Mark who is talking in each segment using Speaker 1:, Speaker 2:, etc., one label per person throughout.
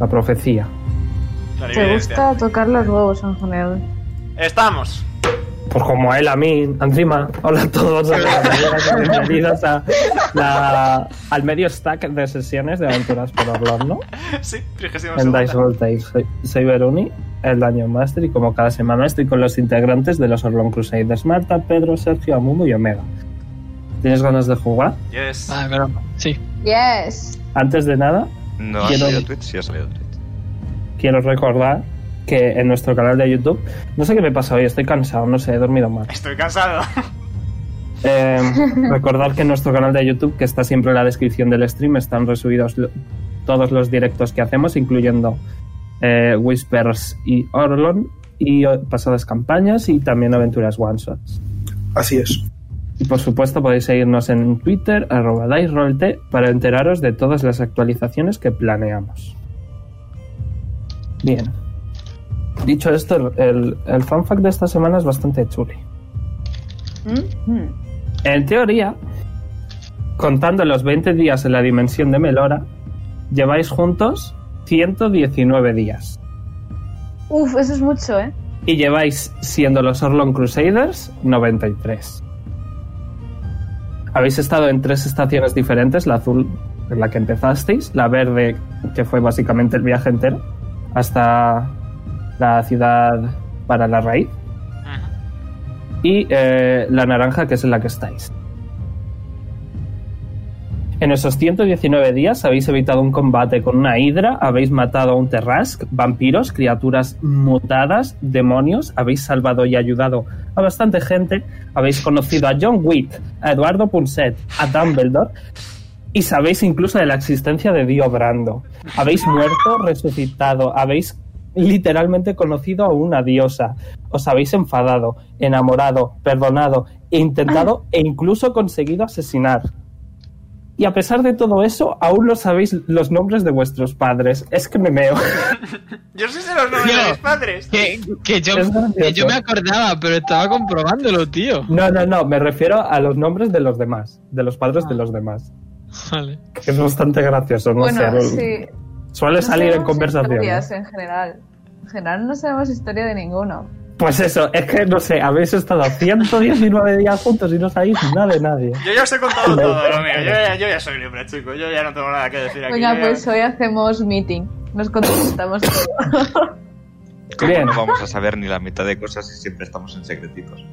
Speaker 1: la profecía.
Speaker 2: La
Speaker 3: Te
Speaker 2: evidencia.
Speaker 3: gusta tocar los huevos en general.
Speaker 2: Estamos.
Speaker 1: Pues como a él, a mí, encima. Hola a todos, aventureros, bienvenidos a la- al medio stack de sesiones de aventuras por hablar, ¿no?
Speaker 2: Sí, 32
Speaker 1: En Dice Roll Tales. Soy, soy Beruni, el Daño Master, y como cada semana estoy con los integrantes de los Orlon Crusaders, Marta, Pedro, Sergio, Amumu y Omega. ¿Tienes ganas de jugar?
Speaker 2: Yes.
Speaker 4: Ah, claro. Sí.
Speaker 3: Yes.
Speaker 1: Antes de nada,
Speaker 5: No ha
Speaker 1: Quiero-
Speaker 5: salido Twitch, sí ha salido Twitch.
Speaker 1: quiero recordar que en nuestro canal de YouTube, no sé qué me pasa hoy, estoy cansado, no sé, he dormido mal.
Speaker 2: Estoy cansado.
Speaker 1: Eh, recordar que en nuestro canal de YouTube, que está siempre en la descripción del stream, están resubidos lo- todos los directos que hacemos, incluyendo eh, Whispers y Orlon, y eh, pasadas campañas y también aventuras one shots.
Speaker 6: Así es.
Speaker 1: Y por supuesto podéis seguirnos en Twitter, arroba DiceRollT, para enteraros de todas las actualizaciones que planeamos. Bien. Dicho esto, el, el fanfact de esta semana es bastante chuli.
Speaker 3: Mm.
Speaker 1: En teoría, contando los 20 días en la dimensión de Melora, lleváis juntos 119 días.
Speaker 3: Uf, eso es mucho, ¿eh?
Speaker 1: Y lleváis, siendo los Orlon Crusaders, 93. Habéis estado en tres estaciones diferentes, la azul en la que empezasteis, la verde que fue básicamente el viaje entero, hasta la ciudad para la raíz,
Speaker 2: Ujú.
Speaker 1: y eh, la naranja que es en la que estáis. En esos 119 días habéis evitado un combate con una hidra, habéis matado a un terrask, vampiros, criaturas mutadas, demonios, habéis salvado y ayudado a bastante gente, habéis conocido a John Witt, a Eduardo Punset, a Dumbledore y sabéis incluso de la existencia de Dio Brando. Habéis muerto, resucitado, habéis literalmente conocido a una diosa. Os habéis enfadado, enamorado, perdonado, e intentado e incluso conseguido asesinar. Y a pesar de todo eso, aún no sabéis los nombres de vuestros padres. Es que me meo.
Speaker 2: Yo sí sé los nombres de
Speaker 4: Tío.
Speaker 2: mis padres.
Speaker 4: Que, que yo,
Speaker 1: Es gracioso.
Speaker 4: que yo me acordaba, pero estaba comprobándolo, tío.
Speaker 1: No, no, no, me refiero a los nombres de los demás, de los padres
Speaker 3: Ah.
Speaker 1: de los demás.
Speaker 4: Vale.
Speaker 1: Que es bastante gracioso, no
Speaker 3: bueno,
Speaker 1: sé.
Speaker 3: sí.
Speaker 1: Suele
Speaker 3: No
Speaker 1: salir en
Speaker 3: sabemos
Speaker 1: conversación. ¿eh?
Speaker 3: historias en general. En general no sabemos historia de ninguno.
Speaker 1: Pues eso, es que no sé, habéis estado 119 días juntos y no sabéis nada de nadie.
Speaker 2: Yo ya os he contado todo lo mío. Yo ya, yo ya soy libre, chico. Yo ya no tengo nada que decir aquí.
Speaker 3: Venga,
Speaker 2: Yo ya-
Speaker 3: pues hoy hacemos meeting. Nos contestamos todo.
Speaker 5: ¿Cómo
Speaker 1: Bien.
Speaker 5: no vamos a saber ni la mitad de cosas si siempre estamos en secretitos?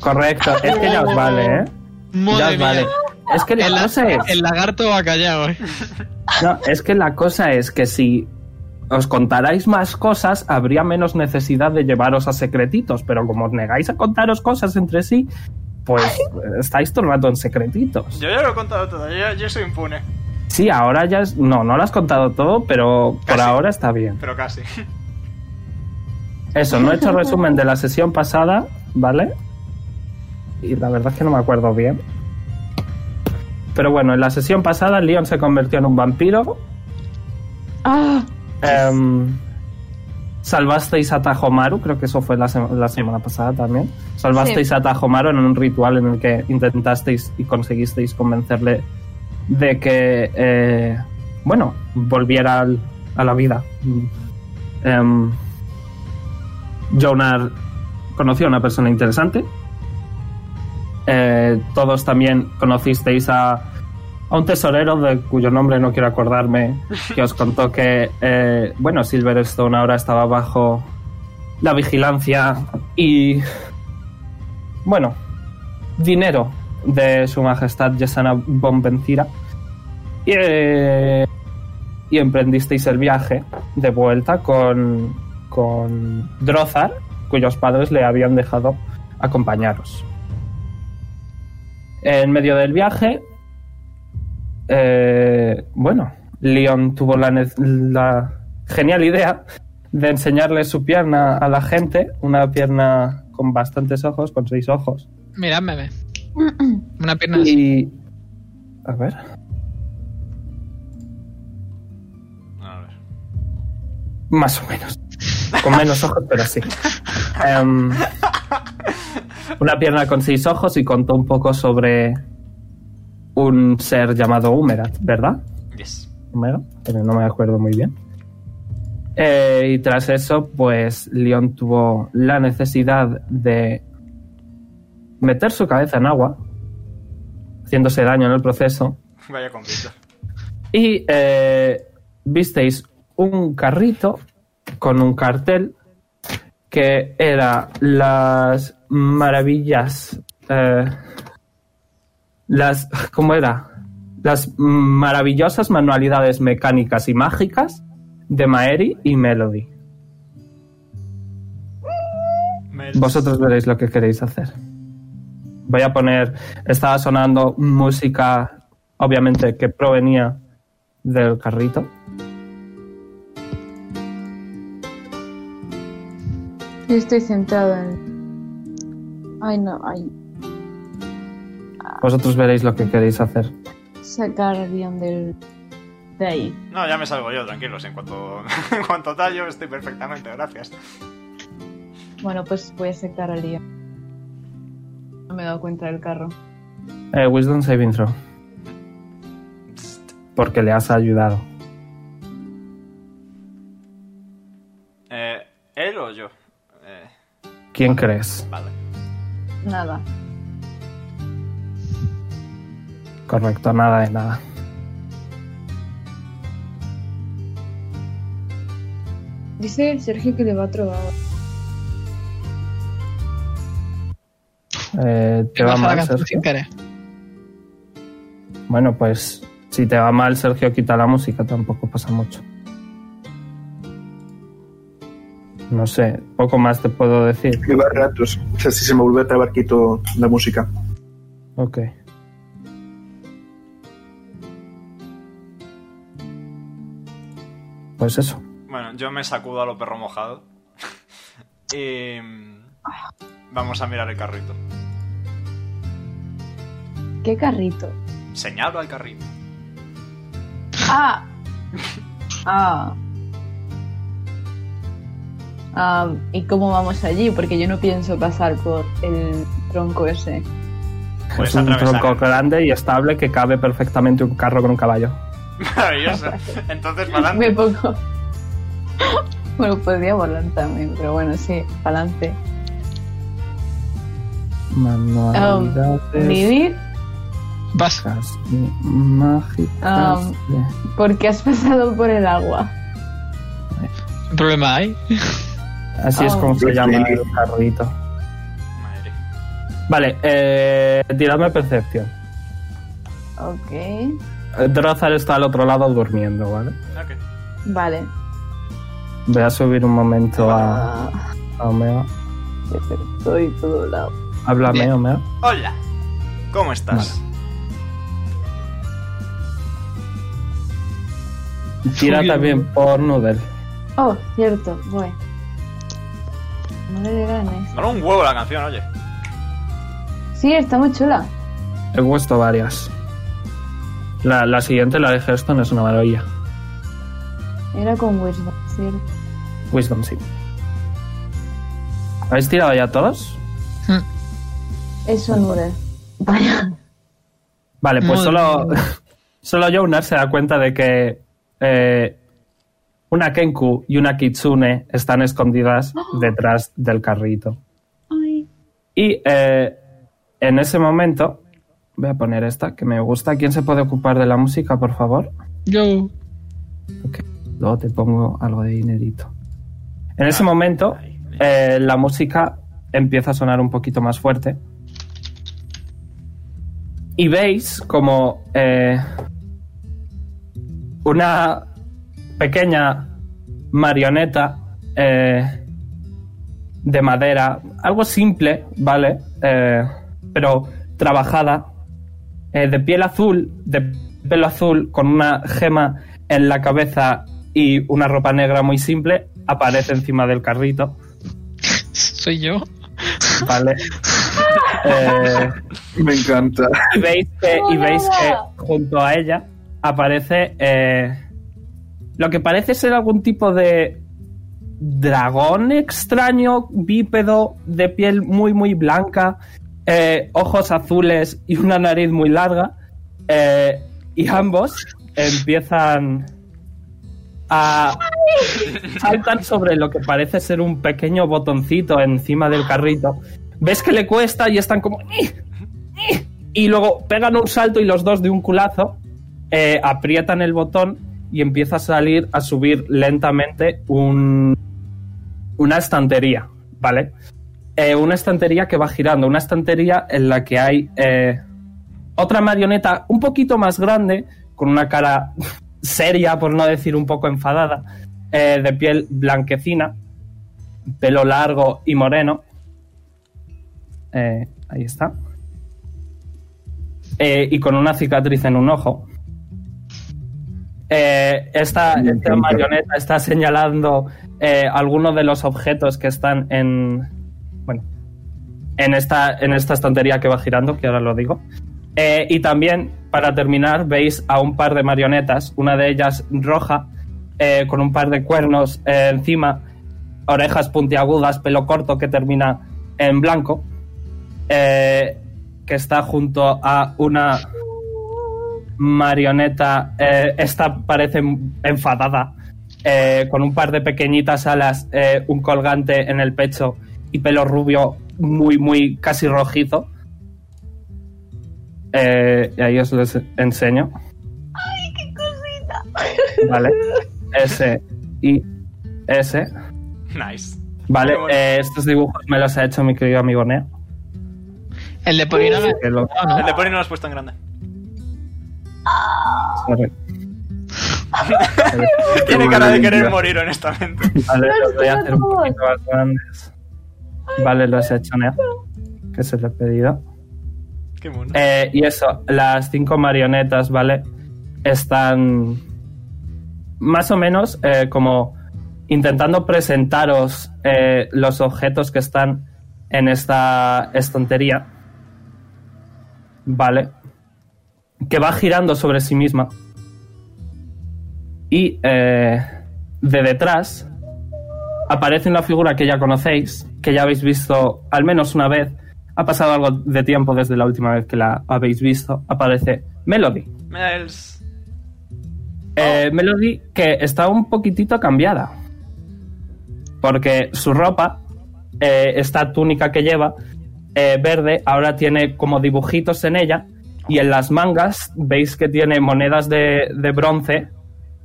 Speaker 1: Correcto, es que ya os vale, ¿eh? Ya
Speaker 4: Madre
Speaker 1: os
Speaker 4: mía.
Speaker 1: vale. Es que la
Speaker 4: El, la-
Speaker 1: cosa es,
Speaker 4: el lagarto va callado, eh.
Speaker 1: no, es que la cosa es que si os contarais más cosas, habría menos necesidad de llevaros a secretitos, pero como os negáis a contaros cosas entre sí, pues estáis todo el rato en secretitos.
Speaker 2: Yo ya lo he contado todo. Yo, ya- yo soy impune.
Speaker 1: Sí, ahora ya es... No, no lo has contado todo, pero por
Speaker 2: Casi.
Speaker 1: ahora está bien.
Speaker 2: Pero casi.
Speaker 1: Eso, no he hecho resumen de la sesión pasada, ¿vale? Y la verdad es que no me acuerdo bien. Pero bueno, en la sesión pasada Leon se convirtió en un vampiro.
Speaker 3: Ah,
Speaker 1: Em, salvasteis a Tajomaru, creo que eso fue la, sema- la semana pasada también. Salvasteis a Tajomaru en un ritual en el que intentasteis y conseguisteis convencerle de que, eh, bueno, volviera al- a la vida. Mm. Em, Jonar conoció a una persona interesante. Eh, todos también conocisteis a, a un tesorero de cuyo nombre no quiero acordarme, que os contó que, eh, bueno, Silverstone ahora estaba bajo la vigilancia y, bueno, dinero de su majestad Yesana von Vencira. Y, eh, y emprendisteis el viaje de vuelta con, con Drozar, cuyos padres le habían dejado acompañaros. En medio del viaje, eh, bueno, Leon tuvo la, ne- la genial idea de enseñarle su pierna a la gente, una pierna con bastantes ojos, con seis ojos.
Speaker 4: Mirad, meme. Una pierna así.
Speaker 1: Y... A ver.
Speaker 2: A ver.
Speaker 1: Más o menos. Con menos ojos, pero sí. Em, una pierna con seis ojos y contó un poco sobre un ser llamado Humerat, ¿verdad?
Speaker 2: Yes.
Speaker 1: Humerat, pero no me acuerdo muy bien. Eh, y tras eso, pues León tuvo la necesidad de meter su cabeza en agua, haciéndose daño en el proceso.
Speaker 2: Vaya convicto.
Speaker 1: Y eh, visteis un carrito con un cartel que era las maravillas. eh, las. ¿Cómo era? Las maravillosas manualidades mecánicas y mágicas de Maeri y Melody.
Speaker 2: Me-
Speaker 1: Vosotros veréis lo que queréis hacer. Voy a poner. Estaba sonando música, obviamente, que provenía del carrito.
Speaker 3: Yo estoy sentada en... Ay, no, ay.
Speaker 1: Vosotros veréis lo que queréis hacer.
Speaker 3: Sacar bien del... De ahí.
Speaker 2: No, ya me salgo yo, tranquilos. En cuanto, en cuanto tallo, estoy perfectamente, gracias.
Speaker 3: Bueno, pues voy a sacar al día. No me he dado cuenta del carro.
Speaker 1: Eh, Wisdom Saving Throw. Porque le has ayudado.
Speaker 2: Eh, ¿Él o yo? Eh,
Speaker 1: ¿Quién crees?
Speaker 2: vale.
Speaker 3: Nada.
Speaker 1: Correcto, nada de nada.
Speaker 3: Dice el Sergio que le va a trobar.
Speaker 1: Eh, te
Speaker 4: He
Speaker 1: va
Speaker 4: bajado la
Speaker 1: mal,
Speaker 4: canción sin
Speaker 1: Sergio.
Speaker 4: querer.
Speaker 1: Bueno, pues si te va mal, Sergio, quita la música, tampoco pasa mucho. No sé, poco más te puedo decir.
Speaker 6: Llevar ratos. pues, O sea, si se me vuelve a trabar, quito la música.
Speaker 1: Ok. Pues eso.
Speaker 2: Bueno, yo me sacudo a lo perro mojado. y. mm, Vamos a mirar el carrito.
Speaker 3: ¿Qué carrito?
Speaker 2: Señalo al carrito.
Speaker 3: Ah. Ah. Ah, ¿Y cómo vamos allí? Porque yo no pienso pasar por el tronco ese.
Speaker 1: es
Speaker 2: Puedes
Speaker 1: un
Speaker 2: atravesar. ¿eh?
Speaker 1: tronco grande y estable que cabe perfectamente un carro con un caballo.
Speaker 2: Maravilloso. Entonces, para
Speaker 3: Me
Speaker 2: adelante.
Speaker 3: pongo. Bueno, podría volar también, pero bueno, sí, adelante.
Speaker 1: Manualidades.
Speaker 3: Lilith,
Speaker 4: Vas.
Speaker 1: Casi mágicas
Speaker 3: Um,
Speaker 1: de-
Speaker 3: ¿por qué has pasado por el agua?
Speaker 4: ¿Qué problema hay?
Speaker 1: Así es
Speaker 3: um,
Speaker 1: como se
Speaker 6: Los
Speaker 1: llama
Speaker 6: Lilith.
Speaker 1: el carrito.
Speaker 2: Madre.
Speaker 1: Vale, eh, tiradme percepción.
Speaker 3: Ok.
Speaker 1: Eh, Drozar está al otro lado durmiendo, ¿vale?
Speaker 2: Ok.
Speaker 3: Vale.
Speaker 1: Voy a subir un momento a,
Speaker 3: Ah,
Speaker 1: a Omega.
Speaker 3: Estoy todo lado.
Speaker 1: Háblame,
Speaker 4: Bien.
Speaker 1: Omega.
Speaker 2: Hola. ¿Cómo estás?
Speaker 1: Tira
Speaker 4: Subir.
Speaker 1: también por Noodle.
Speaker 3: Oh, cierto, voy. No le ganes.
Speaker 2: Mola un huevo la canción, oye.
Speaker 3: Sí, está muy chula.
Speaker 1: He puesto varias. La, la siguiente, la de Hearthstone, es una maravilla.
Speaker 3: Era con Wisdom, ¿cierto?
Speaker 1: Wisdom, sí. ¿Habéis tirado ya todos?
Speaker 3: Eso no es. Vaya.
Speaker 1: Vale, pues
Speaker 4: Madre
Speaker 1: solo, solo Jonar se da cuenta de que eh, una Kenku y una Kitsune están escondidas detrás del carrito.
Speaker 3: Ay.
Speaker 1: Y eh, en ese momento, voy a poner esta que me gusta. ¿Quién se puede ocupar de la música, por favor?
Speaker 4: Yo.
Speaker 1: Luego te pongo algo de dinerito. En ese momento, eh, la música empieza a sonar un poquito más fuerte. Y veis como eh, una pequeña marioneta eh, de madera, algo simple, ¿vale? Eh, pero trabajada, eh, de piel azul, de pelo azul, con una gema en la cabeza y una ropa negra muy simple, aparece encima del carrito,
Speaker 4: Soy yo.
Speaker 1: ¿vale? Eh,
Speaker 6: Me encanta.
Speaker 1: y veis que, y veis que junto a ella aparece eh, lo que parece ser algún tipo de dragón extraño, bípedo, de piel muy, muy blanca, eh, ojos azules y una nariz muy larga. eh, y ambos empiezan a saltan sobre lo que parece ser un pequeño botoncito encima del carrito. Ves que le cuesta y están como... "Ih, ih", Y luego pegan un salto y los dos de un culazo eh, aprietan el botón y empieza a salir, a subir lentamente un, una estantería, ¿vale? Eh, una estantería que va girando, una estantería en la que hay eh, otra marioneta un poquito más grande, con una cara seria, por no decir un poco enfadada, eh, de piel blanquecina, pelo largo y moreno. Eh, ahí está. Eh, y con una cicatriz en un ojo. Eh, esta,
Speaker 6: Bien,
Speaker 1: esta
Speaker 6: bien,
Speaker 1: marioneta está señalando eh, algunos de los objetos que están en. Bueno. En esta, en esta estantería que va girando, que ahora lo digo. Eh, y también, para terminar, veis a un par de marionetas, una de ellas roja, eh, con un par de cuernos eh, encima, orejas puntiagudas, pelo corto que termina en blanco, eh, que está junto a una marioneta, eh, esta parece m- enfadada, eh, con un par de pequeñitas alas, eh, un colgante en el pecho y pelo rubio muy, muy casi rojizo. Eh, y ahí os les enseño. ¡Ay, qué cosita! Vale. S y S.
Speaker 2: Nice.
Speaker 1: Vale,
Speaker 2: Qué bonito.
Speaker 1: eh, estos dibujos me los ha hecho mi querido amigo Nea.
Speaker 4: El de Polina.
Speaker 1: que lo-
Speaker 3: Ah.
Speaker 4: No,
Speaker 2: El
Speaker 4: no.
Speaker 2: de Pony no lo has puesto en grande.
Speaker 1: sorry.
Speaker 2: Tiene cara de querer morir, honestamente.
Speaker 1: Vale, los voy a hacer un
Speaker 3: Por favor.
Speaker 1: poquito más grandes. Vale, los he hecho Nea. Que se lo he pedido.
Speaker 2: Qué mono.
Speaker 1: Eh, y eso, las cinco marionetas, ¿vale? Están más o menos eh, como intentando presentaros eh, los objetos que están en esta estantería, ¿vale? Que va girando sobre sí misma. Y eh, de detrás aparece una figura que ya conocéis, que ya habéis visto al menos una vez. Ha pasado algo de tiempo desde la última vez que la habéis visto. Aparece Melody.
Speaker 2: Miles.
Speaker 1: Eh, Melody que está un poquitito cambiada. Porque su ropa, eh, esta túnica que lleva, eh, verde, ahora tiene como dibujitos en ella. Y en las mangas veis que tiene monedas de, de bronce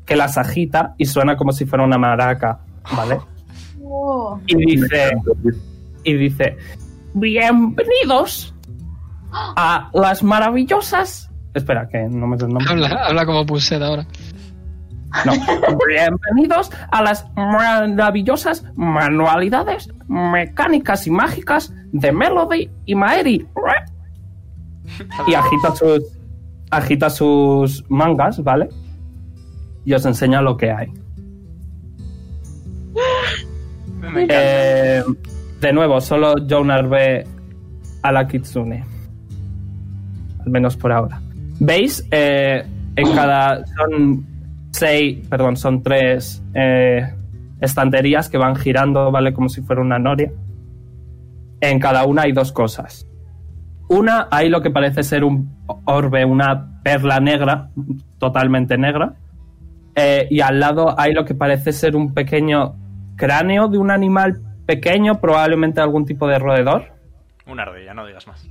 Speaker 1: que las agita y suena como si fuera una maraca. ¿Vale?
Speaker 3: Wow.
Speaker 1: Y dice. y dice: Bienvenidos a las maravillosas. Espera, que no me sé el nombre.
Speaker 4: Habla, habla como Pulset ahora.
Speaker 1: No. Bienvenidos a las maravillosas manualidades mecánicas y mágicas de Melody y Maeri. Y agita sus, agita sus mangas, ¿vale? Y os enseña lo que hay.
Speaker 2: Me encanta.
Speaker 1: Eh, de nuevo, solo Jonar ve a la Kitsune. Al menos por ahora. ¿Veis? Eh, en cada. Son seis. Perdón, son tres eh, estanterías que van girando, ¿vale? Como si fuera una noria. En cada una hay dos cosas. Una, hay lo que parece ser un orbe, una perla negra, totalmente negra. Eh, y al lado hay lo que parece ser un pequeño cráneo de un animal pequeño, probablemente algún tipo de roedor.
Speaker 2: Una ardilla, no digas más.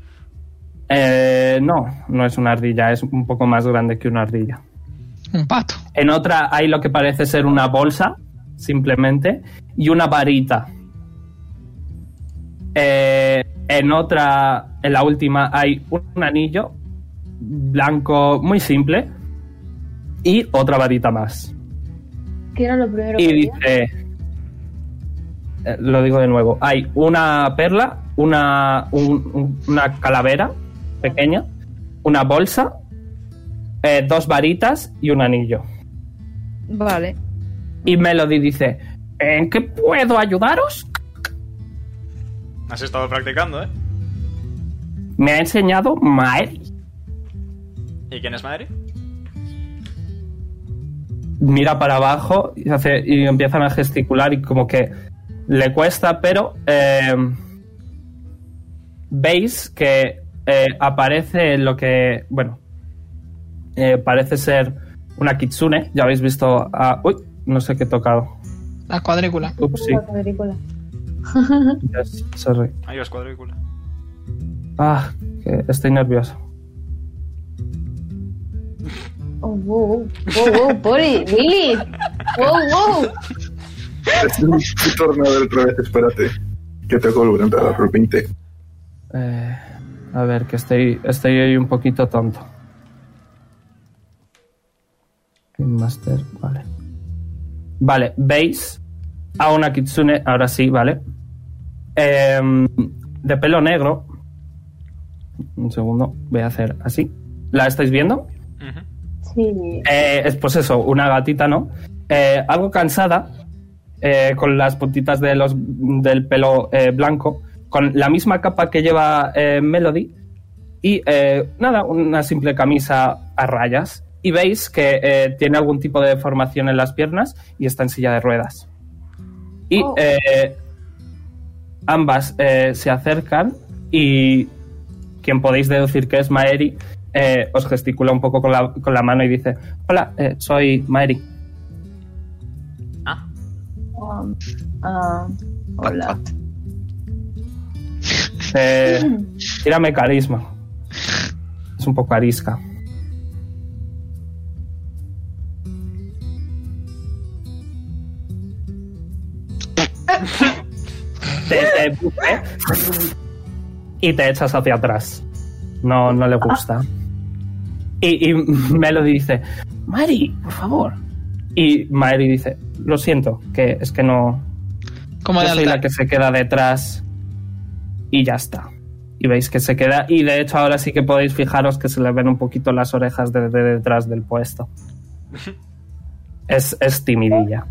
Speaker 1: Eh, no, no es una ardilla, es un poco más grande que una ardilla.
Speaker 4: Un pato.
Speaker 1: En otra hay lo que parece ser una bolsa, simplemente, y una varita. Eh, en otra, en la última, hay un anillo blanco muy simple y otra varita más.
Speaker 3: ¿Qué era lo primero que
Speaker 1: Y
Speaker 3: había?
Speaker 1: dice. eh, Lo digo de nuevo. Hay una perla, una, un- un- una calavera pequeña, una bolsa, eh, dos varitas y un anillo.
Speaker 3: Vale.
Speaker 1: Y Melody dice: ¿En qué puedo ayudaros?
Speaker 2: Has estado practicando, ¿eh?
Speaker 1: Me ha enseñado Mael.
Speaker 2: ¿Y quién es Madrid?
Speaker 1: Mira para abajo y, hace- y empiezan a gesticular y como que le cuesta, pero eh, veis que eh, aparece lo que, bueno, eh, parece ser una kitsune. Ya habéis visto a... Uy, No sé qué he tocado.
Speaker 4: La cuadrícula.
Speaker 1: Ups, sí.
Speaker 3: La cuadrícula.
Speaker 1: Yes, sorry.
Speaker 2: Adiós, cuadrícula.
Speaker 1: Ah, que estoy nervioso.
Speaker 3: Oh, wow, wow, wow, wow, Pori, Billy. Wow, wow.
Speaker 6: Es un turno de otra vez, espérate. Que tengo que volver a entrar a por 20.
Speaker 1: Eh, a ver, que estoy, estoy hoy un poquito tonto. Game Master, vale. Vale, veis a una kitsune, ahora sí, vale. Em, de pelo negro. Un segundo, voy a hacer así. ¿La estáis viendo?
Speaker 2: Ujú.
Speaker 3: Sí.
Speaker 1: Eh, es pues eso, una gatita, ¿no? Eh, algo cansada, eh, con las puntitas de los, del pelo eh, blanco, con la misma capa que lleva eh, Melody y eh, nada, una simple camisa a rayas. Y veis que eh, tiene algún tipo de deformación en las piernas y está en silla de ruedas. Y
Speaker 3: Oh.
Speaker 1: eh, ambas eh, se acercan y quien podéis deducir que es Maeri, eh, os gesticula un poco con la, con la mano y dice, hola, eh, soy Maeri.
Speaker 2: Ah,
Speaker 3: Um, ah, hola.
Speaker 1: Eh, tírame carisma. Es un poco arisca. te, te empuja, ¿eh? y te echas hacia atrás. No, no le gusta. Y, y Melody dice, Mari, por favor. Y Mari dice, lo siento, que es que no,
Speaker 4: Como de
Speaker 1: yo soy la
Speaker 4: alta.
Speaker 1: que se queda detrás y ya está. Y veis que se queda. Y de hecho, ahora sí que podéis fijaros que se le ven un poquito las orejas desde detrás del puesto. Es, es timidilla.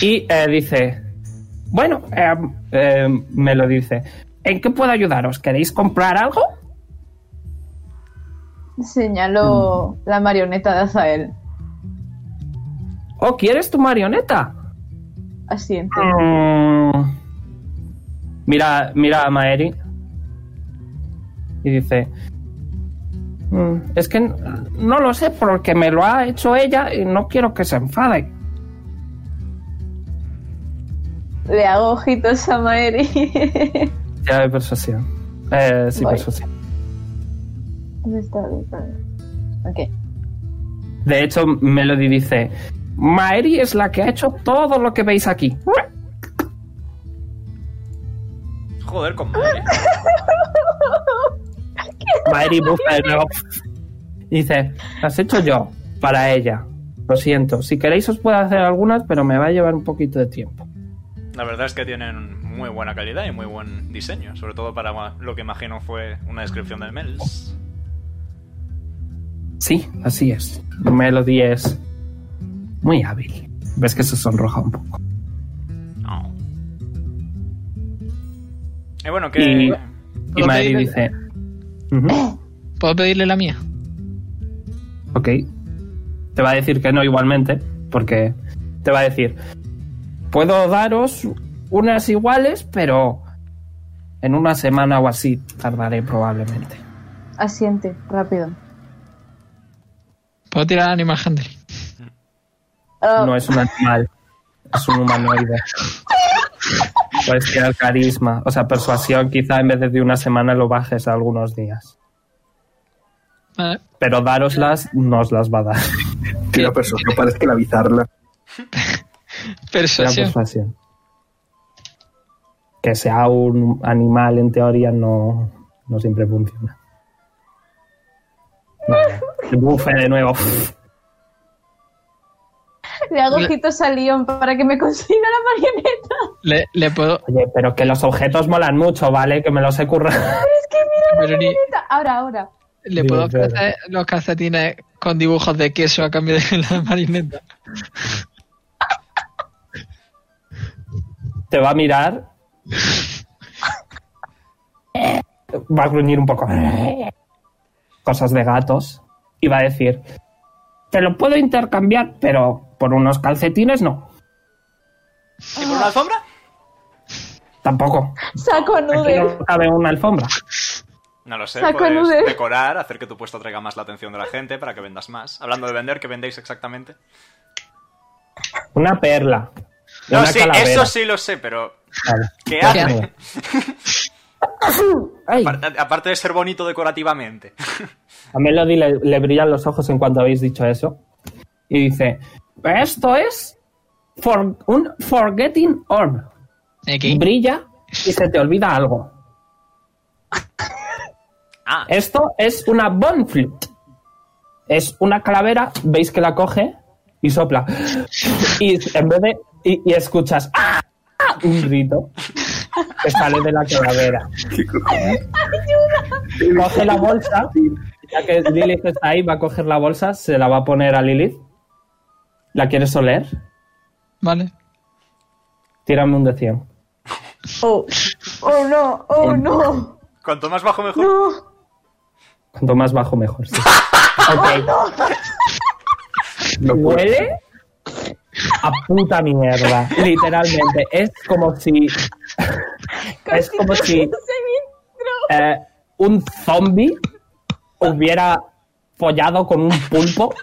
Speaker 1: Y eh, dice: Bueno, eh, eh, me lo dice. ¿En qué puedo ayudaros? ¿Queréis comprar algo?
Speaker 3: Señalo
Speaker 1: Mm.
Speaker 3: la marioneta de Azael.
Speaker 1: ¿O quieres tu marioneta?
Speaker 3: Asiente.
Speaker 1: Mm. Mira, mira a Maeri. Y dice... "Mm, Es que n- no lo sé porque me lo ha hecho ella y no quiero que se enfade.
Speaker 3: Le hago ojitos a Maeri.
Speaker 1: Ya de persuasión. Eh, sí,
Speaker 3: Voy.
Speaker 1: persuasión.
Speaker 3: ¿Dónde está? ¿Dónde está? Ok.
Speaker 1: De hecho, Melody dice... Maeri es la que ha hecho todo lo que veis aquí.
Speaker 2: joder, con madre.
Speaker 1: Maeri bufa de nuevo. Dice, las he hecho yo, para ella. Lo siento. Si queréis os puedo hacer algunas, pero me va a llevar un poquito de tiempo.
Speaker 2: La verdad es que tienen muy buena calidad y muy buen diseño, sobre todo para ma- lo que imagino fue una descripción de Mels.
Speaker 1: Sí, así es. Melody es muy hábil. Ves que se sonroja un poco.
Speaker 2: Oh. Y bueno,
Speaker 1: Y-
Speaker 2: que...
Speaker 1: Y
Speaker 4: Ok,
Speaker 1: Maeri
Speaker 4: vale.
Speaker 1: dice... "Ujú,
Speaker 4: ¿Puedo pedirle la mía?
Speaker 1: ok. Te va a decir que no igualmente, porque te va a decir... Puedo daros unas iguales, pero en una semana o así tardaré probablemente.
Speaker 3: Asiente, rápido.
Speaker 4: ¿Puedo tirar Animal Handling?
Speaker 3: Ah,
Speaker 1: No es un animal, es un humanoide. Puedes tirar carisma, o sea, persuasión quizá en vez de de una semana lo bajes a algunos días.
Speaker 4: Vale.
Speaker 1: Pero daroslas no os las va a dar. pues,
Speaker 6: Tira persuasión para esclavizarla.
Speaker 1: Era
Speaker 4: Persuasión.
Speaker 1: persuasión. Que sea un animal en teoría no, no siempre funciona. Nada. Bufe de nuevo.
Speaker 3: Le hago ojitos a Leon para que me consiga la marioneta.
Speaker 4: Le, le puedo...
Speaker 1: Oye, pero que los objetos molan mucho, ¿vale? Que me los he currado.
Speaker 3: Es que mira la
Speaker 4: pero ni-
Speaker 3: marioneta. Ahora, ahora.
Speaker 4: le
Speaker 1: Digo,
Speaker 4: puedo
Speaker 1: claro.
Speaker 4: ofrecer los calcetines con dibujos de queso a cambio de la marineta.
Speaker 1: Te va a mirar. Va a gruñir un poco. Cosas de gatos. Y va a decir: Te lo puedo intercambiar, pero por unos calcetines no.
Speaker 2: ¿Y por una alfombra?
Speaker 1: Tampoco.
Speaker 3: Saco
Speaker 1: Aquí
Speaker 3: nudes.
Speaker 1: no cabe una alfombra.
Speaker 2: No lo sé,
Speaker 3: Saco
Speaker 2: puedes
Speaker 3: nudes.
Speaker 2: decorar, hacer que tu puesto traiga más la atención de la gente para que vendas más. Hablando de vender, ¿qué vendéis exactamente?
Speaker 1: Una perla.
Speaker 2: No,
Speaker 1: una
Speaker 2: sí,
Speaker 1: calavera.
Speaker 2: eso sí lo sé, pero
Speaker 1: Vale.
Speaker 2: ¿qué
Speaker 4: ¿Qué
Speaker 2: hace?
Speaker 4: hace?
Speaker 1: Ay,
Speaker 2: Apar- Aparte de ser bonito decorativamente.
Speaker 1: a Melody le, le brillan los ojos en cuanto habéis dicho eso. Y dice, esto es for- un forgetting orb.
Speaker 4: Aquí.
Speaker 1: Brilla y se te olvida algo.
Speaker 2: Ah,
Speaker 1: Esto es una bonflute. Es una calavera, veis que la coge y sopla. Y en vez de. Y, y escuchas ¡Ah! ¡Ah! un grito que sale de la calavera.
Speaker 6: ¿Qué cojones?
Speaker 1: Coge la bolsa, ya que Lilith está ahí, va a coger la bolsa, se la va a poner a Lilith. ¿La quieres oler?
Speaker 4: Vale.
Speaker 1: Tírame un de 100.
Speaker 3: Oh, oh no, oh no,
Speaker 2: cuanto más bajo mejor.
Speaker 3: no.
Speaker 1: Cuanto más bajo, mejor. sí. Ok. Huele a puta mierda. Literalmente. Es como si. Es como si eh, un zombie hubiera follado con un pulpo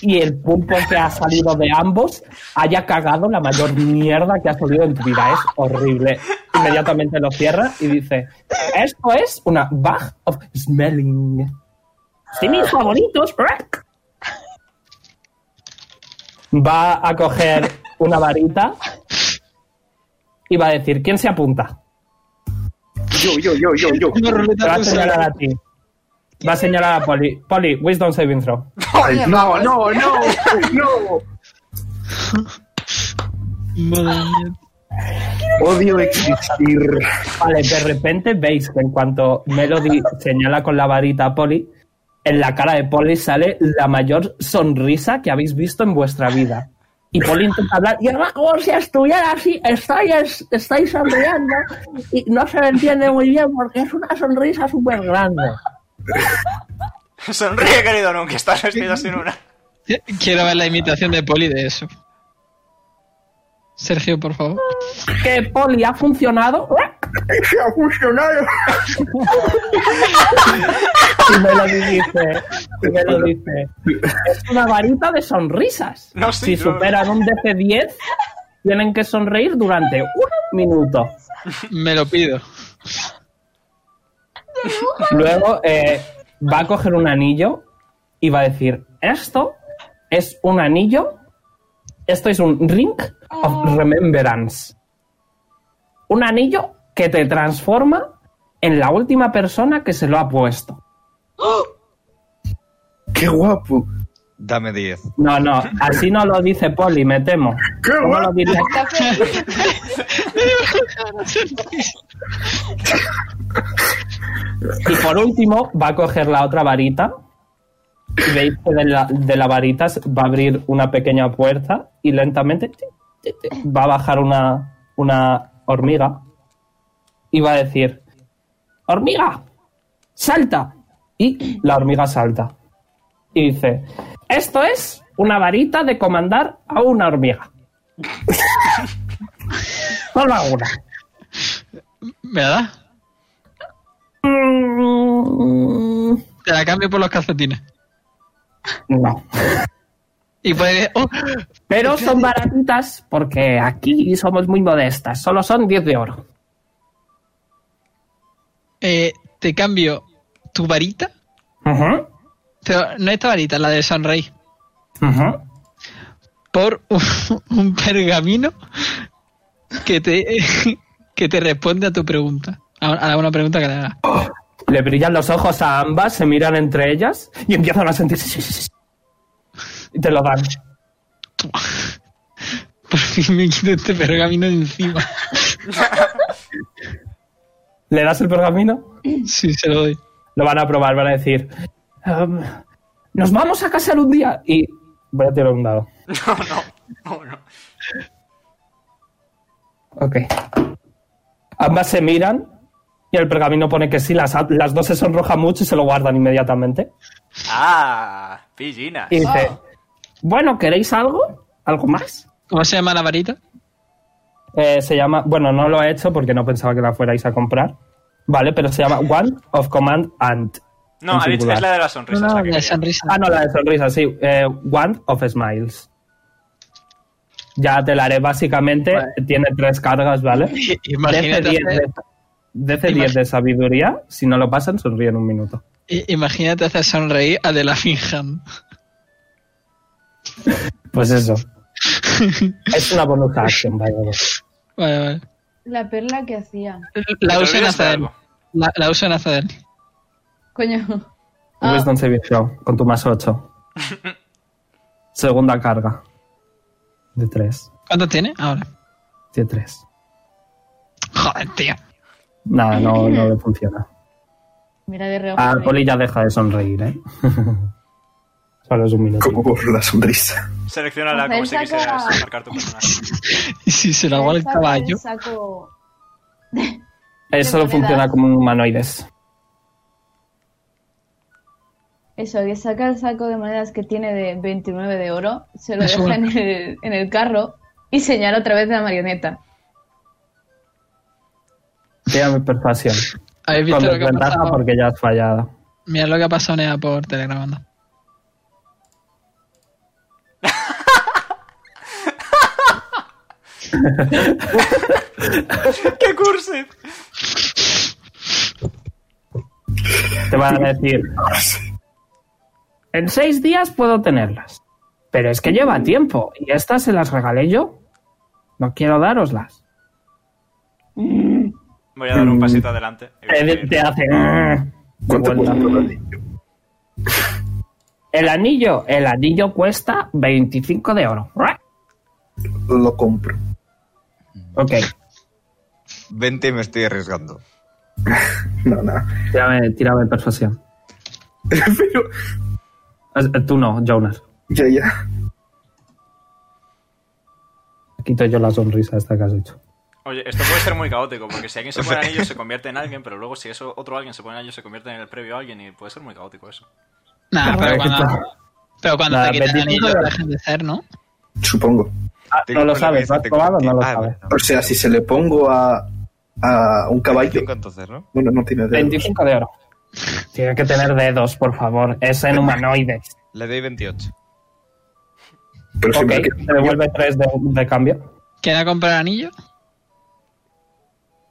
Speaker 1: y el pulpo que ha salido de ambos haya cagado la mayor mierda que ha salido en tu vida. Es horrible. Inmediatamente lo cierra y dice: Esto es una bag of smelling. Sí, mis favoritos. Va a coger una varita y va a decir: ¿Quién se apunta?
Speaker 6: Yo, yo, yo, yo, yo.
Speaker 4: Una
Speaker 1: Te va
Speaker 4: ruleta
Speaker 1: a señalar
Speaker 4: rusa.
Speaker 1: a ti. Va a señalar a Poli. Poli, wisdom saving throw.
Speaker 6: Ay, no, no, no, no.
Speaker 4: Madre mía.
Speaker 6: Odio existir.
Speaker 1: Vale, de repente veis que en cuanto Melody señala con la varita a Poli, en la cara de Poli sale la mayor sonrisa que habéis visto en vuestra vida. Y Poli intenta hablar, y ahora como si estuviera así, estáis, estáis sonriendo, y no se le entiende muy bien porque es una sonrisa súper grande.
Speaker 2: Sonríe, querido, nunca estás vestido sin una.
Speaker 4: Quiero ver la imitación de Poli de eso. Sergio, por favor.
Speaker 1: Que Poli ha funcionado,
Speaker 6: Se ha fusionado.
Speaker 1: y Melody dice, y Melody dice, es una varita de sonrisas.
Speaker 2: No, sí,
Speaker 1: si
Speaker 2: lo-
Speaker 1: superan un DC10, tienen que sonreír durante un minuto.
Speaker 4: Me lo pido.
Speaker 1: Luego eh, va a coger un anillo y va a decir, esto es un anillo, esto es un ring of remembrance. Un anillo que te transforma en la última persona que se lo ha puesto.
Speaker 6: Qué guapo.
Speaker 5: Dame 10.
Speaker 1: No, no, así no lo dice Poli, me temo.
Speaker 6: ¡Qué
Speaker 1: ¿Cómo lo
Speaker 6: guapo!
Speaker 1: diría? Y por último, va a coger la otra varita. Y veis que de la, de la varita se- va a abrir una pequeña puerta y lentamente ti, ti, ti, va a bajar una, una hormiga. Y va a decir: ¡Hormiga! ¡Salta! Y la hormiga salta. Y dice: Esto es una varita de comandar a una hormiga. Solo a una.
Speaker 4: ¿Me la da?
Speaker 1: Mm,
Speaker 4: Te la cambio por los calcetines.
Speaker 1: No.
Speaker 4: Y puede... ¡Oh!
Speaker 1: Pero son baratitas porque aquí somos muy modestas. Solo son 10 de oro.
Speaker 4: Eh, te cambio tu varita.
Speaker 1: Ujú,
Speaker 4: Pero no esta varita, la de Sunray.
Speaker 1: ujú.
Speaker 4: por un, un pergamino que te, que te responde a tu pregunta. A, a una pregunta que le haga.
Speaker 1: Le brillan los ojos a ambas, se miran entre ellas y empiezan a sentir. Y te lo dan.
Speaker 4: Por fin me quito este pergamino de encima.
Speaker 1: ¿Le das el pergamino?
Speaker 4: Sí, se lo doy.
Speaker 1: Lo van a probar, van a decir. "Em, Nos vamos a casar un día. Y voy a tirar un dado.
Speaker 2: No, no, no, no.
Speaker 1: Ok. Ambas se miran y el pergamino pone que sí. Las, las dos se sonrojan mucho y se lo guardan inmediatamente.
Speaker 2: Ah, pillinas.
Speaker 1: Y dice, bueno, ¿queréis algo? ¿Algo más?
Speaker 4: ¿Cómo se llama la varita?
Speaker 1: Eh, se llama, bueno, no lo he hecho porque no pensaba que la fuerais a comprar, Vale, pero se llama One of Command Ant.
Speaker 2: No, ha dicho que es la de la sonrisa. es la que
Speaker 4: la
Speaker 2: quería.
Speaker 4: sonrisa.
Speaker 1: Ah, no, la de sonrisa, sí. Eh, One of Smiles. Ya te la haré, básicamente.
Speaker 4: Vale.
Speaker 1: Tiene tres cargas, ¿vale? DC
Speaker 4: Imagínate
Speaker 1: 10
Speaker 4: hacer-
Speaker 1: de, DC 10 de sabiduría. Si no lo pasan, sonríe en un minuto.
Speaker 4: i- Imagínate hacer sonreír a De La Fingham.
Speaker 1: Pues eso. es una bonus action, by the way.
Speaker 4: Vale, vale.
Speaker 3: La perla que hacía.
Speaker 4: La
Speaker 2: ¿Te
Speaker 4: usa en
Speaker 2: olvidas de
Speaker 4: Azadel.
Speaker 2: algo?
Speaker 4: La, la usa en Azadel.
Speaker 3: Coño. Ah,
Speaker 1: Wisdom Saving Throw, con tu más 8. Segunda carga. De 3.
Speaker 4: ¿Cuánto tiene ahora?
Speaker 1: De 3.
Speaker 4: Joder, tío.
Speaker 1: Nada, no, no le funciona.
Speaker 3: mira de reojo. eh.
Speaker 1: A Poli ya deja de sonreír, ¿eh? Solo es un minuto.
Speaker 6: Como por la sonrisa.
Speaker 2: Selecciónala como si
Speaker 3: Rafael saca-
Speaker 2: quisieras marcar tu personaje.
Speaker 4: Y si se lo hago al
Speaker 3: Él saca
Speaker 4: caballo.
Speaker 3: el saco-
Speaker 1: Eso
Speaker 3: de
Speaker 1: solo funciona
Speaker 3: monedas.
Speaker 1: como un humanoides.
Speaker 3: Eso, que saca el saco de monedas que tiene de 29 de oro, se lo
Speaker 4: Es
Speaker 3: deja
Speaker 4: bueno.
Speaker 3: en el, en el carro y señala otra vez a la marioneta.
Speaker 1: Tírame persuasión.
Speaker 4: ¿Habéis
Speaker 1: Con
Speaker 4: visto lo que ha
Speaker 1: desventaja
Speaker 4: pasado?
Speaker 1: porque ya has fallado.
Speaker 4: Mirad lo que ha pasado Nea por telegramando.
Speaker 2: ¡Qué curse!
Speaker 1: Te van a decir, en seis días puedo tenerlas. Pero es que lleva tiempo y estas se las regalé yo. No quiero daroslas.
Speaker 2: Voy a dar un pasito adelante. y voy a
Speaker 1: Mm. te,
Speaker 2: pedir-
Speaker 1: te hace "Ah", de
Speaker 6: ¿Cuánto
Speaker 1: vuelta.
Speaker 6: cuesta
Speaker 1: el
Speaker 6: el anillo?
Speaker 1: anillo el anillo cuesta 25 de oro ¡Ruah!
Speaker 6: Lo compro.
Speaker 1: ok
Speaker 5: 20 y me estoy arriesgando.
Speaker 6: No, no.
Speaker 1: tírame, tírame persuasión
Speaker 6: Pero,
Speaker 1: Es- eh, tú no Jonas
Speaker 6: ya, ya.
Speaker 1: quito yo la sonrisa esta que has hecho
Speaker 2: Oye, esto puede ser muy caótico, porque si alguien se pone en ello se convierte en alguien, pero luego si eso otro alguien se pone en ello se convierte en el previo alguien y puede ser muy caótico eso.
Speaker 4: Nah, Ah,
Speaker 1: Claro,
Speaker 4: pero cuando,
Speaker 1: esto-
Speaker 4: pero cuando
Speaker 1: Nah,
Speaker 4: te quitan el
Speaker 1: 25
Speaker 4: anillo
Speaker 1: de-
Speaker 4: dejan de ser, ¿no?
Speaker 6: Supongo.
Speaker 1: Ah,
Speaker 5: Tengo
Speaker 1: no lo
Speaker 5: problemas,
Speaker 1: sabes ¿lo has
Speaker 5: tengo
Speaker 1: probado o no lo
Speaker 5: que- ah,
Speaker 1: sabes
Speaker 5: bueno.
Speaker 6: O sea, si se le pongo a, a un caballo.
Speaker 5: 25 entonces, ¿no?
Speaker 6: Bueno, no tiene dedos.
Speaker 1: 25 de oro tiene que tener dedos por favor es en humanoides
Speaker 5: Le doy 28.
Speaker 6: Pero si
Speaker 1: ok
Speaker 6: me
Speaker 1: te
Speaker 6: quedo-
Speaker 1: devuelve 3 de, de cambio
Speaker 4: ¿Quiere comprar anillo?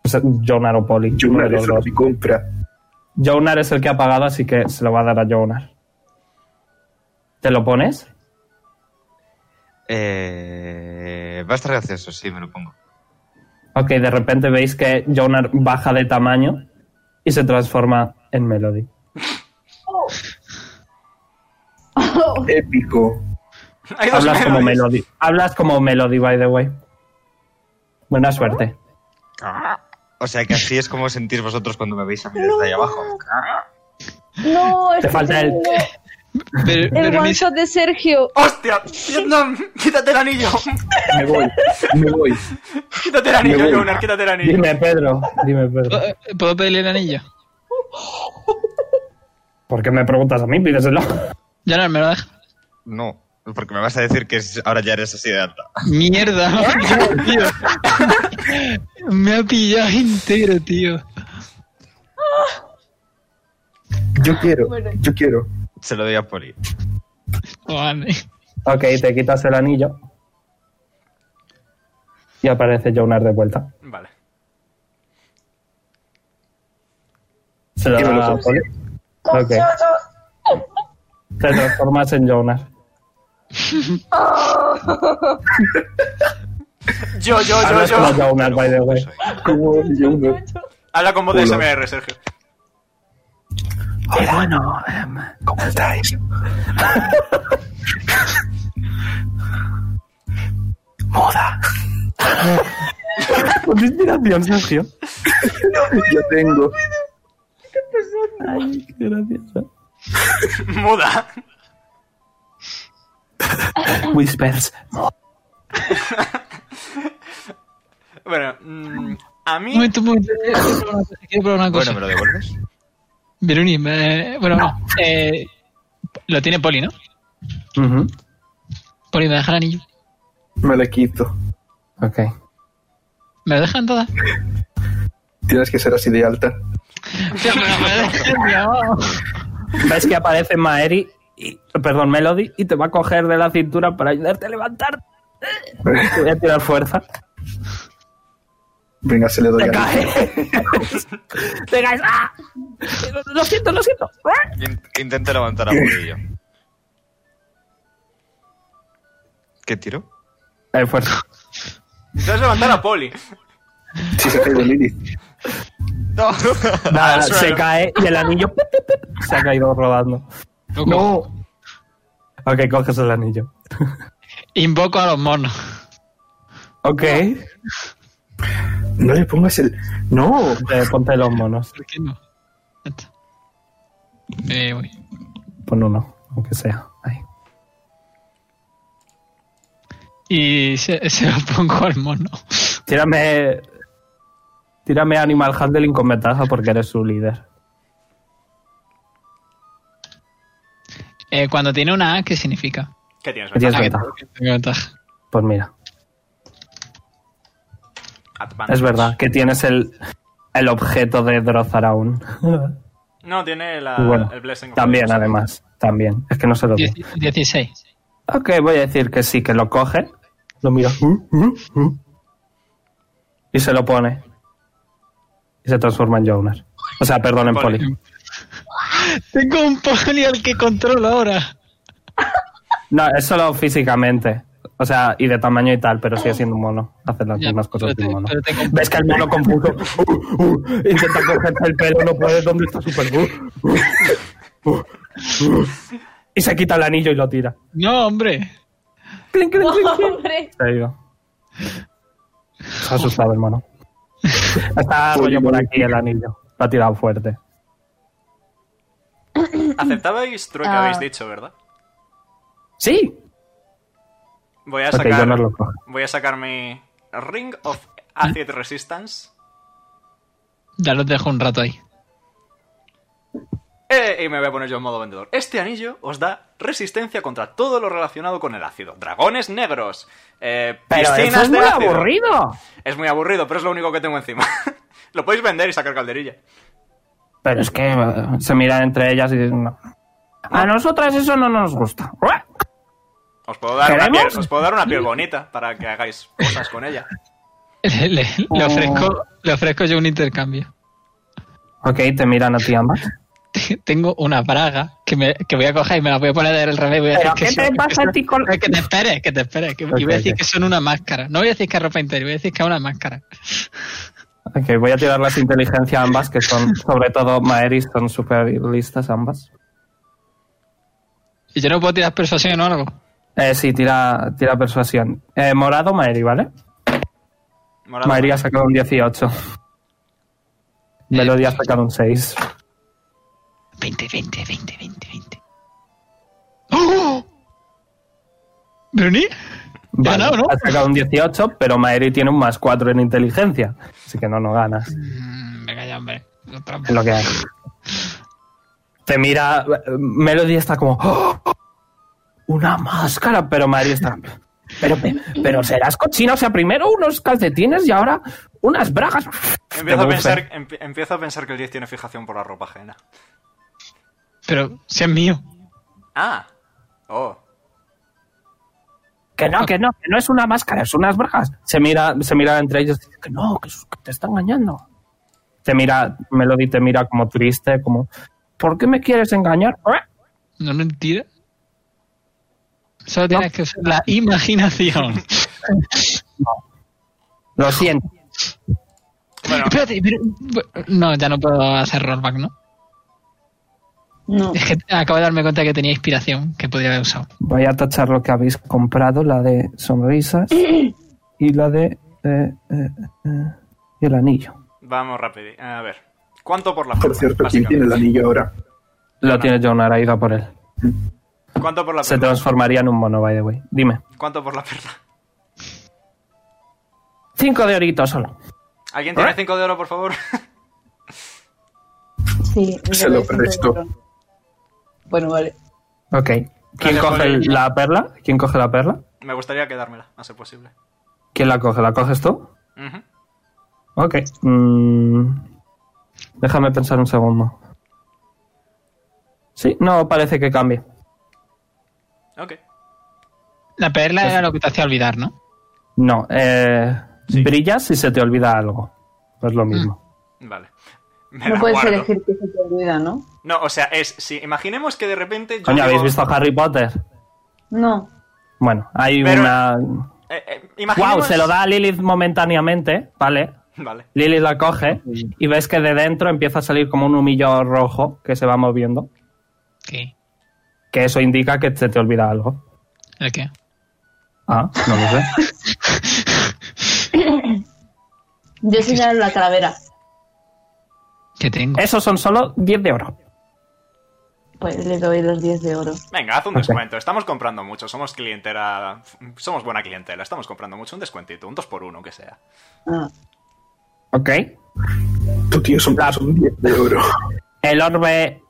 Speaker 1: pues, eh, Jonar o Poli uno de
Speaker 6: Jonar
Speaker 1: los
Speaker 6: es lo
Speaker 1: dos.
Speaker 6: que compra.
Speaker 1: Jonar es el que ha pagado así que se lo va a dar a Jonar ¿te lo pones?
Speaker 5: Eh, va a estar gracioso, sí, me lo pongo.
Speaker 1: Ok, de repente veis que Jonar baja de tamaño y se transforma en Melody.
Speaker 6: Épico.
Speaker 2: Hay dos
Speaker 1: Hablas como
Speaker 2: melodies.
Speaker 1: Melody. Hablas como Melody, by the way. Buena suerte.
Speaker 5: O sea que así es como os sentís vosotros cuando me veis a mí desde ahí abajo.
Speaker 3: No, es
Speaker 1: Te
Speaker 3: que
Speaker 1: falta el-
Speaker 3: tengo
Speaker 4: Pero,
Speaker 3: el
Speaker 4: pero
Speaker 3: one
Speaker 4: ni-
Speaker 3: shot de Sergio.
Speaker 2: ¡Hostia! Vietnam, ¡Quítate el anillo!
Speaker 6: Me voy, me voy.
Speaker 2: ¡Quítate el anillo,
Speaker 6: Me voy.
Speaker 2: Jonar! ¡Quítate el anillo!
Speaker 1: Dime, Pedro. Dime, Pedro.
Speaker 4: ¿puedo- eh, ¿Puedo pedirle el anillo?
Speaker 1: ¿Por qué me preguntas a mí? Pídeselo.
Speaker 4: Ya no, me lo deja.
Speaker 5: No, porque me vas a decir que es- ahora ya eres así de alta.
Speaker 4: Mierda. Tío. Me ha pillado entero, tío.
Speaker 6: Yo quiero,
Speaker 3: Bueno.
Speaker 6: yo quiero.
Speaker 5: Se lo doy a Poli.
Speaker 4: Vale.
Speaker 1: Ok, te quitas el anillo. Y aparece Jonar de vuelta.
Speaker 2: Vale.
Speaker 1: Se lo
Speaker 6: Y me lo
Speaker 1: da a
Speaker 6: cojo.
Speaker 1: Poli. Ok. Te transformas en Jonar.
Speaker 2: Yo, yo, yo,
Speaker 1: Hablas
Speaker 2: yo.
Speaker 1: como Jonar, by the way.
Speaker 6: Como Jonar.
Speaker 2: Habla con voz de
Speaker 6: Culo.
Speaker 2: SMR, Sergio.
Speaker 1: Y bueno, em,
Speaker 6: ¿Cómo estáis? Moda.
Speaker 1: con inspiración, Sergio.
Speaker 6: Yo tengo.
Speaker 1: Ay, qué gracioso.
Speaker 2: Muda.
Speaker 1: Whispers.
Speaker 2: Bueno, mm, a
Speaker 4: Un
Speaker 2: mí.
Speaker 4: momento, un momento. Eh, Quiero probar una cosa.
Speaker 5: Bueno, ¿me lo devuelves?
Speaker 4: Veruni, me- bueno, no. Eh, lo tiene Poli, ¿no? Poli, me deja el anillo.
Speaker 6: Me la quito.
Speaker 1: Ok.
Speaker 4: ¿Me lo dejan todas?
Speaker 6: Tienes que ser así de alta.
Speaker 4: Ya me la parece, no.
Speaker 1: Ves que aparece Maeri, y, perdón, Melody, y te va a coger de la cintura para ayudarte a levantar. Te voy a tirar fuerza.
Speaker 6: Venga, se le doy
Speaker 1: Te
Speaker 6: a
Speaker 1: caes. te caes. ¡Ah! Lo siento, lo siento. ¡Ah!
Speaker 5: In- Intento levantar a Murillo. ¿Qué tiro?
Speaker 1: Eh, fuerza.
Speaker 2: Intentas levantar a Poli.
Speaker 6: Si se cae de Lilith.
Speaker 5: No.
Speaker 1: Nada,
Speaker 2: al
Speaker 1: se
Speaker 2: suelo.
Speaker 1: cae y el anillo pip, pip, pip, se ha caído rodando.
Speaker 4: Loco,
Speaker 6: No.
Speaker 1: Ok, coges el anillo.
Speaker 4: Invoco a los monos.
Speaker 1: Ok, eh,
Speaker 6: No le pongas el. No.
Speaker 1: ponte los monos.
Speaker 4: ¿Por qué no? Ya está. Eh, voy.
Speaker 1: Pon uno, aunque sea. Ahí.
Speaker 4: Y se, se lo pongo al mono.
Speaker 1: Tírame. Tírame Animal Handling con ventaja porque eres su líder.
Speaker 4: Eh, cuando tiene una A, ¿qué significa?
Speaker 2: ¿Qué tienes?
Speaker 1: Que tienes
Speaker 4: Ah, que
Speaker 1: ventaja.
Speaker 4: tengo- tengo ventaja.
Speaker 1: Pues mira,
Speaker 2: Advantage.
Speaker 1: es verdad que tienes el, el objeto de Drozaraun.
Speaker 2: No, tiene la,
Speaker 1: Y bueno,
Speaker 2: Ah, el Blessing. of
Speaker 1: también,
Speaker 2: Olympus.
Speaker 1: además. También. Es que no se lo di.
Speaker 4: Dieci- 16.
Speaker 1: Ok, voy a decir que sí, que lo coge. Lo mira. "Uh, uh, uh", Y se lo pone. Y se transforma en Jonas. O sea, perdón, en
Speaker 2: Poli.
Speaker 1: Poli.
Speaker 4: Tengo un poli al que controlo ahora.
Speaker 1: No, es solo físicamente. O sea, y de tamaño y tal, pero sigue siendo un mono. Hace las
Speaker 4: Ya,
Speaker 1: mismas cosas
Speaker 4: pero
Speaker 1: que un
Speaker 4: te-
Speaker 1: mono.
Speaker 4: pero te comp-
Speaker 1: ¿Ves que el mono confuso? uh, uh, intenta cogerse el pelo, no puede. ¿Dónde está su pelo? Uh, uh, uh, uh. Y se quita el anillo y lo tira.
Speaker 4: No, hombre.
Speaker 1: Clink, clink, clink, clink.
Speaker 3: ¡Hombre!
Speaker 1: Se ha ido. Se ha asustado, hermano. Está rollo por aquí el anillo. Lo ha tirado fuerte.
Speaker 2: Aceptabais trueque,
Speaker 3: Ah.
Speaker 2: habéis dicho, ¿verdad?
Speaker 1: ¡Sí!
Speaker 2: Voy a
Speaker 1: Ok,
Speaker 2: sacar.
Speaker 1: Jonas lo coge.
Speaker 2: Voy a sacar mi Ring of
Speaker 1: Ah.
Speaker 2: Acid Resistance.
Speaker 4: Ya los dejo un rato ahí.
Speaker 2: Eh, y me voy a poner yo en modo vendedor. Este anillo os da resistencia contra todo lo relacionado con el ácido. Dragones negros. eh,
Speaker 1: ¡Pero eso
Speaker 2: piscinas
Speaker 1: es
Speaker 2: de
Speaker 1: muy
Speaker 2: ácido.
Speaker 1: aburrido!
Speaker 2: Es muy aburrido, pero es lo único que tengo encima. lo podéis vender y sacar calderilla.
Speaker 1: Pero es que eh, se miran entre ellas y dicen, "No". A nosotras eso no nos gusta.
Speaker 2: Os puedo dar una piel,
Speaker 1: ¿Queremos?
Speaker 2: os puedo dar una piel bonita para que hagáis cosas con ella.
Speaker 4: Le, le- le
Speaker 1: Oh.
Speaker 4: ofrezco, le ofrezco yo un intercambio.
Speaker 1: Ok, te miran a ti ambas.
Speaker 4: Tengo una braga que, me, que voy a coger y me la voy a poner del revés. y Voy
Speaker 1: ¿Pero
Speaker 4: a decir que
Speaker 1: qué te
Speaker 4: son-
Speaker 1: pasa a ti con...?
Speaker 4: Eh, Que te esperes, que te esperes. que- y
Speaker 1: Ok,
Speaker 4: voy a decir
Speaker 1: ok.
Speaker 4: que son una máscara. No voy a decir que es ropa interior, voy a decir que es una máscara.
Speaker 1: Ok, voy a tirar las inteligencias ambas, que son, sobre todo Maeris, son super listas ambas.
Speaker 4: Y yo no puedo tirar persuasión o algo.
Speaker 1: Eh, sí, tira, tira persuasión. Eh, morado, Maeri, ¿vale?
Speaker 2: Morado.
Speaker 1: Maeri ha sacado un 18.
Speaker 4: Eh,
Speaker 1: Melody ha sacado un 6.
Speaker 4: 20, 20, 20, 20, 20. ¡Oh! ¿Bruni?
Speaker 1: Vale,
Speaker 4: Ganado, ¿no?
Speaker 1: Ha sacado un 18, pero Maeri tiene un más 4 en inteligencia. Así que no, no ganas.
Speaker 4: Mm, venga ya, hombre. No
Speaker 1: Es
Speaker 4: trampa.
Speaker 1: lo que hay. Te mira. Melody está como. "¡Oh! Una máscara, pero Maeri está. Pero, pero serás cochina. O sea, primero unos calcetines y ahora unas bragas.
Speaker 2: Empiezo a,
Speaker 1: Te
Speaker 2: pensar, empi- empiezo a pensar que el 10 tiene fijación por la ropa ajena.
Speaker 4: Pero si es mío.
Speaker 2: Ah. Oh.
Speaker 1: Que no, que no, que no es una máscara, es unas bragas. Se mira, se mira entre ellos y dice que no, que, es- que te está engañando. Te mira, Melody te mira como triste, como, ¿por qué me quieres engañar?
Speaker 4: No mentira. Solo tienes que usar la imaginación.
Speaker 1: Lo siento.
Speaker 2: Bueno,
Speaker 4: Espérate, pero- No, ya no puedo hacer rollback, ¿no?
Speaker 3: No.
Speaker 4: Es que acabo de darme cuenta que tenía inspiración que podría haber usado.
Speaker 1: Voy a tachar lo que habéis comprado, la de sonrisas y la de... eh, eh, eh, y el anillo.
Speaker 2: vamos rápido. A ver. ¿Cuánto por la
Speaker 6: Por
Speaker 2: forma?
Speaker 6: cierto, ¿quién tiene
Speaker 2: básicamente?
Speaker 6: el anillo ahora?
Speaker 1: Lo tiene Jonar, ha ido a por él.
Speaker 2: ¿Cuánto por la
Speaker 1: Se
Speaker 2: perla?
Speaker 1: transformaría en un mono, by the way. Dime.
Speaker 2: ¿Cuánto por la perla?
Speaker 1: Cinco de orito solo.
Speaker 2: ¿Alguien
Speaker 1: ¿Eh?
Speaker 2: tiene 5 de oro, por favor?
Speaker 3: Sí,
Speaker 6: Se lo prestó.
Speaker 3: Bueno, vale.
Speaker 1: Ok. ¿Quién
Speaker 2: Gracias,
Speaker 1: coge
Speaker 2: Poli.
Speaker 1: la perla? ¿Quién coge la perla?
Speaker 2: Me gustaría quedármela, a ser posible.
Speaker 1: ¿Quién la coge? ¿La coges tú?
Speaker 2: Ujú.
Speaker 1: Ok. mm, Déjame pensar un segundo. Sí, no parece que cambie.
Speaker 2: Ok.
Speaker 4: La perla era lo que te hacía olvidar, ¿no?
Speaker 1: No, eh, brillas si se te olvida algo. No es lo mismo.
Speaker 2: Vale. Me
Speaker 3: No
Speaker 2: la
Speaker 3: puedes
Speaker 2: guardo.
Speaker 3: elegir que se te olvida, ¿no?
Speaker 2: No, o sea, es. Si imaginemos que de repente. Yo
Speaker 1: Coño,
Speaker 2: digo-
Speaker 1: ¿habéis visto Harry Potter?
Speaker 3: No.
Speaker 1: Bueno, hay
Speaker 2: Pero-
Speaker 1: una...
Speaker 2: Eh, eh,
Speaker 1: Wow,
Speaker 2: imaginemos-
Speaker 1: se lo da a Lilith momentáneamente, ¿vale?
Speaker 2: Vale.
Speaker 1: Lilith la coge y ves que de dentro empieza a salir como un humillo rojo que se va moviendo.
Speaker 4: ¿Qué?
Speaker 1: Que eso indica que se te olvida algo.
Speaker 4: ¿El qué?
Speaker 1: Ah, no lo sé.
Speaker 3: Yo señalo la calavera.
Speaker 4: ¿Qué tengo?
Speaker 1: Esos son solo 10 de oro.
Speaker 3: Pues le doy los 10 de oro.
Speaker 2: Venga, haz un
Speaker 1: Ok.
Speaker 2: descuento. Estamos comprando mucho. Somos clientela. Somos buena clientela. Estamos comprando mucho. Un descuentito. Un 2x1, aunque sea.
Speaker 3: Ah.
Speaker 1: Ok.
Speaker 6: Tu tío son, son 10 de oro.
Speaker 1: Ah, El orbe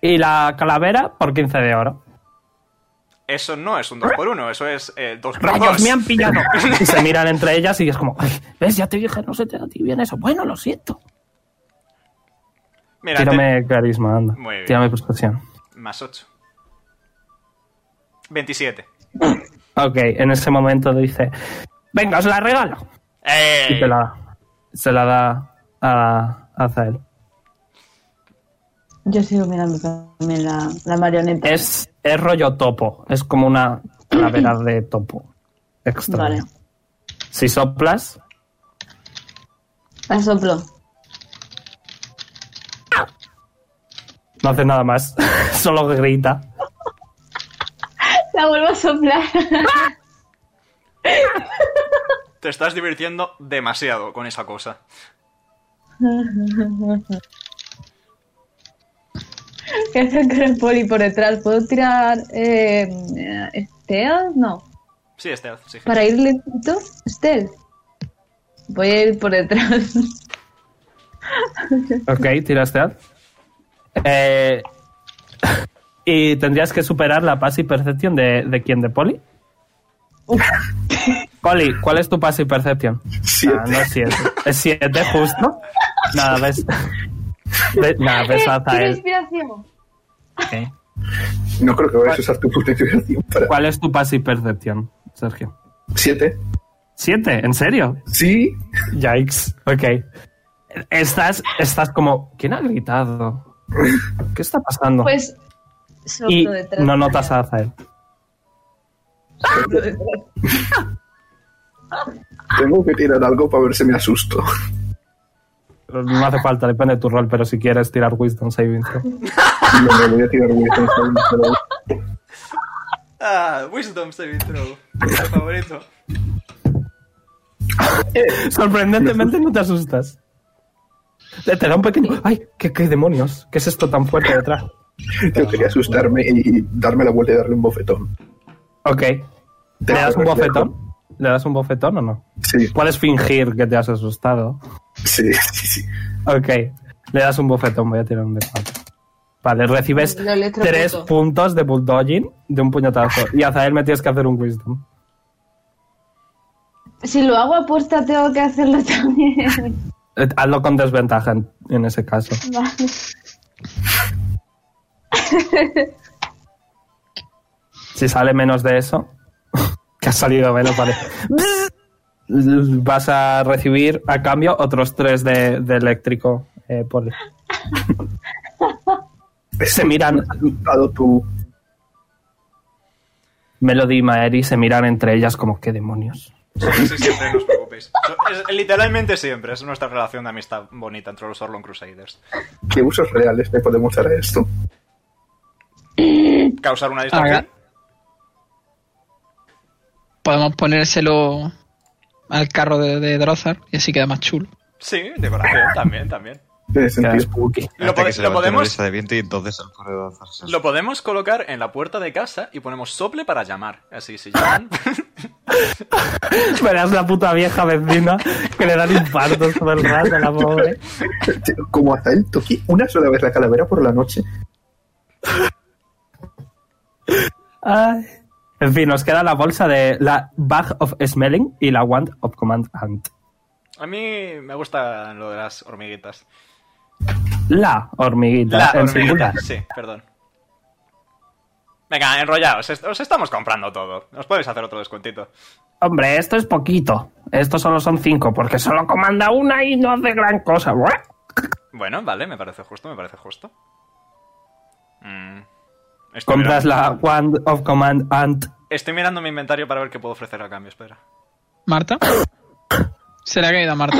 Speaker 1: y la calavera por 15 de oro.
Speaker 2: Eso no es un 2x1. Eso es eh, 2
Speaker 1: ¡Rayos, me han pillado! Y se miran entre ellas y es como, "Ay, ¿ves? Ya te dije, no se te da a ti bien eso. Bueno, lo siento.
Speaker 2: Mira, te-
Speaker 1: Tírame carisma, anda.
Speaker 2: Muy bien.
Speaker 1: Tírame percepción.
Speaker 2: Más 8. 27.
Speaker 1: Ok, en ese momento dice, venga, os la regalo. Y
Speaker 2: ¡Ey!
Speaker 1: te la, se la da a, a Zael.
Speaker 3: Yo sigo mirando también la, la marioneta.
Speaker 1: Es, es rollo topo. Es como una calavera de topo. Extra.
Speaker 3: Vale.
Speaker 1: Si soplas,
Speaker 3: La soplo.
Speaker 1: no hace nada más. Solo grita.
Speaker 3: La vuelvo a soplar.
Speaker 2: Te estás divirtiendo demasiado con esa cosa.
Speaker 3: ¿Qué hace con el poli por detrás? ¿Puedo tirar eh, stealth? No.
Speaker 2: Sí, este, sí.
Speaker 3: Para ir lentito, stealth. Voy a ir por detrás.
Speaker 1: Ok, tiraste ad. Eh, y tendrías que superar la paz y percepción de, de quién, de Poli. Poli, ¿cuál es tu paz y percepción? Ah, no
Speaker 6: Siete.
Speaker 1: es siete. Es siete, justo. Nada, ves. Ve- nada, ves a
Speaker 3: Tiro
Speaker 1: Zael.
Speaker 3: inspiración.
Speaker 1: Ok.
Speaker 6: No creo que vayas a usar tu puta inspiración para.
Speaker 1: ¿Cuál es tu paz y percepción, Sergio?
Speaker 6: ¿Siete?
Speaker 1: ¿Siete? ¿En serio?
Speaker 6: Sí.
Speaker 1: Yikes. Ok. Estás, estás como, ¿quién ha gritado? ¿Qué está pasando?
Speaker 3: Pues soplo
Speaker 1: y
Speaker 3: detrás.
Speaker 1: no notas a Zael.
Speaker 3: Soplo detrás.
Speaker 6: Tengo que tirar algo para ver si me asusto.
Speaker 1: No hace falta, depende de tu rol, pero si quieres tirar Wisdom Saving throw.
Speaker 6: No me voy a tirar Wisdom Saving Throw.
Speaker 2: Ah, Wisdom Saving Throw. Mi favorito.
Speaker 1: Sorprendentemente no te asustas. Te, te da un pequeño... ¡Ay! ¿qué, ¿Qué demonios? ¿Qué es esto tan fuerte detrás?
Speaker 6: Yo quería asustarme y darme la vuelta y darle un bofetón.
Speaker 1: Ok. ¿Le das un bofetón? ¿Le das un bofetón o no?
Speaker 6: Sí,
Speaker 1: Puedes fingir que te has asustado.
Speaker 6: sí, sí, sí.
Speaker 1: Ok. Le das un bofetón, voy a tirar un de cuatro. Vale, recibes
Speaker 3: Lo electrocuto.
Speaker 1: tres puntos de bulldogging de un puñetazo. Y a Zael me tienes que hacer un wisdom.
Speaker 3: Si lo hago a puerta, tengo que hacerlo también.
Speaker 1: Eh, Hazlo con desventaja en, en ese caso.
Speaker 3: vale.
Speaker 1: Si sale menos de eso, que ha salido menos, vale. Vas a recibir a cambio otros tres de, de eléctrico. eh, por... Se miran,
Speaker 6: Dado tu.
Speaker 1: Melody y Maeri se miran entre ellas como, ¿qué demonios?
Speaker 2: Sí, sí, siempre, no os preocupéis. So- es- literalmente siempre. Es nuestra relación de amistad bonita entre los Orlon Crusaders.
Speaker 6: ¿Qué usos reales le podemos dar a esto?
Speaker 2: Causar una distracción.
Speaker 4: Podemos ponérselo al carro de, de Drozar y así queda más chulo.
Speaker 2: Sí, decoración también, también.
Speaker 6: Tiene
Speaker 1: Queda
Speaker 6: sentido.
Speaker 1: spooky.
Speaker 2: Lo,
Speaker 5: Hasta
Speaker 2: pode-
Speaker 5: que se
Speaker 2: lo
Speaker 5: levante una
Speaker 2: podemos,
Speaker 5: brisa de viento y entonces se ocurre de lanzarse.
Speaker 2: lo podemos colocar en la puerta de casa y ponemos sople para llamar. Así, si llaman...
Speaker 1: Verás la puta vieja vecina que le dan infartos todo el rato a la pobre.
Speaker 6: Como hasta el toqué una sola vez la calavera por la noche.
Speaker 1: Ay. En fin, nos queda la bolsa de la Bag of Smelling y la Wand of Command Ant.
Speaker 2: A mí me gusta lo de las hormiguitas.
Speaker 1: La hormiguita.
Speaker 2: La
Speaker 1: en
Speaker 2: hormiguita.
Speaker 1: singular.
Speaker 2: Sí, perdón. Venga, enrollaos. est- Os estamos comprando todo. Os podéis hacer otro descuentito.
Speaker 1: Hombre, esto es poquito. Estos solo son cinco, porque solo comanda una y no hace gran cosa. Buah.
Speaker 2: Bueno, vale, me parece justo, me parece justo. Mm. Estoy,
Speaker 1: Compras
Speaker 2: mirando,
Speaker 1: la Wand of Command Ant.
Speaker 2: estoy mirando mi inventario para ver qué puedo ofrecer a cambio, espera.
Speaker 4: ¿Marta? Se le ha caído a Marta.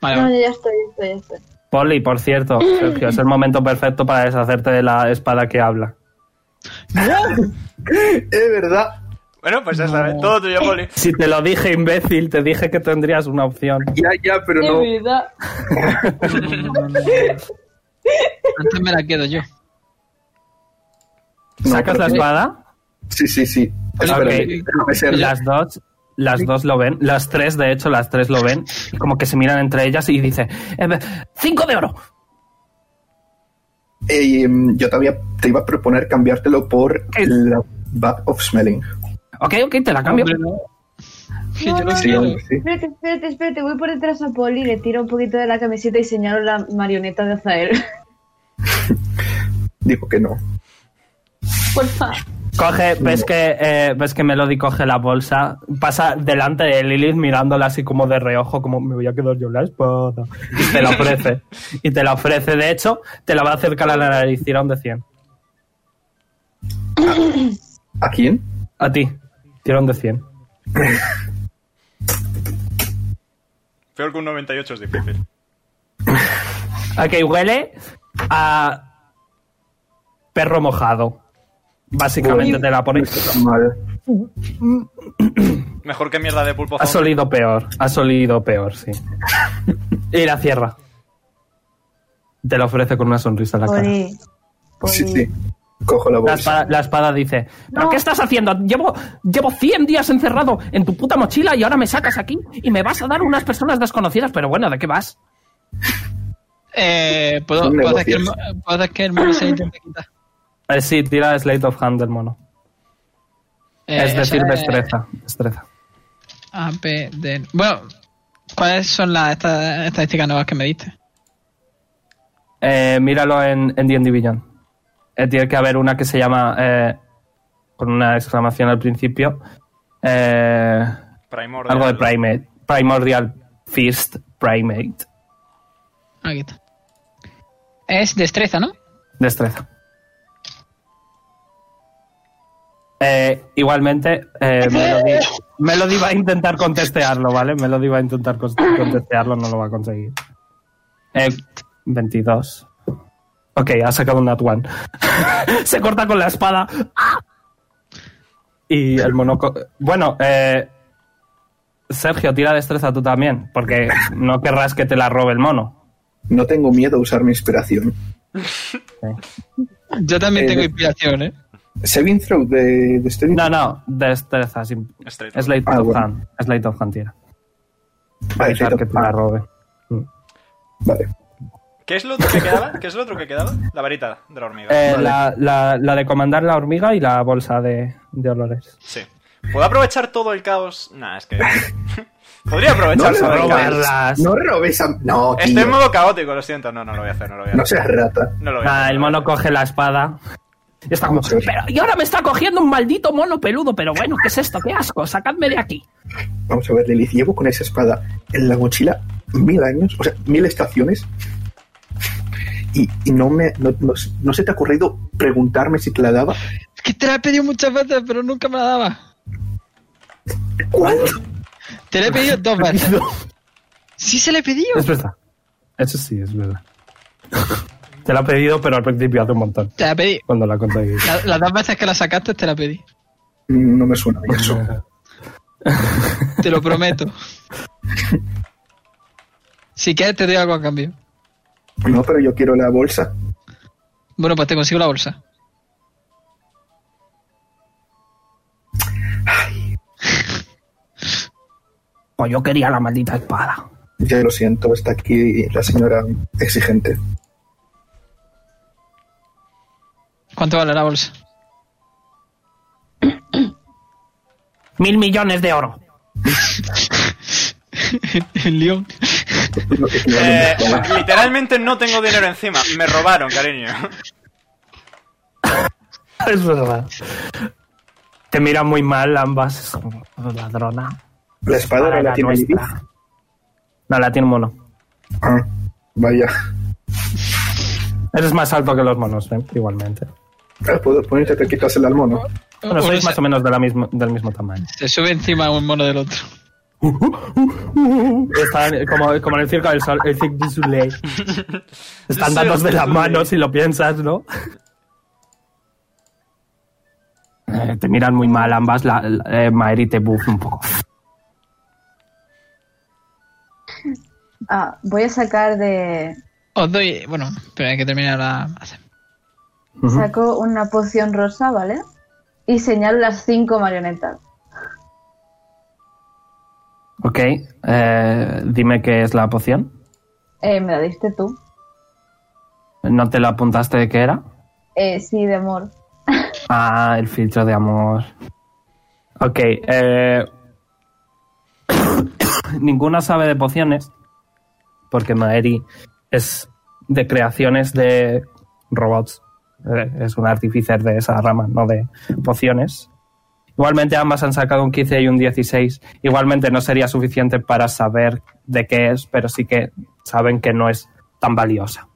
Speaker 4: Vale,
Speaker 3: No,
Speaker 4: vale.
Speaker 3: yo ya estoy, ya estoy, ya estoy.
Speaker 1: Polly, por cierto, Sergio, es el momento perfecto para deshacerte de la espada que habla.
Speaker 6: Es verdad.
Speaker 2: Bueno, pues ya sabes, todo tuyo, Poli.
Speaker 1: Si te lo dije, imbécil, te dije que tendrías una opción.
Speaker 6: Ya, ya, pero
Speaker 3: De
Speaker 6: no.
Speaker 3: verdad.
Speaker 4: Antes me la quedo yo.
Speaker 6: No,
Speaker 1: ¿Sacas
Speaker 6: pero
Speaker 1: la
Speaker 6: que-
Speaker 1: espada?
Speaker 6: Sí, sí, sí. Espérame, déjame ser-
Speaker 1: Las dos, las dos lo ven. Las tres, de hecho, las tres lo ven. Y como que se miran entre ellas y dice: "Eh, ¡Cinco de oro!
Speaker 6: Eh, em, yo te, había- te iba a proponer cambiártelo por
Speaker 1: ¿Qué?
Speaker 6: la Bag of Smelling.
Speaker 1: Ok, ok, te la cambio.
Speaker 4: Hombre, no. Que yo
Speaker 3: No,
Speaker 4: lo
Speaker 3: no,
Speaker 6: Sí,
Speaker 4: quiero.
Speaker 6: hombre, sí.
Speaker 3: Espérate, espérate, espérate. Voy por detrás a Poli, le tiro un poquito de la camiseta y señalo la marioneta de Azael.
Speaker 6: Dijo que no.
Speaker 3: Porfa.
Speaker 1: Coge, ves que, eh, ves que Melody coge la bolsa, pasa delante de Lilith mirándola así como de reojo, como me voy a quedar yo la espada. Y te la ofrece. y te la ofrece, de hecho, te la va a acercar a la nariz, tira un de 100.
Speaker 6: ¿A quién?
Speaker 1: A ti, tira un de 100.
Speaker 2: Peor que un 98 es difícil.
Speaker 1: Ok, huele a perro mojado. Básicamente te la pones.
Speaker 6: Mal.
Speaker 2: Mejor que mierda de pulpo
Speaker 1: Ha
Speaker 2: zombie.
Speaker 1: solido peor, ha solido peor, sí. Y la cierra. Te la ofrece con una sonrisa en la cara.
Speaker 3: Poli. Poli.
Speaker 6: Pues Sí, sí. Cojo la
Speaker 1: La
Speaker 6: bolsa.
Speaker 1: espada, la espada dice, ¿pero
Speaker 3: No.
Speaker 1: qué estás haciendo? Llevo, llevo 100 días encerrado en tu puta mochila y ahora me sacas aquí y me vas a dar unas personas desconocidas, pero bueno, ¿de qué vas?
Speaker 4: Eh, ¿puedo,
Speaker 6: Son
Speaker 4: ¿puedo hacer que el,
Speaker 6: negocios.
Speaker 4: mo- puedo hacer que el mono se le intente quitar?
Speaker 1: Eh, sí, tira Slate of Hand del mono.
Speaker 4: Eh,
Speaker 1: es decir,
Speaker 4: eso es
Speaker 1: destreza. destreza.
Speaker 4: AP de- E. Bueno, ¿cuáles son las esta- estadísticas nuevas que me diste?
Speaker 1: Eh, míralo en en D&D Beyond. Eh, tiene que haber una que se llama, eh, con una exclamación al principio, eh,
Speaker 2: Primordial.
Speaker 1: algo de primate, Primordial Fist Primate.
Speaker 4: Aquí está. Es destreza, ¿no?
Speaker 1: Destreza. Eh, igualmente, eh, Melody, Melody va a intentar contestearlo, ¿vale? Melody va a intentar cons- contestearlo, no lo va a conseguir. Eh, 22. Ok, ha sacado un Nat One. Se corta con la espada. ¡Ah! Y el monoco. Bueno, eh, Sergio, tira destreza tú también, porque no querrás que te la robe el mono.
Speaker 6: No tengo miedo a usar mi inspiración.
Speaker 4: Yo también
Speaker 6: Eh,
Speaker 4: tengo
Speaker 6: de-
Speaker 4: inspiración, ¿eh?
Speaker 6: Saving throw de, de Steady.
Speaker 1: No, no, destreza, sin,
Speaker 2: Straight.
Speaker 1: Slate
Speaker 6: Ah,
Speaker 1: of
Speaker 6: bueno.
Speaker 1: Hand. Slate of Hand tira. Para
Speaker 6: Vale,
Speaker 1: evitar que te la robe.
Speaker 6: Vale.
Speaker 2: ¿Qué es lo otro que quedaba? ¿Qué es lo otro que quedaba? La varita de la hormiga.
Speaker 1: Eh,
Speaker 6: Vale.
Speaker 1: la, la- la de comandar la hormiga y la bolsa de, de olores.
Speaker 2: Sí. ¿Puedo aprovechar todo el caos? Nah, es que... Podría aprovechar
Speaker 6: le
Speaker 2: todo el
Speaker 1: robar.
Speaker 2: caos.
Speaker 1: robarlas.
Speaker 6: No robes a... No,
Speaker 1: Este
Speaker 6: tío.
Speaker 2: Estoy en modo caótico, lo siento. No, no lo voy a hacer, no lo voy a
Speaker 6: No
Speaker 2: hacer.
Speaker 6: seas rata.
Speaker 2: No lo voy a
Speaker 1: Nada,
Speaker 2: hacer.
Speaker 1: Ah, el mono coge la espada. Y está como. "Pero- y ahora me está cogiendo un maldito mono peludo, pero bueno, ¿qué es esto? ¡Qué asco! ¡Sacadme de aquí!
Speaker 6: Vamos a ver, Lilith. Llevo con esa espada en la mochila mil años, o sea, mil estaciones. Y, y no me no, no- no se te ha ocurrido preguntarme si te la daba.
Speaker 4: Es que te la he pedido muchas veces, pero nunca me la daba.
Speaker 6: ¿Cuánto?
Speaker 4: Te la he pedido dos veces. Sí se la he pedido.
Speaker 1: verdad. Eso sí, es verdad. Te la ha pedido, pero al principio hace un montón.
Speaker 4: Te la pedí.
Speaker 1: Cuando la conseguí.
Speaker 4: La- las dos veces que la sacaste te la pedí.
Speaker 6: No me suena bien eso.
Speaker 4: Te lo prometo. si quieres te doy algo a cambio.
Speaker 6: No, pero yo quiero la bolsa.
Speaker 4: Bueno, pues te consigo la bolsa.
Speaker 1: O Pues yo quería la maldita espada.
Speaker 6: Ya lo siento, está aquí la señora exigente.
Speaker 4: ¿Cuánto vale la bolsa?
Speaker 1: Mil millones de oro.
Speaker 4: el león.
Speaker 6: No, es que no me
Speaker 2: Eh,
Speaker 6: acuerdo.
Speaker 2: literalmente no tengo dinero encima. Me robaron, cariño.
Speaker 1: Es verdad. Te miran muy mal ambas. Es como ladrona.
Speaker 6: La espada
Speaker 1: Para
Speaker 6: era la
Speaker 1: Ah, la
Speaker 6: tiene
Speaker 1: nuestra.
Speaker 6: Lilith.
Speaker 1: No, la tiene un mono.
Speaker 6: Ah, vaya.
Speaker 1: Eres más alto que los monos, ¿eh? igualmente.
Speaker 6: Ah, Puedo ponerte te quitas el almo, ¿no?
Speaker 1: Pero
Speaker 4: Uno
Speaker 1: sois
Speaker 4: se-
Speaker 1: más o menos de la mismo- del mismo tamaño.
Speaker 4: Se sube encima un mono del otro.
Speaker 1: Están como, como en el circo del sol, el Cirque du Soleil. Están dados de la mano si lo piensas, ¿no? Eh, te miran muy mal ambas, la, la- eh, Maeri te buff un poco.
Speaker 3: Ah, voy a sacar de.
Speaker 4: Os doy. Bueno, pero hay que terminar la.
Speaker 1: Ujú.
Speaker 3: Saco una poción rosa, ¿vale? Y señalo las cinco marionetas.
Speaker 1: Ok, eh, dime qué es la poción.
Speaker 3: Eh, me la diste tú.
Speaker 1: ¿No te la apuntaste de qué era?
Speaker 3: Eh, sí, de amor.
Speaker 1: Ah, el filtro de amor. Ok, eh... ninguna sabe de pociones, porque Maeri es de creaciones de robots. Eh, Es un artificer de esa rama, no de pociones. Igualmente ambas han sacado un 15 y un 16. Igualmente no sería suficiente para saber de qué es, pero sí que saben que no es tan valiosa.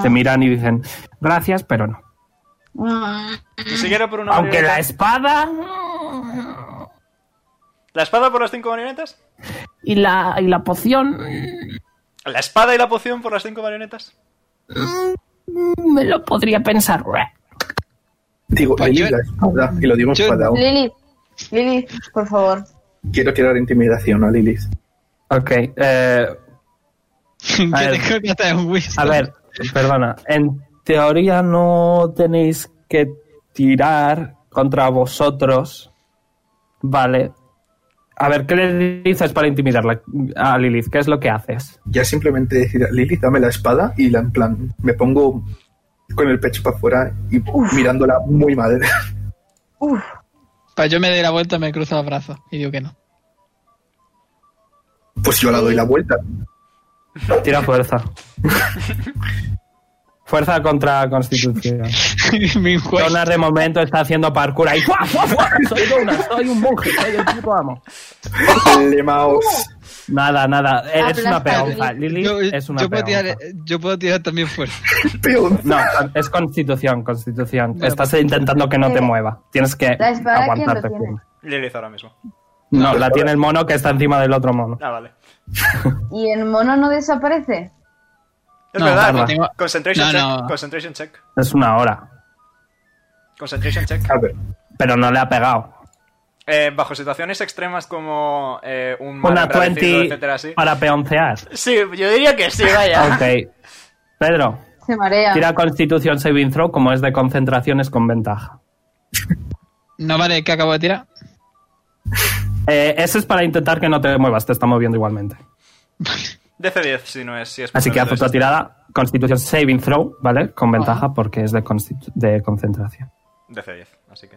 Speaker 1: Se miran y dicen, gracias, pero no.
Speaker 3: Mm,
Speaker 2: Ni siquiera por una
Speaker 1: Aunque
Speaker 2: marioneta.
Speaker 1: la espada
Speaker 2: ¿La espada por las cinco marionetas?
Speaker 1: y la, y la poción mm,
Speaker 2: ¿La espada y la poción por las cinco marionetas?
Speaker 1: me lo podría pensar.
Speaker 6: Digo,
Speaker 4: Pues
Speaker 6: Lilith
Speaker 4: yo-
Speaker 6: la espada. Y lo digo
Speaker 4: yo-
Speaker 6: enfadado.
Speaker 3: Lili, Lili, por favor.
Speaker 6: Quiero tirar intimidación a Lilith.
Speaker 1: Ok, eh,
Speaker 4: que
Speaker 1: A ver.
Speaker 4: tengo que hacer un
Speaker 1: a
Speaker 4: wisdom.
Speaker 1: ver, perdona. En teoría no tenéis que tirar contra vosotros. Vale. A ver, ¿qué le dices para intimidarla a Lilith? ¿Qué es lo que haces?
Speaker 6: Ya simplemente decir, Lilith, dame la espada y la en plan, me pongo con el pecho para afuera y mirándola muy mal.
Speaker 4: Pues yo me doy la vuelta, me cruzo los brazos y digo que no.
Speaker 6: Pues yo la doy la vuelta.
Speaker 1: Tira fuerza. fuerza contra constitución.
Speaker 4: Mi juez.
Speaker 1: Donna de momento está haciendo parkour ahí. ¡Fua, fua, fua! Soy Donna, soy un monje, soy el puto amo.
Speaker 6: Lemaos.
Speaker 1: Nada, nada. Eres una
Speaker 3: Aplasta,
Speaker 1: peonza. Lili
Speaker 4: yo,
Speaker 1: es una
Speaker 4: yo puedo
Speaker 1: peonza.
Speaker 4: tirar, yo puedo tirar también fuerza.
Speaker 6: Peón.
Speaker 1: No, es constitución, constitución.
Speaker 4: Bueno,
Speaker 1: Estás intentando que no te
Speaker 3: Eh,
Speaker 1: mueva. Tienes que
Speaker 3: la espada, ¿quién lo
Speaker 1: aguantarte.
Speaker 3: tiene?
Speaker 1: firme.
Speaker 2: Lilith ahora mismo.
Speaker 1: No, la tiene el mono que está encima del otro mono.
Speaker 2: Ah, vale.
Speaker 3: ¿Y el mono no desaparece?
Speaker 2: Es
Speaker 4: No,
Speaker 2: verdad.
Speaker 1: barba.
Speaker 4: Tengo-
Speaker 2: Concentration
Speaker 4: No,
Speaker 2: check.
Speaker 4: no.
Speaker 2: Concentration check.
Speaker 1: Es una hora.
Speaker 2: Concentration check.
Speaker 6: A ver,
Speaker 1: Pero no le ha pegado.
Speaker 2: Eh, bajo situaciones extremas como eh, un mal
Speaker 1: Una
Speaker 2: embravecido,
Speaker 1: 20
Speaker 2: etcétera, así.
Speaker 1: para peoncear.
Speaker 2: Sí, yo diría que sí, vaya.
Speaker 1: Ok. Pedro,
Speaker 3: Se marea.
Speaker 1: tira constitución saving throw como es de concentraciones con ventaja.
Speaker 4: No vale, que acabo de tirar.
Speaker 1: Eh, ese es para intentar que no te muevas, te está moviendo igualmente.
Speaker 2: DC10 si no es. Si es
Speaker 1: Así que haz otra
Speaker 2: entonces.
Speaker 1: tirada, Constitución Saving Throw, ¿vale? Con ventaja porque es de, constitu- de concentración.
Speaker 2: DC10, así que.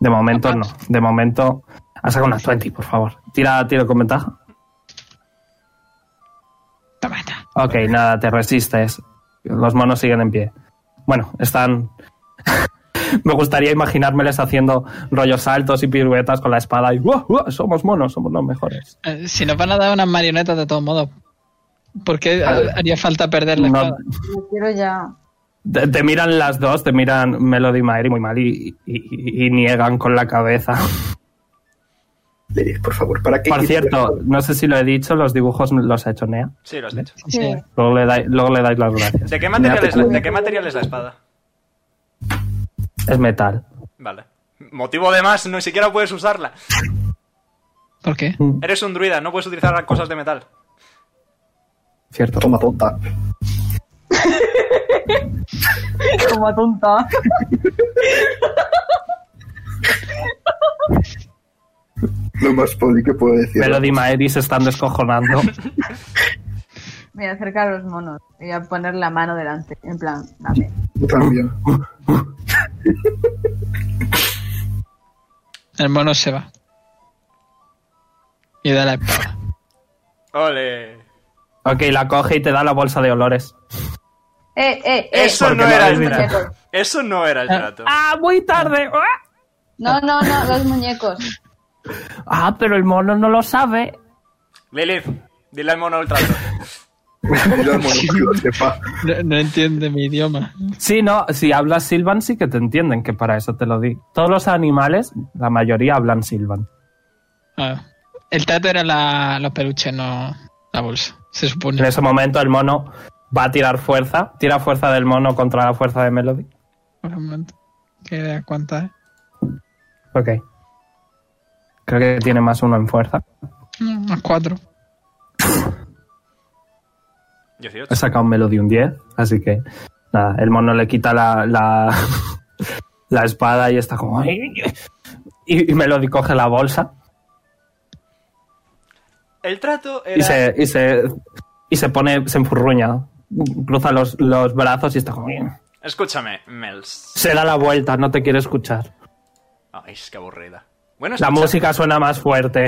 Speaker 1: De momento no, de momento... ah, Ha sacado unas 20, por favor. Tira tiro con ventaja.
Speaker 4: Toma, está.
Speaker 1: Ok, nada, te resistes. Los monos siguen en pie. Bueno, están... Me gustaría imaginármeles haciendo rollos saltos y piruetas con la espada y "Uah, uah, somos monos, somos los mejores.
Speaker 4: Eh, Si nos van a dar unas marionetas de todos modos, ¿por qué eh, haría falta perder la
Speaker 1: No-
Speaker 4: espada?
Speaker 3: Lo quiero ya.
Speaker 1: te, te miran las dos, te miran Melody y Maeri muy mal y- y- y- y niegan con la cabeza.
Speaker 6: Lilith, por favor, ¿para qué?
Speaker 1: Por
Speaker 6: quieres la
Speaker 1: cierto,
Speaker 6: espada?
Speaker 1: no sé si lo he dicho, los dibujos los ha hecho Nea.
Speaker 2: Sí, lo has dicho.
Speaker 4: Sí, sí.
Speaker 1: Luego le, dai- luego le dais las gracias.
Speaker 2: ¿De qué, material
Speaker 1: Nea,
Speaker 2: es
Speaker 1: te
Speaker 2: la,
Speaker 1: cuida.
Speaker 2: ¿De qué material es la espada?
Speaker 1: Es metal.
Speaker 2: Vale. Motivo de más, ni siquiera puedes usarla.
Speaker 4: ¿Por qué?
Speaker 2: Eres un druida, no puedes utilizar cosas de metal.
Speaker 1: Cierto.
Speaker 6: Toma tonta.
Speaker 3: Como tonta.
Speaker 6: Lo más poli que puedo decir.
Speaker 1: Melody y Maeri se están descojonando.
Speaker 3: Me voy a acercar a los monos y a poner la mano delante. En plan, dame.
Speaker 6: También.
Speaker 4: El mono se va. Y da la espada.
Speaker 2: Ole.
Speaker 1: Ok, la coge y te da la bolsa de olores.
Speaker 3: Eh, eh, eh.
Speaker 2: Eso
Speaker 1: Porque
Speaker 2: no
Speaker 1: no
Speaker 2: era
Speaker 1: habéis
Speaker 2: el
Speaker 1: mirado.
Speaker 2: trato. Eso no era el trato.
Speaker 1: ¡Ah, muy tarde! ¡Ah!
Speaker 3: No, no, no, los muñecos.
Speaker 1: Ah, pero el mono no lo sabe.
Speaker 2: Lilith, dile al mono el trato.
Speaker 6: Yo, bueno, yo lo sepa.
Speaker 4: No, no entiende mi idioma.
Speaker 1: Sí, no, si hablas Silvan sí que te entienden, que para eso te lo di. Todos los animales, la mayoría hablan Silvan.
Speaker 4: Ah, el tato era la, los peluches, no la bolsa, se supone.
Speaker 1: En ese momento el mono va a tirar fuerza, tira fuerza del mono contra la fuerza de Melody.
Speaker 4: Por un momento. eh? ¿Qué idea cuánta es?
Speaker 1: Ok. Creo que tiene más uno en fuerza.
Speaker 4: Mm, Unos cuatro.
Speaker 2: 18.
Speaker 1: He sacado un Melody un 10, así que nada, el mono le quita la, la, la espada y está como... "Ay". Y, y Melody coge la bolsa
Speaker 2: El trato
Speaker 1: y
Speaker 2: era.
Speaker 1: se, y se, y se pone, se enfurruña, cruza los, los brazos y está como... "Ay".
Speaker 2: Escúchame, Mels.
Speaker 1: Se da la vuelta, no te quiere escuchar.
Speaker 2: Ay, qué aburrida. Bueno,
Speaker 1: La
Speaker 2: escucha-
Speaker 1: música suena más fuerte.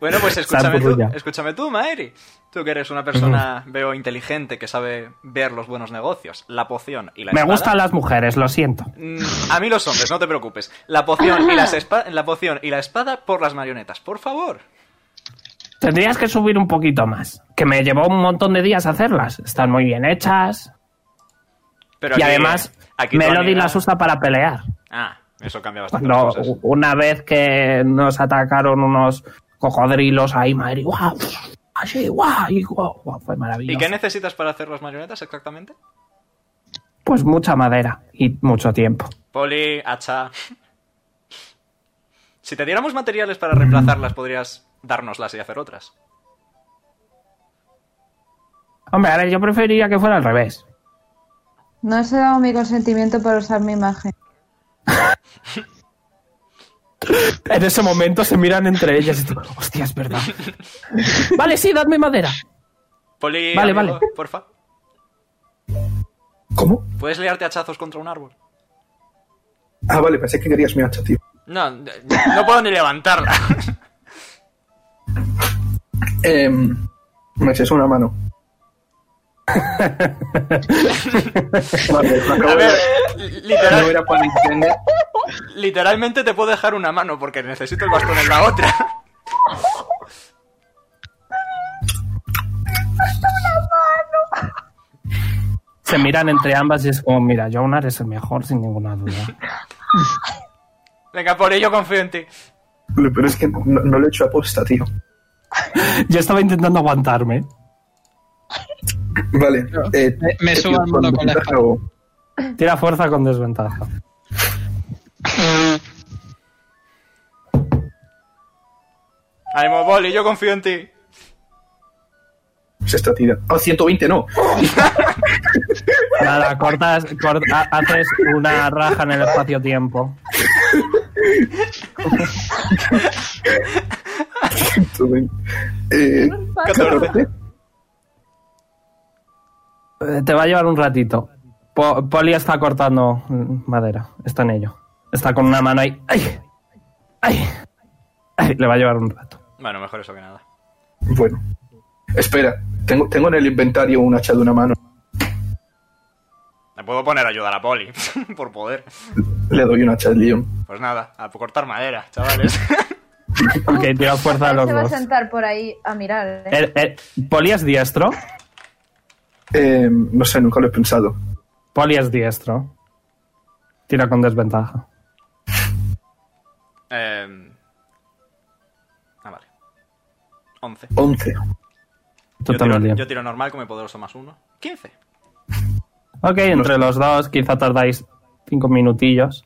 Speaker 2: Bueno, pues escúchame tú,
Speaker 1: Zamburruña.
Speaker 2: escúchame tú, Maeri. Tú que eres una persona, veo, inteligente, que sabe ver los buenos negocios, la poción y la
Speaker 1: Me
Speaker 2: espada.
Speaker 1: gustan las mujeres, lo siento.
Speaker 2: Mm, A mí los hombres, no te preocupes. La poción, y las espa- la poción y la espada por las marionetas, por favor.
Speaker 1: Tendrías que subir un poquito más. Que me llevó un montón de días hacerlas. Están muy bien hechas.
Speaker 2: Pero
Speaker 1: Y
Speaker 2: aquí-
Speaker 1: además,
Speaker 2: aquí tu
Speaker 1: Melody
Speaker 2: amiga-
Speaker 1: las usa para pelear.
Speaker 2: Ah, eso cambia bastante.
Speaker 1: Cuando
Speaker 2: las cosas.
Speaker 1: una vez que nos atacaron unos cocodrilos ahí, madre, guau, así, guau, y guau, guau, fue
Speaker 2: ¿Y
Speaker 1: maravilloso.
Speaker 2: qué necesitas para hacer las marionetas exactamente?
Speaker 1: Pues mucha madera y mucho tiempo.
Speaker 2: Poli, hacha. Si te diéramos materiales para reemplazarlas, podrías dárnoslas y hacer otras.
Speaker 1: Hombre, ahora yo preferiría que fuera al revés.
Speaker 3: No os he dado mi consentimiento para usar mi imagen.
Speaker 1: En ese momento se miran entre ellas y tú, hostia, es verdad. vale, sí, dadme madera.
Speaker 2: Poli,
Speaker 1: Vale,
Speaker 2: amigo,
Speaker 1: vale.
Speaker 2: porfa.
Speaker 6: ¿Cómo?
Speaker 2: ¿Puedes liarte hachazos contra un árbol?
Speaker 6: Ah, vale, pensé que querías mi hacha, tío.
Speaker 2: No, no no puedo ni levantarla.
Speaker 6: Em, me es una mano. vale, lo acabo
Speaker 2: A
Speaker 6: de
Speaker 2: ver,
Speaker 6: ver.
Speaker 2: literal-
Speaker 6: No era para Nintendo.
Speaker 2: literalmente te puedo dejar una mano porque necesito el bastón en la otra.
Speaker 1: Se miran entre ambas y es como, mira, Jonar es el mejor, sin ninguna duda.
Speaker 2: Venga, por ello confío en ti.
Speaker 6: Lo peor es que no, no lo he hecho aposta, tío.
Speaker 1: Yo estaba intentando aguantarme.
Speaker 6: Vale. eh,
Speaker 4: Me- me
Speaker 6: eh,
Speaker 4: subo
Speaker 6: tío,
Speaker 4: al mono con la
Speaker 6: cuando
Speaker 4: espada.
Speaker 6: hago-
Speaker 1: Tira fuerza con desventaja.
Speaker 2: Ánimo, Poli, yo confío en ti.
Speaker 6: Se está tirando. Ah, 120 no.
Speaker 1: Nada, cortas, corta- haces una raja en el espacio-tiempo.
Speaker 6: 120. Eh, 14.
Speaker 1: Eh, Te va a llevar un ratito. Po- Poli está cortando mm, madera. Está en ello. Está con una mano ahí. ¡Ay! ¡Ay! ¡Ay! Le va a llevar un rato.
Speaker 2: Bueno, mejor eso que nada.
Speaker 6: Bueno. Espera, tengo, tengo en el inventario un hacha de una mano.
Speaker 2: Me puedo poner a ayudar a Poli, por poder.
Speaker 6: Le doy un hacha de león.
Speaker 2: Pues nada, a cortar madera, chavales.
Speaker 1: Ok, tira fuerza a los
Speaker 3: se va a
Speaker 1: dos.
Speaker 3: sentar por ahí a mirar. ¿eh?
Speaker 1: El- el- Poli es diestro.
Speaker 6: Eh, no sé, nunca lo he pensado.
Speaker 1: Poli es diestro. Tira con desventaja.
Speaker 2: Eh... Ah, vale. 11.
Speaker 6: 11.
Speaker 1: Tú
Speaker 2: yo,
Speaker 1: también,
Speaker 2: tiro,
Speaker 1: Liam.
Speaker 2: yo tiro normal con mi poderoso más uno. 15.
Speaker 1: Ok, entre los dos quizá tardáis cinco minutillos,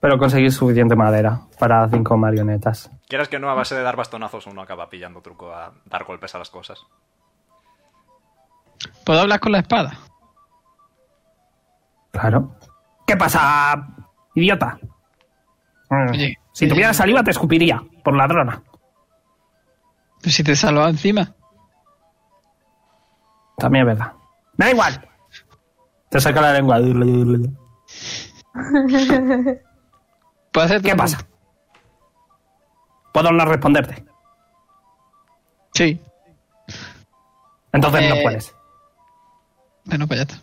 Speaker 1: pero conseguís suficiente madera para cinco marionetas.
Speaker 2: Quieras que no, a base de dar bastonazos uno acaba pillando truco a dar golpes a las cosas.
Speaker 4: ¿Puedo hablar con la espada?
Speaker 1: Claro. ¿Qué pasa, idiota? Mm,
Speaker 4: Oye,
Speaker 1: si
Speaker 4: oye.
Speaker 3: eh,
Speaker 1: tuviera saliva te escupiría, por ladrona.
Speaker 4: Pues si te salvaba encima.
Speaker 1: También es verdad. ¡Me da igual! Te saca la lengua.
Speaker 4: ¿Puedo hacer
Speaker 1: ¿Qué
Speaker 4: otra
Speaker 1: pasa? Puedo no responderte.
Speaker 4: Sí.
Speaker 1: Entonces no
Speaker 4: Eh.
Speaker 1: puedes.
Speaker 4: Bueno, pues ya está.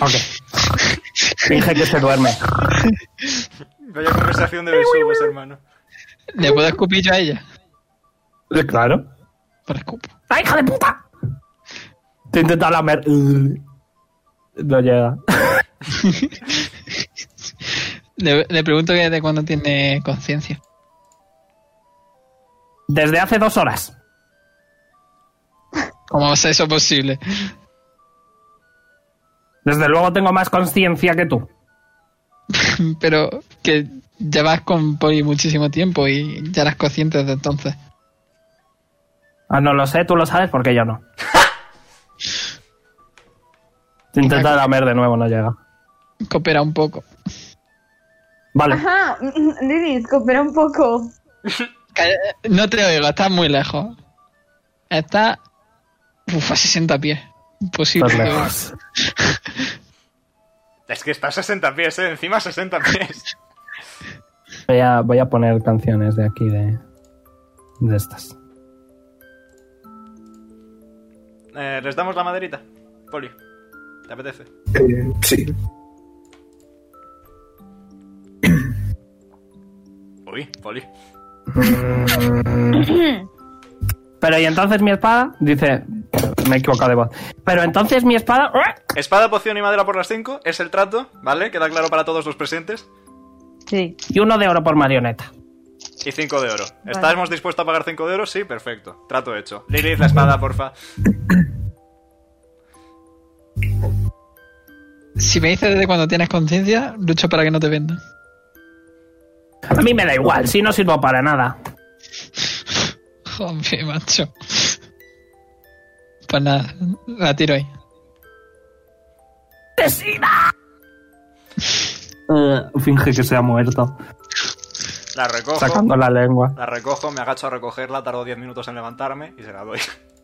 Speaker 1: Ok. Finge que se duerme.
Speaker 2: Vaya conversación de besugos, hermano.
Speaker 4: ¿Le puedo escupir yo a ella?
Speaker 1: Claro.
Speaker 4: Por escupo.
Speaker 1: ¡Ay, ¡Ah, hija de puta! Te intenta lamer. No llega.
Speaker 4: Le, le pregunto que desde cuándo tiene conciencia.
Speaker 1: Desde hace dos horas.
Speaker 4: ¿Cómo es eso posible?
Speaker 1: Desde luego tengo más conciencia que tú.
Speaker 4: Pero que llevas con Poli muchísimo tiempo y ya eras consciente desde entonces.
Speaker 1: Ah, no lo sé, tú lo sabes porque yo no. Te intenta lamer de nuevo, no llega.
Speaker 4: Coopera un poco.
Speaker 1: Vale.
Speaker 3: Ajá, Lilith, coopera un poco.
Speaker 4: Calla- eh, No te oigo, estás muy lejos. Está. Uf, a 60 pies. Imposible.
Speaker 1: Estás lejos.
Speaker 2: Es que está a 60 pies, ¿eh? Encima a 60 pies.
Speaker 1: Voy a, voy a poner canciones de aquí, de, de estas.
Speaker 2: Eh, ¿Les damos la maderita? Poli, ¿te apetece?
Speaker 6: Eh, sí.
Speaker 2: Uy, Poli.
Speaker 1: Pero y entonces mi espada, dice, me he equivocado de voz. Pero entonces mi espada...
Speaker 2: Espada, poción y madera por las 5 es el trato, ¿vale? Queda claro para todos los presentes.
Speaker 3: Sí.
Speaker 1: Y uno de oro por marioneta.
Speaker 2: Y 5 de oro.
Speaker 3: Vale.
Speaker 2: ¿Estamos dispuestos a pagar 5 de oro? Sí, perfecto. Trato hecho. Lilith, la espada, porfa.
Speaker 4: Si me dices desde cuando tienes conciencia, lucho para que no te vendan.
Speaker 1: A mí me da igual, si no sirvo para nada.
Speaker 4: Joder, macho. Pues nada, la tiro ahí.
Speaker 1: Eh, finge que se ha muerto,
Speaker 2: La recojo.
Speaker 1: sacando la lengua.
Speaker 2: La recojo, me agacho a recogerla, tardo 10 minutos en levantarme y se la doy.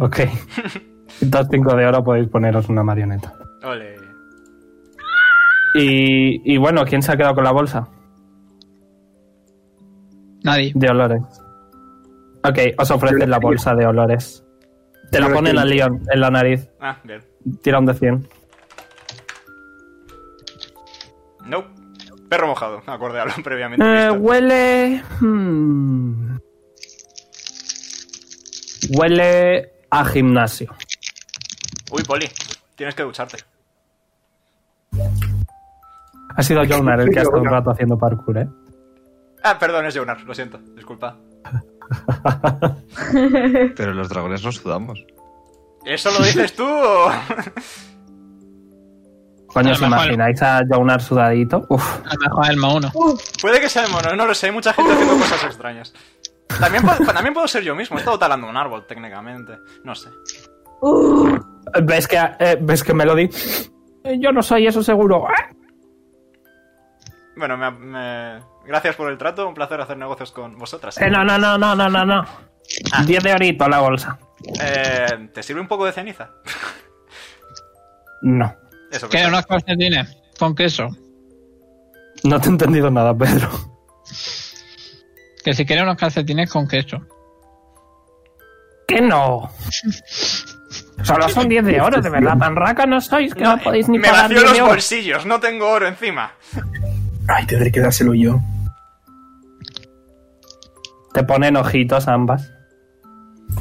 Speaker 1: Ok. Entonces 5 de oro podéis poneros una marioneta.
Speaker 2: Ole.
Speaker 1: Y, y bueno, ¿quién se ha quedado con la bolsa?
Speaker 4: Nadie.
Speaker 1: De olores. Ok, os ofrecen la bolsa de olores. Te la ponen al león en la nariz.
Speaker 2: Ah, bien.
Speaker 1: Tira un de 100.
Speaker 2: No. Perro mojado, me acordé de hablar previamente.
Speaker 1: Eh,
Speaker 2: Listo.
Speaker 1: huele. hmm. Huele a gimnasio.
Speaker 2: Uy, Poli, tienes que ducharte.
Speaker 1: Ha sido Jonar el que ha estado un rato haciendo parkour, ¿eh?
Speaker 2: Ah, perdón, es Jonar, lo siento, disculpa.
Speaker 5: Pero los dragones no sudamos.
Speaker 2: ¿Eso lo dices tú o...?
Speaker 1: Coño,
Speaker 4: A lo
Speaker 1: ¿os
Speaker 4: mejor-
Speaker 1: imagináis a Jonar sudadito? Uf.
Speaker 4: A lo mejor el más uno.
Speaker 2: Puede que sea el mono, no lo sé, hay mucha gente haciendo cosas extrañas. También puedo, también puedo ser yo mismo, he estado talando un árbol técnicamente, no sé.
Speaker 1: ¿Ves que, eh, ¿Ves que Melody? Eh, Yo no soy eso seguro. ¡Ah!
Speaker 2: Bueno, me, me- gracias por el trato, un placer hacer negocios con vosotras.
Speaker 1: Eh, no, no, no, no, no, no, no. 10 de orito la bolsa.
Speaker 2: Eh, ¿Te sirve un poco de ceniza?
Speaker 1: No.
Speaker 2: Eso, pensaba.
Speaker 4: Quiero unos calcetines con queso.
Speaker 1: No te he entendido nada, Pedro.
Speaker 4: Que si quieres unos calcetines con queso.
Speaker 1: ¿Qué no? Solo son 10 de oro, de verdad. Tan raca no sois que no, podéis ni
Speaker 2: Me
Speaker 1: pagar
Speaker 2: vacío
Speaker 1: 10
Speaker 2: los
Speaker 1: de oro.
Speaker 2: bolsillos, no tengo oro encima.
Speaker 6: Ay, tendré que dárselo yo.
Speaker 1: Te ponen ojitos ambas.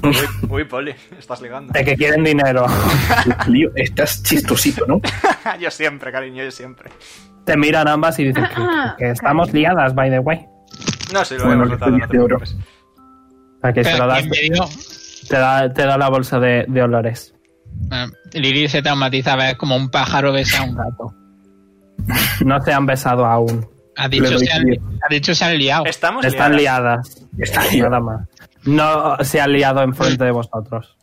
Speaker 2: Uy, uy, Poli, estás ligando.
Speaker 1: De que quieren dinero.
Speaker 6: Lío, estás chistosito, ¿no?
Speaker 2: yo siempre, cariño, yo siempre.
Speaker 1: Te miran ambas y dicen que,
Speaker 2: Ah,
Speaker 1: que- que estamos liadas, by the way.
Speaker 2: No, si lo
Speaker 6: Bueno,
Speaker 2: hemos
Speaker 6: le
Speaker 2: notado, no te
Speaker 6: pediste oro.
Speaker 2: preocupes.
Speaker 1: O sea, que se lo
Speaker 4: Pero
Speaker 1: das,
Speaker 4: ¿quién me dio?
Speaker 1: te, da, te da la bolsa de, de olores.
Speaker 4: Ah, Lili se traumatiza, ves como un pájaro besa a un gato.
Speaker 1: No se han besado aún.
Speaker 4: Ha dicho,
Speaker 6: Le doy
Speaker 4: se han,
Speaker 6: diez.
Speaker 4: ha dicho se han liado.
Speaker 2: Estamos
Speaker 1: Están
Speaker 2: liadas.
Speaker 1: liadas.
Speaker 6: Está
Speaker 1: Nada más. No se han liado enfrente de vosotros.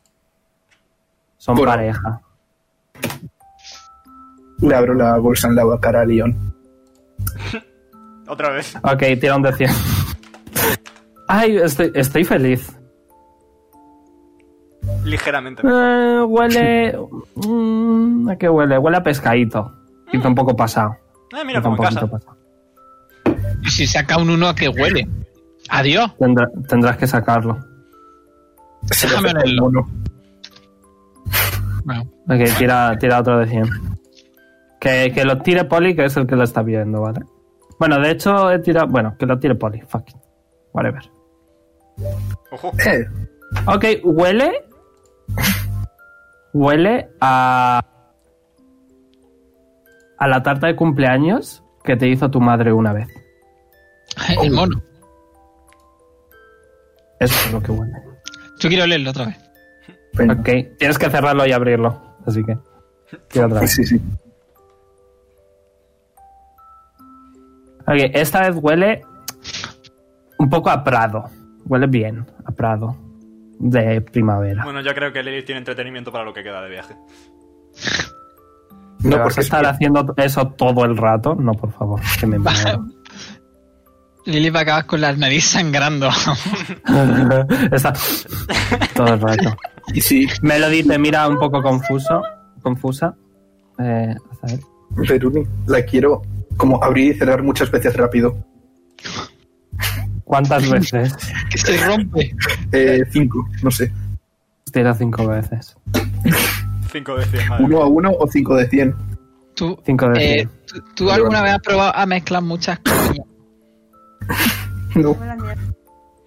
Speaker 1: Son
Speaker 6: Bueno.
Speaker 1: pareja.
Speaker 6: Le abro la bolsa en la cara a León.
Speaker 2: Otra vez.
Speaker 1: Ok, tira un de 100. Ay, estoy, estoy feliz.
Speaker 2: Ligeramente.
Speaker 1: Eh, huele. mm, ¿A qué huele? Huele a pescadito. Quizá un poco pasado.
Speaker 2: Ah, Mm. mira,
Speaker 1: Quizá
Speaker 2: como
Speaker 1: un
Speaker 2: en casa.
Speaker 1: poquito pasado.
Speaker 4: Y si saca un uno que huele. Adiós.
Speaker 1: Tendrá- tendrás que sacarlo.
Speaker 6: Se le
Speaker 4: Déjame
Speaker 6: acerca el
Speaker 4: leerlo.
Speaker 6: mono.
Speaker 4: Bueno,
Speaker 1: Ok, tira, tira otro de 100. Que, que lo tire Poli, que es el que lo está viendo, ¿vale? Bueno, de hecho he tirado... Bueno, que lo tire Poli, fuck it. Whatever.
Speaker 2: Ojo,
Speaker 6: Eh,
Speaker 1: Ok, huele... Huele a... A la tarta de cumpleaños que te hizo tu madre una vez.
Speaker 4: el mono.
Speaker 1: Eso es lo que huele.
Speaker 4: Yo quiero leerlo otra vez.
Speaker 6: venga.
Speaker 1: Ok, tienes que cerrarlo y abrirlo. Así que... Tira otra vez.
Speaker 6: Sí, sí.
Speaker 1: Ok, esta vez huele un poco a prado. Huele bien, a prado de primavera.
Speaker 2: bueno, yo creo que Lilith tiene entretenimiento para lo que queda de viaje.
Speaker 1: No,
Speaker 6: No, porque es
Speaker 1: estar haciendo eso todo el rato? No, por favor, que me muero.
Speaker 4: Lili va a acabar con la nariz sangrando.
Speaker 1: Está todo el rato.
Speaker 6: Y sí,
Speaker 1: Melody te mira un poco confuso, confusa. Eh, a ver.
Speaker 6: Veruni, la quiero como abrir y cerrar muchas veces rápido.
Speaker 1: ¿Cuántas veces?
Speaker 4: que se rompe.
Speaker 6: Eh, cinco, no sé.
Speaker 1: Tira cinco veces.
Speaker 2: 5 de 100, madre. mía.
Speaker 6: ¿Uno a uno o cinco de cien?
Speaker 4: Tú,
Speaker 1: Cinco de
Speaker 4: eh,
Speaker 1: cien.
Speaker 4: ¿tú, tú alguna vez has probado a mezclar muchas cosas.
Speaker 6: No.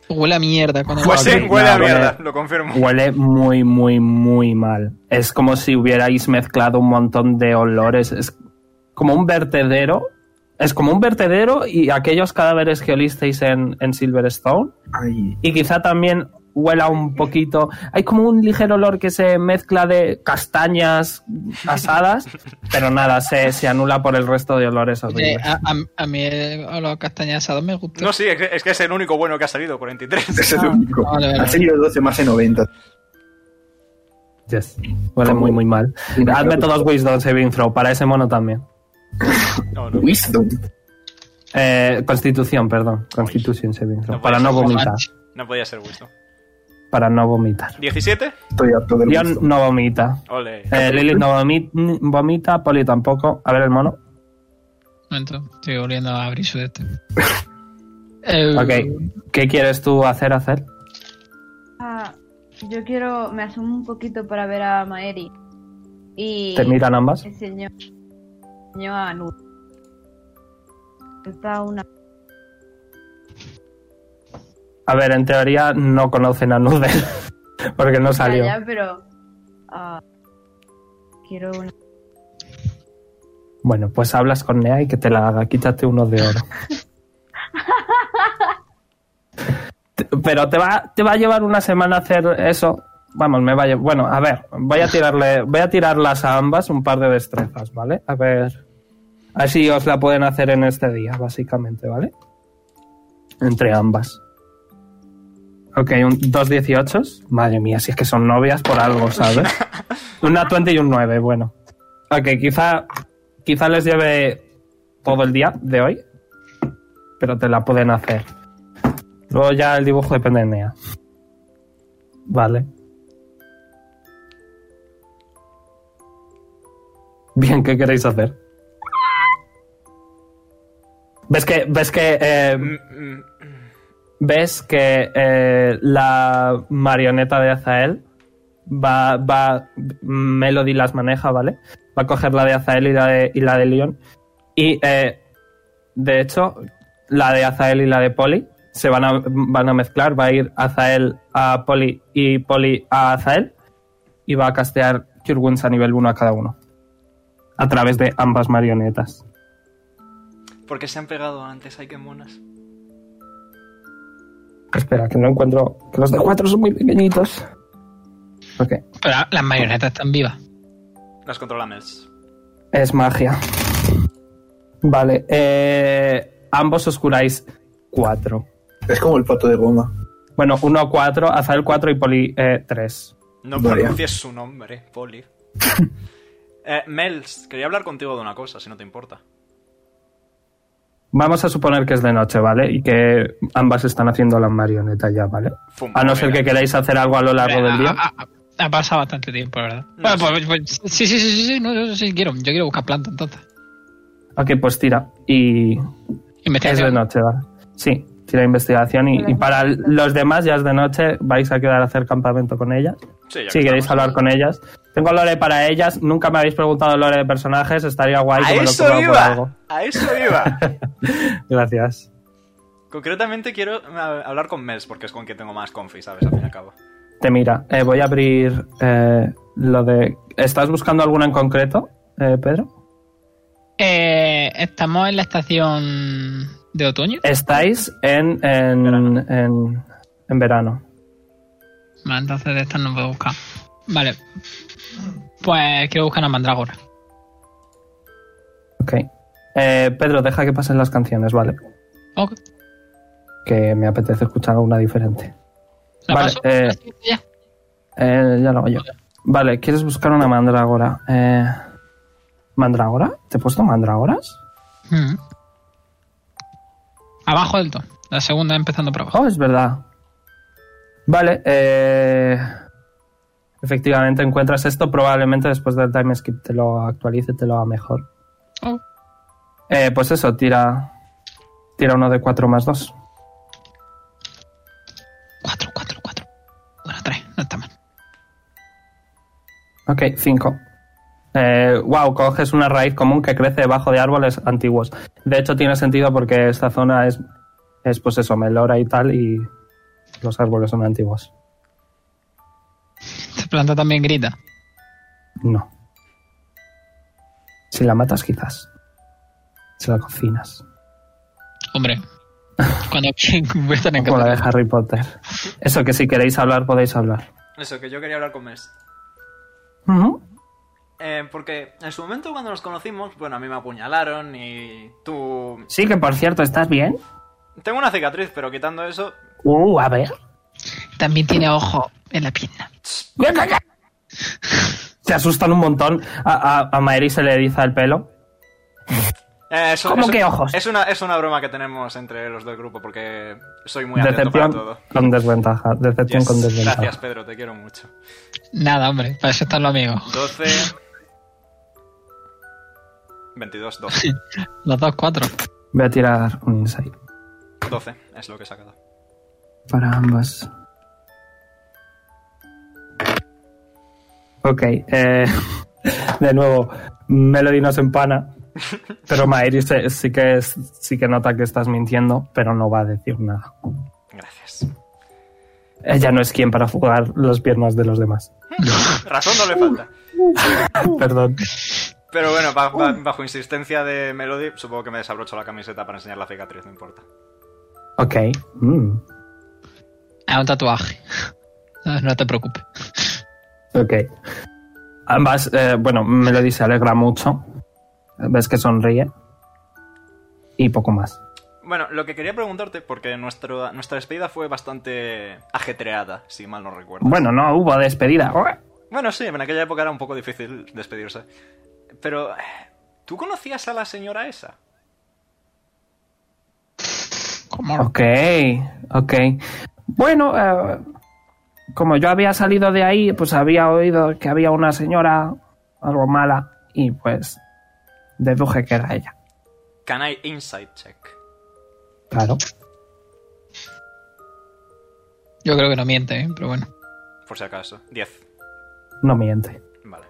Speaker 4: Huele a mierda cuando
Speaker 2: Pues sí,
Speaker 1: Ok,
Speaker 2: huele a
Speaker 1: no, huele-
Speaker 2: mierda, lo confirmo.
Speaker 1: Huele muy, muy, muy mal. Es como si hubierais mezclado un montón de olores. Es como un vertedero. Es como un vertedero y aquellos cadáveres que olisteis en, en Silverstone.
Speaker 6: Ay,
Speaker 1: Y quizá también huela un poquito. Hay como un ligero olor que se mezcla de castañas asadas. pero nada, se, se anula por el resto de olores
Speaker 4: Oye, ah,
Speaker 1: horribles.
Speaker 4: Eh, a, a- a mí el- a los castañas asados me gustan.
Speaker 2: No, sí, es que- es que es el único bueno que ha salido, 43.
Speaker 6: es el
Speaker 4: Ah,
Speaker 6: único.
Speaker 4: vale, vale.
Speaker 6: Ha tenido 12 más de 90.
Speaker 1: Yes. Huele muy, muy mal. Hazme todos Wisdom Saving Throw para ese mono también.
Speaker 2: No, no.
Speaker 6: Wisdom.
Speaker 1: Eh, constitución, perdón. Constitución saving throw.
Speaker 2: No
Speaker 1: para no
Speaker 2: puede ser.
Speaker 1: vomitar.
Speaker 2: No podía ser Winston.
Speaker 1: Para no vomitar.
Speaker 2: ¿17?
Speaker 6: Estoy harto del
Speaker 1: Leon
Speaker 6: Wisdom.
Speaker 1: no vomita.
Speaker 2: Ole.
Speaker 1: Eh, Lilith no vomi- vomita. Poli tampoco. A ver el mono.
Speaker 4: Un momento, estoy volviendo a abrir su de este.
Speaker 2: Mm.
Speaker 4: Eh,
Speaker 1: Ok. ¿Qué quieres tú hacer, hacer?
Speaker 7: Ah, yo quiero. Me asomo un poquito para ver a Maeri. Y.
Speaker 1: ¿Te miran ambas?
Speaker 7: Enseñó, enseñó a Nur. Está una.
Speaker 1: A ver, en teoría no conocen a Nudel. porque no salió.
Speaker 7: Ya, ya, pero. ah, quiero una.
Speaker 1: Bueno, pues hablas con Nea y que te la haga. Quítate uno de oro. Te- Pero te va, te va a llevar una semana hacer eso. Vamos, me va a lle- Bueno, a ver, voy a tirarle, voy a tirarlas a ambas un par de destrezas, ¿vale? A ver. Así os la pueden hacer en este día, básicamente, ¿vale? Entre ambas. Ok, un, dos 18. Madre mía, si es que son novias por algo, ¿sabes? Una 20 y un 9, bueno. Ok, quizá quizá les lleve todo el día de hoy, pero te la pueden hacer. Luego ya el dibujo depende de Nea. Vale. Bien, ¿qué queréis hacer? ¿Ves que, ves que eh,
Speaker 2: Mm, mm.
Speaker 1: ves que eh, la marioneta de Azael va, va, Melody las maneja, ¿vale? Va a coger la de Azael y la de, y la de Leon. Y, eh, de hecho, la de Azael y la de Polly se van a, van a mezclar. Va a ir Azael a Polly y Polly a Azael. Y va a castear Cure Wounds a nivel 1 a cada uno. A través de ambas marionetas.
Speaker 2: ¿Por qué se han pegado antes? Hay que monas.
Speaker 1: Espera, que no encuentro... Que los de 4 son muy pequeñitos. Ok.
Speaker 4: pero las marionetas están vivas.
Speaker 2: Las controla Mels.
Speaker 1: Es magia. Vale, eh, ambos os curáis 4.
Speaker 6: Es como el pato de goma.
Speaker 1: Bueno, 1 a 4, Azael 4 y Poli eh, 3.
Speaker 2: No
Speaker 6: Vaya.
Speaker 2: pronuncies su nombre, Poli. Eh, Mels, quería hablar contigo de una cosa, si no te importa.
Speaker 1: Vamos a suponer que es de noche, ¿vale? Y que ambas están haciendo la marioneta ya, ¿vale?
Speaker 2: Fum,
Speaker 1: A no ser
Speaker 2: venga.
Speaker 1: que queráis hacer algo a lo largo del día.
Speaker 4: Ha, ha- ha pasado bastante tiempo, la verdad.
Speaker 2: No,
Speaker 4: bueno, pues, pues, sí, sí, sí, sí, sí, no, yo sí quiero, yo quiero buscar planta entonces.
Speaker 1: Ok, pues tira. Y
Speaker 4: Y me estoy
Speaker 1: es de
Speaker 4: haciendo-
Speaker 1: noche, ¿vale? Sí, Tira investigación y,
Speaker 7: Hola.
Speaker 1: y para l- los demás ya es de noche, vais a quedar a hacer campamento con ellas.
Speaker 2: Sí, ya
Speaker 1: Si
Speaker 2: que
Speaker 1: queréis
Speaker 2: estamos.
Speaker 1: hablar con ellas. Tengo lore para ellas, nunca me habéis preguntado lore de personajes, estaría guay
Speaker 2: ¡A
Speaker 1: que me lo
Speaker 2: eso
Speaker 1: ocurra por
Speaker 2: iba!
Speaker 1: algo.
Speaker 2: ¡A eso iba!
Speaker 1: Gracias.
Speaker 2: Concretamente quiero eh, hablar con Mels, porque es con quien tengo más confi, ¿sabes? Al fin y al cabo.
Speaker 1: Te mira. Eh, voy a abrir eh, lo de. ¿Estás buscando alguna en concreto, eh, Pedro?
Speaker 4: Eh, estamos en la estación de otoño.
Speaker 1: Estáis en, en,
Speaker 2: Verano.
Speaker 1: en- en verano.
Speaker 4: Vale, entonces de estas no puedo buscar. Vale. Pues quiero buscar a Mandragora.
Speaker 1: Ok. Eh, Pedro, deja que pasen las canciones, ¿vale?
Speaker 4: Ok.
Speaker 1: Que me apetece escuchar alguna diferente.
Speaker 4: ¿La
Speaker 1: Vale,
Speaker 4: paso?
Speaker 1: eh,
Speaker 4: Ya.
Speaker 1: Eh, ya lo hago yo. Vale, ¿quieres buscar una mandrágora? Eh, ¿Mandrágora? ¿Te he puesto mandrágoras?
Speaker 4: Mm. Abajo del todo. La segunda empezando por abajo.
Speaker 1: Oh, es verdad. Vale, eh, efectivamente encuentras esto probablemente después del time skip te lo actualice, te lo haga mejor.
Speaker 4: Oh.
Speaker 1: Eh, pues eso, tira, tira uno de 4 más 2.
Speaker 4: Cuatro, cuatro, cuatro. Bueno, tres. No está mal.
Speaker 1: Ok, 5. Eh, wow, coges una raíz común que crece debajo de árboles antiguos. De hecho, tiene sentido porque esta zona es, es pues eso, melora y tal, y los árboles son antiguos.
Speaker 4: Esta planta también grita.
Speaker 1: No. Si la matas, quizás. Si la cocinas.
Speaker 4: Hombre. Cuando voy a tener que
Speaker 1: Como la de Harry Potter. Eso que si queréis hablar, podéis hablar.
Speaker 2: Eso, que yo quería hablar con Mels.
Speaker 1: Ujú.
Speaker 2: Eh, porque en su momento cuando nos conocimos, bueno, a mí me apuñalaron y tú...
Speaker 1: Sí, que por cierto, ¿estás bien?
Speaker 2: Tengo una cicatriz, pero quitando eso...
Speaker 1: Uh, a ver.
Speaker 4: También tiene ojo en la pierna.
Speaker 1: Se asustan un montón. A, a, a Maeri se le eriza el pelo.
Speaker 2: Eh, eso-
Speaker 1: ¿Cómo
Speaker 2: eso-
Speaker 1: que ojos?
Speaker 2: Es una, es una broma que tenemos entre los del grupo porque soy muy atento para
Speaker 1: Decepción
Speaker 2: todo.
Speaker 1: con desventaja. Decepción
Speaker 2: Yes.
Speaker 1: con desventaja.
Speaker 2: Gracias, Pedro, te quiero mucho.
Speaker 4: Nada, hombre. Para eso están los amigos.
Speaker 2: 12... 22, 12.
Speaker 4: Los dos, cuatro.
Speaker 1: Voy a tirar un insight
Speaker 2: 12 es lo que he sacado.
Speaker 1: para ambas. Ok, eh, de nuevo, Melody nos empana, pero Mairi se- sí, que es- sí que nota que estás mintiendo, pero no va a decir nada.
Speaker 2: Gracias.
Speaker 1: Ella no es quien para jugar las piernas de los demás.
Speaker 2: Razón no
Speaker 1: Uh.
Speaker 2: le falta.
Speaker 1: Perdón.
Speaker 2: Pero bueno, ba- ba-
Speaker 1: Uh.
Speaker 2: bajo insistencia de Melody, supongo que me desabrocho la camiseta para enseñar la cicatriz, no importa.
Speaker 1: Ok. mm,
Speaker 4: Es Ah, un tatuaje. No, no te preocupes.
Speaker 1: Ok. Ambas, eh, bueno, Melody se alegra mucho. Ves que sonríe. Y poco más.
Speaker 2: Bueno, lo que quería preguntarte, porque nuestro, nuestra despedida fue bastante ajetreada, si mal no recuerdo.
Speaker 1: Bueno, no hubo despedida.
Speaker 2: Bueno, sí, en aquella época era un poco difícil despedirse. Pero, eh, ¿tú conocías a la señora esa?
Speaker 4: ¿Cómo?
Speaker 1: Ok, ok. Bueno, eh, como yo había salido de ahí, pues había oído que había una señora algo mala y pues deduje que era ella.
Speaker 2: Can I insight check?
Speaker 1: Claro.
Speaker 4: Yo creo que no miente, ¿eh? pero bueno.
Speaker 2: Por si acaso. 10.
Speaker 1: No miente.
Speaker 2: Vale.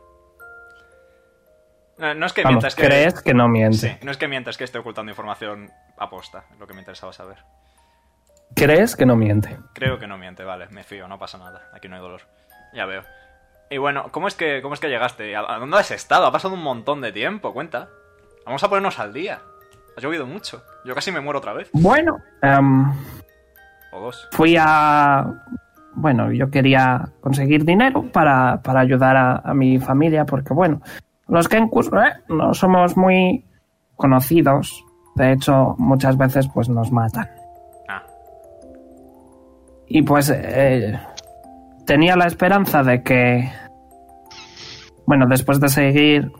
Speaker 2: No, no es que
Speaker 1: Vamos,
Speaker 2: mientas que...
Speaker 1: crees que no miente.
Speaker 2: Sí, no es que mientas que esté ocultando información aposta, lo que me interesaba saber.
Speaker 1: Crees que no miente.
Speaker 2: Creo que no miente, vale, me fío, no pasa nada, aquí no hay dolor. Ya veo. Y bueno, ¿cómo es que, cómo es que llegaste? ¿A a dónde has estado? Ha pasado un montón de tiempo, cuenta. Vamos a ponernos al día. Ha llovido mucho. Yo casi me muero otra vez.
Speaker 1: Bueno, em,
Speaker 2: O dos.
Speaker 1: fui a... Bueno, yo quería conseguir dinero para, para ayudar a, a mi familia, porque bueno, los Kenkus eh, no somos muy conocidos. De hecho, muchas veces pues nos matan.
Speaker 2: Ah,
Speaker 1: Y pues eh, tenía la esperanza de que... Bueno, después de seguir...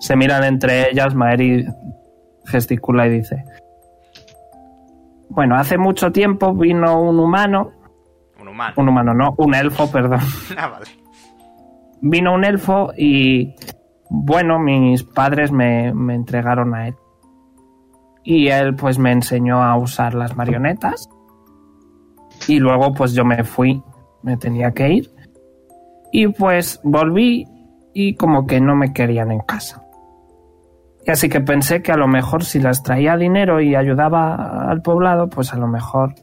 Speaker 1: Se miran entre ellas, Maeri gesticula y dice... Bueno, hace mucho tiempo vino un humano,
Speaker 2: un humano.
Speaker 1: un humano no, un elfo, perdón.
Speaker 2: Ah, vale.
Speaker 1: Vino un elfo y, bueno, mis padres me, me entregaron a él. Y él pues me enseñó a usar las marionetas. Y luego pues yo me fui, me tenía que ir. Y pues volví y como que no me querían en casa. Y así que pensé que a lo mejor si las traía dinero y ayudaba al poblado, pues a lo mejor...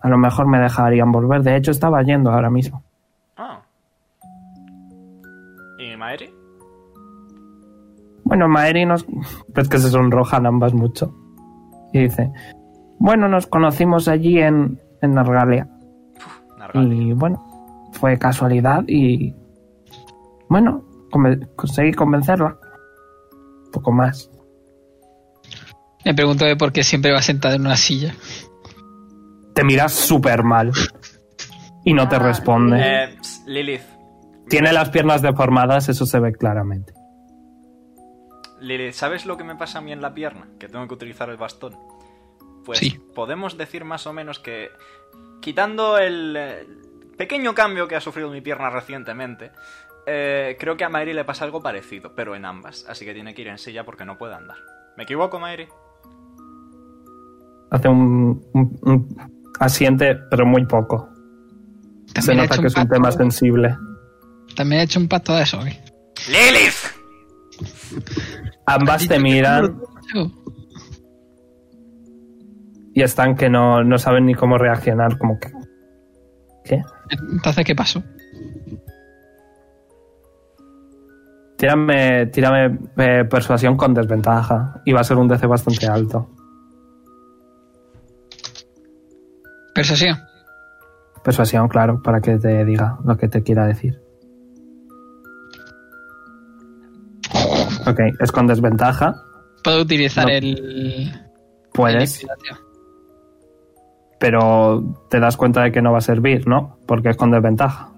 Speaker 1: A lo mejor me dejarían volver. De hecho, estaba yendo ahora mismo.
Speaker 2: Ah. ¿Y Maeri?
Speaker 1: Bueno, Maeri nos... Ves que se sonrojan ambas mucho. Y dice... Bueno, nos conocimos allí en, en Nargalia.
Speaker 2: Nargal.
Speaker 1: Y bueno, fue casualidad y... Bueno, conven- conseguí convencerla. Un poco más.
Speaker 4: Me pregunto de por qué siempre va sentado en una silla.
Speaker 1: Te miras súper mal. Y no te
Speaker 7: Ah,
Speaker 1: responde.
Speaker 2: Eh, ps, Lilith.
Speaker 1: Tiene las piernas deformadas, eso se ve claramente.
Speaker 2: Lilith, ¿sabes lo que me pasa a mí en la pierna? Que tengo que utilizar el bastón. Pues
Speaker 4: Sí.
Speaker 2: podemos decir más o menos que, quitando el eh, pequeño cambio que ha sufrido mi pierna recientemente, eh, creo que a Mairi le pasa algo parecido, pero en ambas, así que tiene que ir en silla porque no puede andar. ¿Me equivoco, Mairi?
Speaker 1: Hace un, un- un asiente, pero muy poco. Se
Speaker 4: También ha
Speaker 1: nota
Speaker 4: hecho
Speaker 1: que es un
Speaker 4: pacto-
Speaker 1: tema sensible.
Speaker 4: También ha hecho un pacto de eso. ¿eh?
Speaker 2: ¡Lilith!
Speaker 1: Ambas te miran
Speaker 4: Yo,
Speaker 1: y están que no, no saben ni cómo reaccionar, como que... ¿Qué?
Speaker 4: Entonces, ¿qué pasó?
Speaker 1: Tírame, tírame eh, persuasión con desventaja. Y va a ser un DC bastante alto.
Speaker 4: Persuasión.
Speaker 1: Persuasión, claro, para que te diga lo que te quiera decir. Ok, es con desventaja.
Speaker 4: Puedo utilizar
Speaker 1: No.
Speaker 4: el.
Speaker 1: Puedes,
Speaker 4: el intimidación.
Speaker 1: pero te das cuenta de que no va a servir, ¿no? Porque es con desventaja.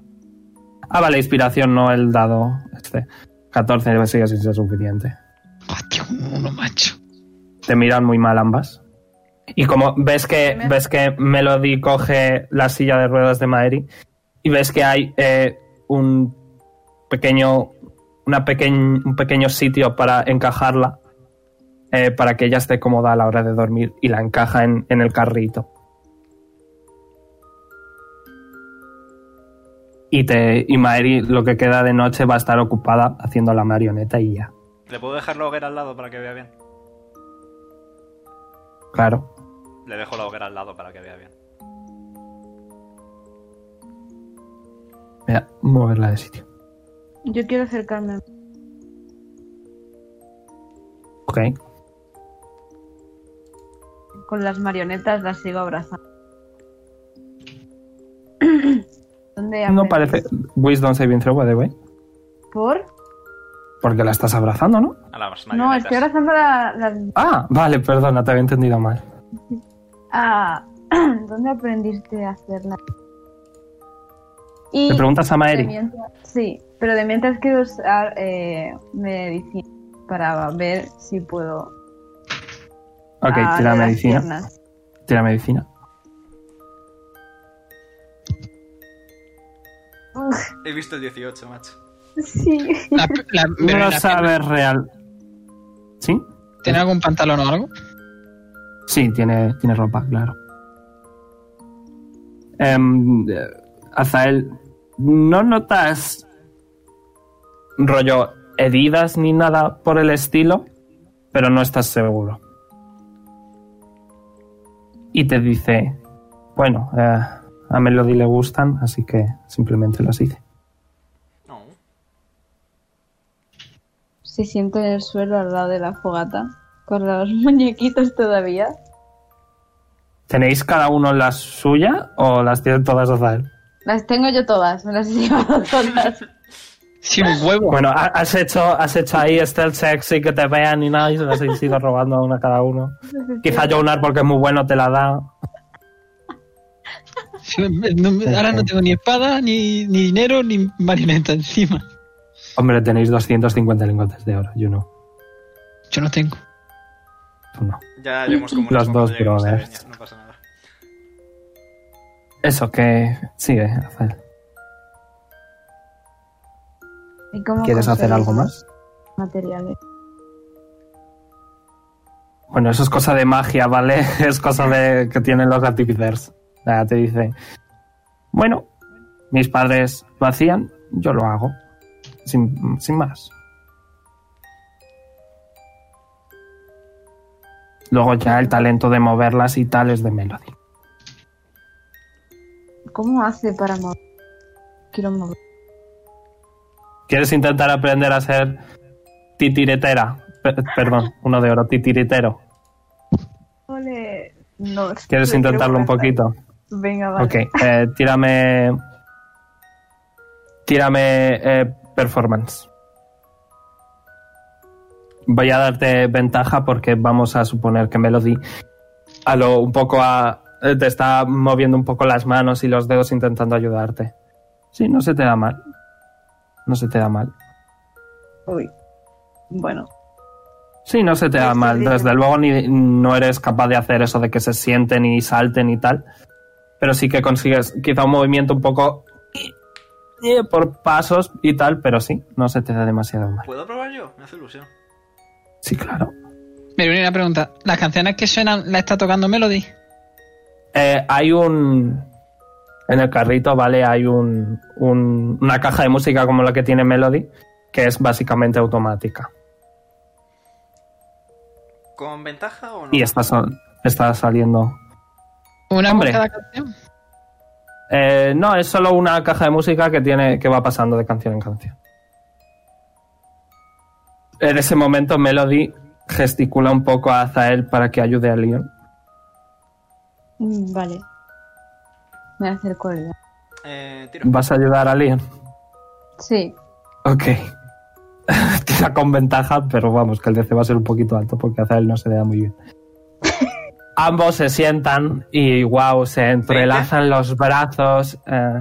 Speaker 1: Ah, vale, inspiración, no el dado este. 14 sigue sin ser suficiente.
Speaker 4: Hostia, un uno macho.
Speaker 1: te miran muy mal ambas. Y como ves que
Speaker 7: Me-
Speaker 1: ves que Melody coge la silla de ruedas de Maeri y ves que hay eh, un pequeño una pequeñ- un pequeño sitio para encajarla eh, para que ella esté cómoda a la hora de dormir y la encaja en, en el carrito. Y te y Maeri lo que queda de noche va a estar ocupada haciendo la marioneta y ya.
Speaker 2: ¿Le puedo dejar la hoguera al lado para que vea bien?
Speaker 1: Claro.
Speaker 2: Le dejo la hoguera al lado para que vea bien.
Speaker 1: Voy a moverla de sitio.
Speaker 7: Yo quiero acercarme.
Speaker 1: Ok.
Speaker 7: Con las marionetas las sigo abrazando. ¿Dónde
Speaker 1: No
Speaker 7: aprendí?
Speaker 1: parece Wisdom Saving Throw, by the way.
Speaker 7: ¿Por?
Speaker 1: Porque la estás abrazando, ¿no?
Speaker 2: A las
Speaker 7: No, estoy
Speaker 2: marionetas.
Speaker 7: abrazando la- las...
Speaker 1: Ah, vale, perdona, te había entendido mal.
Speaker 7: Ah, ¿dónde aprendiste a hacerla? Y
Speaker 1: Le preguntas a
Speaker 7: de
Speaker 1: Maeri.
Speaker 7: mientras- sí, pero de mientras quiero usar eh, medicina para ver si puedo...
Speaker 1: Ok,
Speaker 7: ah,
Speaker 1: tira
Speaker 7: de las
Speaker 1: medicina.
Speaker 7: piernas.
Speaker 1: Tira medicina.
Speaker 7: Ugh,
Speaker 2: He visto el 18, macho.
Speaker 7: sí.
Speaker 4: La- la- pero
Speaker 1: No
Speaker 4: la-
Speaker 1: sabes real. ¿Sí?
Speaker 4: ¿Tiene algún pantalón o algo?
Speaker 1: Sí, tiene, tiene ropa, claro. Em, eh, Azael, ¿no notas rollo heridas ni nada por el estilo? Pero no estás seguro. Y te dice, bueno, eh, a Melody le gustan, así que simplemente las hice.
Speaker 2: No.
Speaker 3: Se sienta en el suelo al lado de la fogata, con los muñequitos todavía.
Speaker 1: ¿Tenéis cada uno la suya o las tiene todas Azael?
Speaker 3: Las tengo yo todas, me las he llevado todas.
Speaker 4: Sí, un huevo.
Speaker 1: Bueno, ha- has hecho, has hecho ahí stealth sexy que te vean y nada, y se las has ido robando a una cada uno. Quizá yo un árbol que es muy bueno te la da.
Speaker 4: Sí, no me- ahora no tengo ni espada, ni, ni dinero, ni marioneta encima.
Speaker 1: Hombre, tenéis 250 lingotes de oro, yo no.
Speaker 4: Yo no tengo.
Speaker 1: Tú no.
Speaker 2: Ya haremos como
Speaker 1: Los dos brothers.
Speaker 2: No pasa nada.
Speaker 1: Eso que sigue, Rafael.
Speaker 7: ¿Y cómo
Speaker 1: ¿Quieres hacer
Speaker 7: conseguir
Speaker 1: algo más?
Speaker 7: Materiales.
Speaker 1: Bueno, eso es cosa de magia, ¿vale? Es cosa de que tienen los artificers. Nada, te dice, bueno, mis padres lo hacían, yo lo hago. Sin, sin más. Luego ya el talento de moverlas y tal es de Melody.
Speaker 3: ¿Cómo hace para mover? Quiero mover.
Speaker 1: ¿Quieres intentar aprender a ser titiretera? Pe- perdón, uno de oro, titiritero.
Speaker 7: Ole. No, es que
Speaker 1: ¿Quieres
Speaker 7: me
Speaker 1: intentarlo un
Speaker 7: quiero
Speaker 1: poquito?
Speaker 7: gastar. Venga, vale.
Speaker 1: Ok, eh, tírame. Tírame eh, performance. Voy a darte ventaja porque vamos a suponer que Melody a lo un poco a, eh, te está moviendo un poco las manos y los dedos intentando ayudarte. Sí, no se te da mal. No se te da mal.
Speaker 7: Uy. Bueno.
Speaker 1: Sí, no se te da
Speaker 7: Estoy
Speaker 1: mal.
Speaker 7: bien.
Speaker 1: Desde luego ni, no eres capaz de hacer eso de que se sienten y salten y tal. Pero sí que consigues quizá un movimiento un poco eh, por pasos y tal, pero sí, no se te da demasiado mal.
Speaker 2: ¿Puedo probar yo? Me hace ilusión.
Speaker 1: Sí, claro.
Speaker 4: Mira, una pregunta. ¿Las canciones que suenan las está tocando Melody?
Speaker 1: Eh, hay un... En el carrito, ¿vale? Hay un, un- una caja de música como la que tiene Melody, que es básicamente automática.
Speaker 2: ¿Con ventaja o no?
Speaker 1: Y está, sal- está saliendo
Speaker 4: ¿Una
Speaker 1: Hombre.
Speaker 4: por cada canción?
Speaker 1: Eh, no, es solo una caja de música que tiene que va pasando de canción en canción. En ese momento Melody gesticula un poco a Azael para que ayude a Leon.
Speaker 3: Mm, Vale. Me acerco a ella.
Speaker 2: Eh, tiro.
Speaker 1: ¿Vas a ayudar a Leon?
Speaker 3: Sí.
Speaker 1: Ok. Tira con ventaja, pero vamos, que el DC va a ser un poquito alto porque Azael no se le da muy bien. Ambos se sientan y wow, se entrelazan los brazos eh,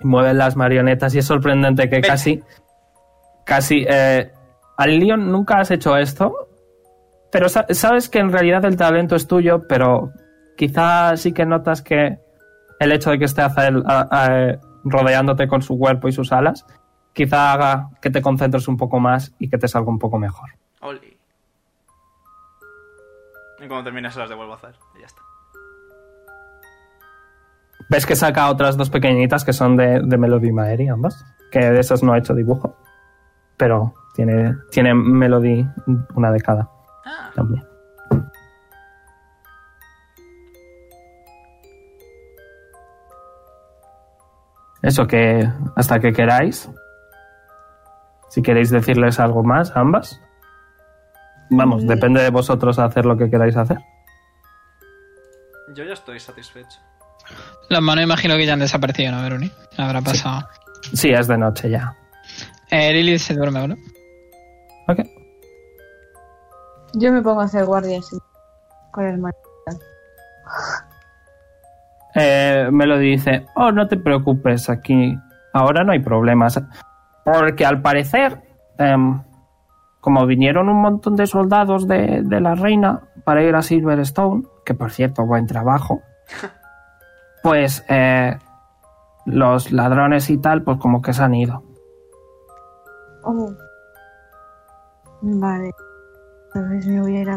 Speaker 1: y mueven las marionetas y es sorprendente que
Speaker 2: Veinte.
Speaker 1: casi, casi, eh, al Leon nunca has hecho esto, pero sa- sabes que en realidad el talento es tuyo, pero quizá sí que notas que el hecho de que esté Azael ah, ah, eh, rodeándote con su cuerpo y sus alas, quizá haga que te concentres un poco más y que te salga un poco mejor.
Speaker 2: Oli. Y cuando termine se las devuelvo a hacer. Y ya está.
Speaker 1: ¿Ves que saca otras dos pequeñitas que son de, de Melody Maeri, ambas? Que de esas no ha hecho dibujo. Pero tiene, tiene Melody una de cada
Speaker 2: Ah,
Speaker 1: también. Eso que hasta que queráis. Si queréis decirles algo más a ambas. Vamos,
Speaker 3: Mm.
Speaker 1: depende de vosotros hacer lo que queráis hacer.
Speaker 2: yo ya estoy satisfecho.
Speaker 4: Las manos imagino que ya han desaparecido, ¿no, Veroni? Habrá pasado.
Speaker 1: Sí, es de noche ya.
Speaker 4: Eh, Lilith se duerme, ¿no?
Speaker 1: Ok.
Speaker 3: Yo me pongo a hacer guardia así. Con el mar.
Speaker 1: Eh, Melody dice, oh, no te preocupes, aquí ahora no hay problemas. Porque al parecer, em, como vinieron un montón de soldados de, de la reina para ir a Silverstone, que por cierto, buen trabajo, pues eh, los ladrones y tal, pues como que se han ido.
Speaker 3: Oh. Vale. Tal vez me voy a ir a.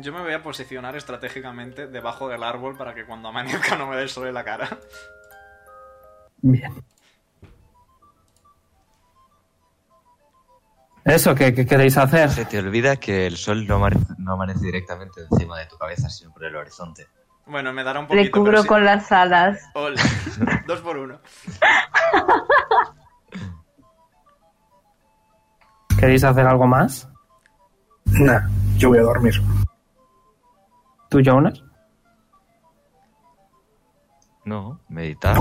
Speaker 2: Yo me voy a posicionar estratégicamente debajo del árbol para que cuando amanezca no me dé el sol en la cara.
Speaker 1: Bien. ¿Eso qué, qué queréis hacer?
Speaker 5: Se te olvida que el sol no amare- no amanece, directamente encima de tu cabeza, sino por el horizonte.
Speaker 2: Bueno, me dará un poquito.
Speaker 7: Le cubro
Speaker 2: pero sí.
Speaker 7: con las alas.
Speaker 2: Ole. Dos por uno.
Speaker 1: ¿Queréis hacer algo más?
Speaker 6: Nah, yo voy a dormir.
Speaker 1: ¿Tú, Jonas?
Speaker 5: No, meditar.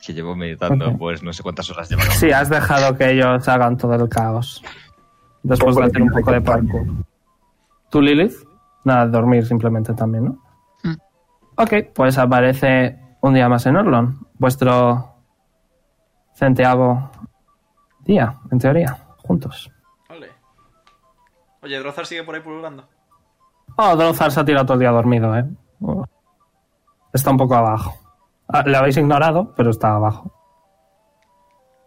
Speaker 5: Que llevo meditando,
Speaker 1: Ok.
Speaker 5: pues no sé cuántas horas llevo.
Speaker 1: Sí, has dejado que ellos hagan todo el caos. Después de
Speaker 6: Poco la
Speaker 1: hacer un
Speaker 6: tienda
Speaker 1: poco
Speaker 6: de
Speaker 1: de parkour. ¿Tú, Lilith? Nada, dormir simplemente también, ¿no?
Speaker 4: Mm.
Speaker 1: Ok, pues aparece un día más en Orlon. Vuestro centeavo día, en teoría, juntos.
Speaker 2: Ole. Oye, Drozar sigue por ahí pululando.
Speaker 1: Oh, Drozar se ha tirado todo el día dormido, ¿eh? Oh. Está un poco abajo. Ah, Le habéis ignorado, pero está abajo.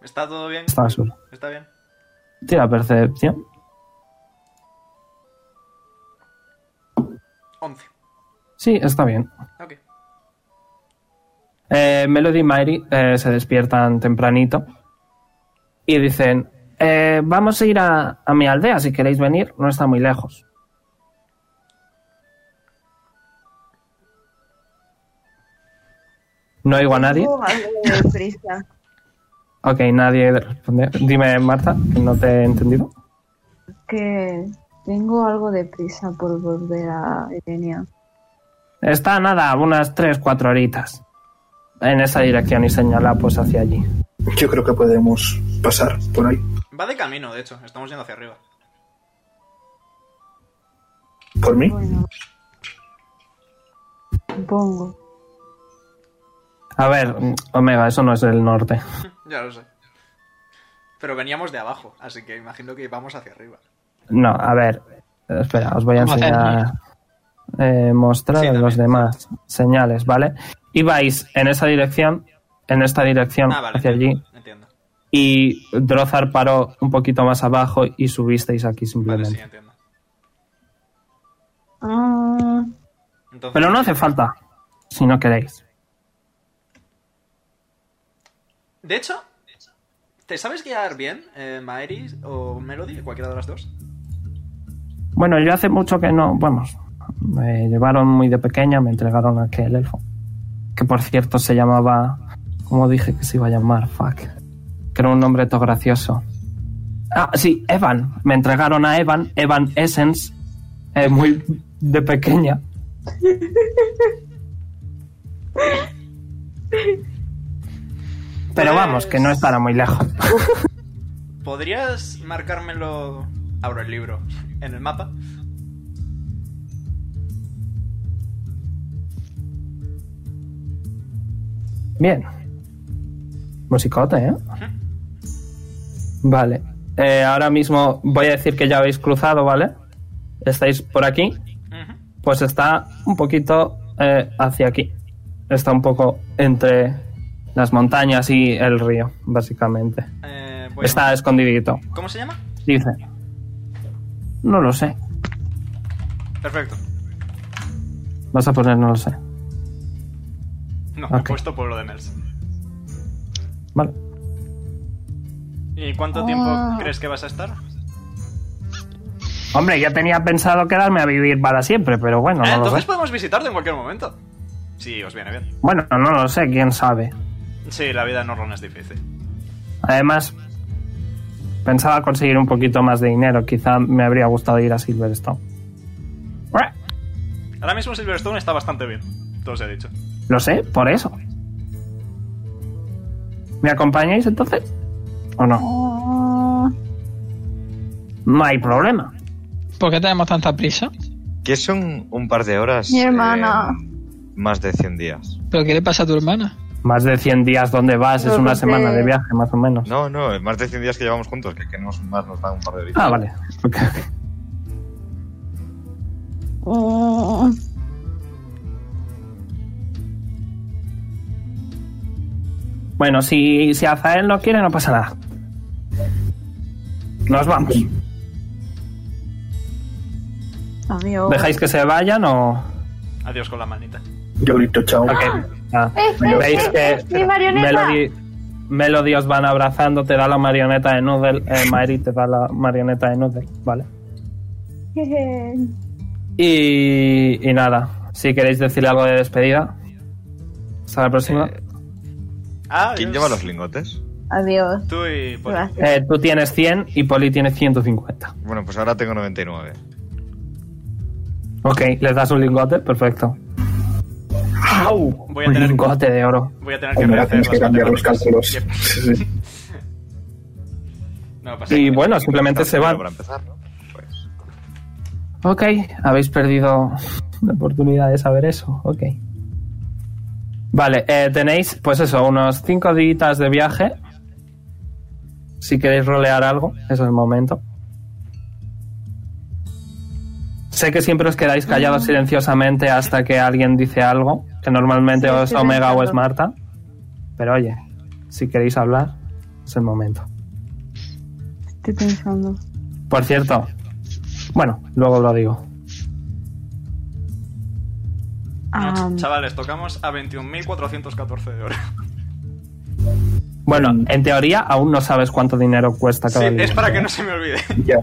Speaker 2: ¿Está todo bien?
Speaker 1: Está solo.
Speaker 2: Está bien.
Speaker 1: Tira percepción. Sí, está bien.
Speaker 2: Ok.
Speaker 1: Eh, Melody y Mary eh, se despiertan tempranito y dicen, "Eh, vamos a ir a, a mi aldea si queréis venir, no está muy lejos. No oigo a nadie.
Speaker 7: Tengo algo de prisa.
Speaker 1: Ok, nadie responde. Dime, Marta, que no te he entendido.
Speaker 7: Que tengo algo de prisa por volver a Edenia.
Speaker 1: Está nada, unas 3, 4 horitas. En esa dirección y señala pues hacia allí.
Speaker 6: Yo creo que podemos pasar por ahí.
Speaker 2: Va de camino, de hecho. Estamos yendo hacia arriba.
Speaker 6: ¿Por mí?
Speaker 7: Bueno. Supongo.
Speaker 1: A ver, Omega, eso no es el norte.
Speaker 2: Ya lo sé. Pero veníamos de abajo, así que imagino que vamos hacia arriba.
Speaker 1: No, a ver. Espera, os voy a
Speaker 4: Vamos a hacer
Speaker 1: enseñar. Eh, mostrar
Speaker 2: Sí,
Speaker 1: a los
Speaker 2: también.
Speaker 1: demás señales, ¿vale? Y vais en esa dirección, en esta dirección
Speaker 2: Ah, vale.
Speaker 1: hacia allí,
Speaker 2: Entiendo.
Speaker 1: y Drozar paró un poquito más abajo y subisteis aquí
Speaker 2: Vale,
Speaker 1: simplemente.
Speaker 2: sí, entiendo.
Speaker 7: Ah,
Speaker 2: Entonces,
Speaker 1: Pero no hace falta, si no queréis.
Speaker 2: De hecho, ¿te sabes guiar bien, eh, Maeris o Melody? Cualquiera de las dos.
Speaker 1: Bueno, yo hace mucho que no. Vamos, me llevaron muy de pequeña, me entregaron a aquel elfo. Que por cierto se llamaba. ¿Cómo dije que se iba a llamar? Fuck. Que era un nombre todo gracioso. Ah, sí, Evan. Me entregaron a Evan, Evan Essence. eh, muy de pequeña. Pero vamos, que no estará muy lejos.
Speaker 2: ¿Podrías marcármelo? Abro el libro. En el mapa.
Speaker 1: Bien. Musicote, ¿eh? Vale. Eh, ahora mismo voy a decir que ya habéis cruzado, ¿vale? Estáis por aquí.
Speaker 2: Ujú.
Speaker 1: Pues está un poquito eh, hacia aquí. Está un poco entre las montañas y el río, básicamente.
Speaker 2: Eh, voy a-
Speaker 1: Está escondidito.
Speaker 2: ¿Cómo se llama?
Speaker 1: Dice. No lo sé.
Speaker 2: Perfecto.
Speaker 1: Vas a poner no lo sé.
Speaker 2: No, he
Speaker 1: Ok.
Speaker 2: puesto pueblo de Mels.
Speaker 1: Vale.
Speaker 2: ¿Y cuánto
Speaker 3: Ah.
Speaker 2: tiempo crees que vas a estar?
Speaker 1: Hombre, yo tenía pensado quedarme a vivir para siempre, pero bueno,
Speaker 2: Eh,
Speaker 1: no lo
Speaker 2: entonces
Speaker 1: sé.
Speaker 2: podemos visitarte en cualquier momento. Sí, os viene bien.
Speaker 1: Bueno, no lo sé, quién sabe.
Speaker 2: Sí, la vida en Orlon es difícil.
Speaker 1: Además, pensaba conseguir un poquito más de dinero. Quizá me habría gustado ir a Silverstone. Buah,
Speaker 2: Ahora mismo Silverstone está bastante bien. Todo se ha dicho.
Speaker 1: Lo sé, por eso. ¿Me acompañáis entonces? ¿O no?
Speaker 7: ah,
Speaker 1: No hay problema.
Speaker 4: ¿Por qué tenemos tanta prisa?
Speaker 5: Que son un par de horas.
Speaker 7: Mi
Speaker 5: eh,
Speaker 7: hermana.
Speaker 5: más de 100 días.
Speaker 4: ¿Pero qué le pasa a tu hermana?
Speaker 1: Más de 100 días donde vas
Speaker 7: Pero
Speaker 1: es una
Speaker 7: porque-
Speaker 1: semana de viaje, más o menos.
Speaker 5: No, no, eh, más de 100 días que llevamos juntos, que, que no son más, nos dan un par de horitas.
Speaker 1: Ah, vale. Ok.
Speaker 7: ah.
Speaker 1: Bueno, si, si Azael no quiere, no pasa nada. Nos vamos.
Speaker 7: Adiós.
Speaker 1: ¿Dejáis que se vayan o...?
Speaker 2: Adiós con la manita.
Speaker 6: Yo grito, chao.
Speaker 1: Ok. Ah,
Speaker 7: eh,
Speaker 1: Veis
Speaker 7: eh,
Speaker 1: que
Speaker 7: eh, mi marioneta.
Speaker 1: Melody, Melody os van abrazando, te da la marioneta de Noodle, eh, Mary te da la marioneta de Noodle, ¿vale?
Speaker 7: Jeje.
Speaker 1: Y, y nada, si queréis decirle algo de despedida, hasta la próxima.
Speaker 2: Ah,
Speaker 5: ¿Quién lleva los lingotes?
Speaker 7: Adiós. Ah,
Speaker 2: Tú y Poli.
Speaker 7: Gracias.
Speaker 1: Eh, tú tienes 100 y Poli tiene 150.
Speaker 5: Bueno, pues ahora tengo 99.
Speaker 1: Ok, les das un lingote, perfecto.
Speaker 2: Voy a
Speaker 1: un
Speaker 2: tener-
Speaker 1: lingote de oro.
Speaker 2: Voy a tener que
Speaker 6: Hombre,
Speaker 2: rehacer
Speaker 6: tienes que
Speaker 2: las
Speaker 6: cambiar los
Speaker 2: matemáticas.
Speaker 6: cálculos.
Speaker 2: Yep.
Speaker 6: Sí, sí.
Speaker 2: No pasa
Speaker 1: Y
Speaker 2: nada.
Speaker 1: bueno, Ah, simplemente se van.
Speaker 5: Para empezar, ¿no? Pues,
Speaker 1: Ok, habéis perdido la oportunidad de saber eso. Ok. Vale, eh, tenéis, pues eso, unos 5 días de viaje. Si queréis rolear algo, es el momento. Sé que siempre os quedáis callados
Speaker 7: Mm.
Speaker 1: silenciosamente hasta que alguien dice algo, que normalmente
Speaker 7: Sí,
Speaker 1: o es
Speaker 7: estoy
Speaker 1: Omega o es
Speaker 7: pensando.
Speaker 1: Marta. Pero oye, si queréis hablar, es el momento.
Speaker 7: Estoy pensando.
Speaker 1: Por cierto, bueno, luego lo digo.
Speaker 2: No,
Speaker 7: Am,
Speaker 2: chavales, tocamos a 21.414 de oro.
Speaker 1: Bueno,
Speaker 4: Mm.
Speaker 1: en teoría aún no sabes cuánto dinero cuesta
Speaker 2: Sí,
Speaker 1: cada día.
Speaker 2: es para que no se me olvide.
Speaker 6: Ya.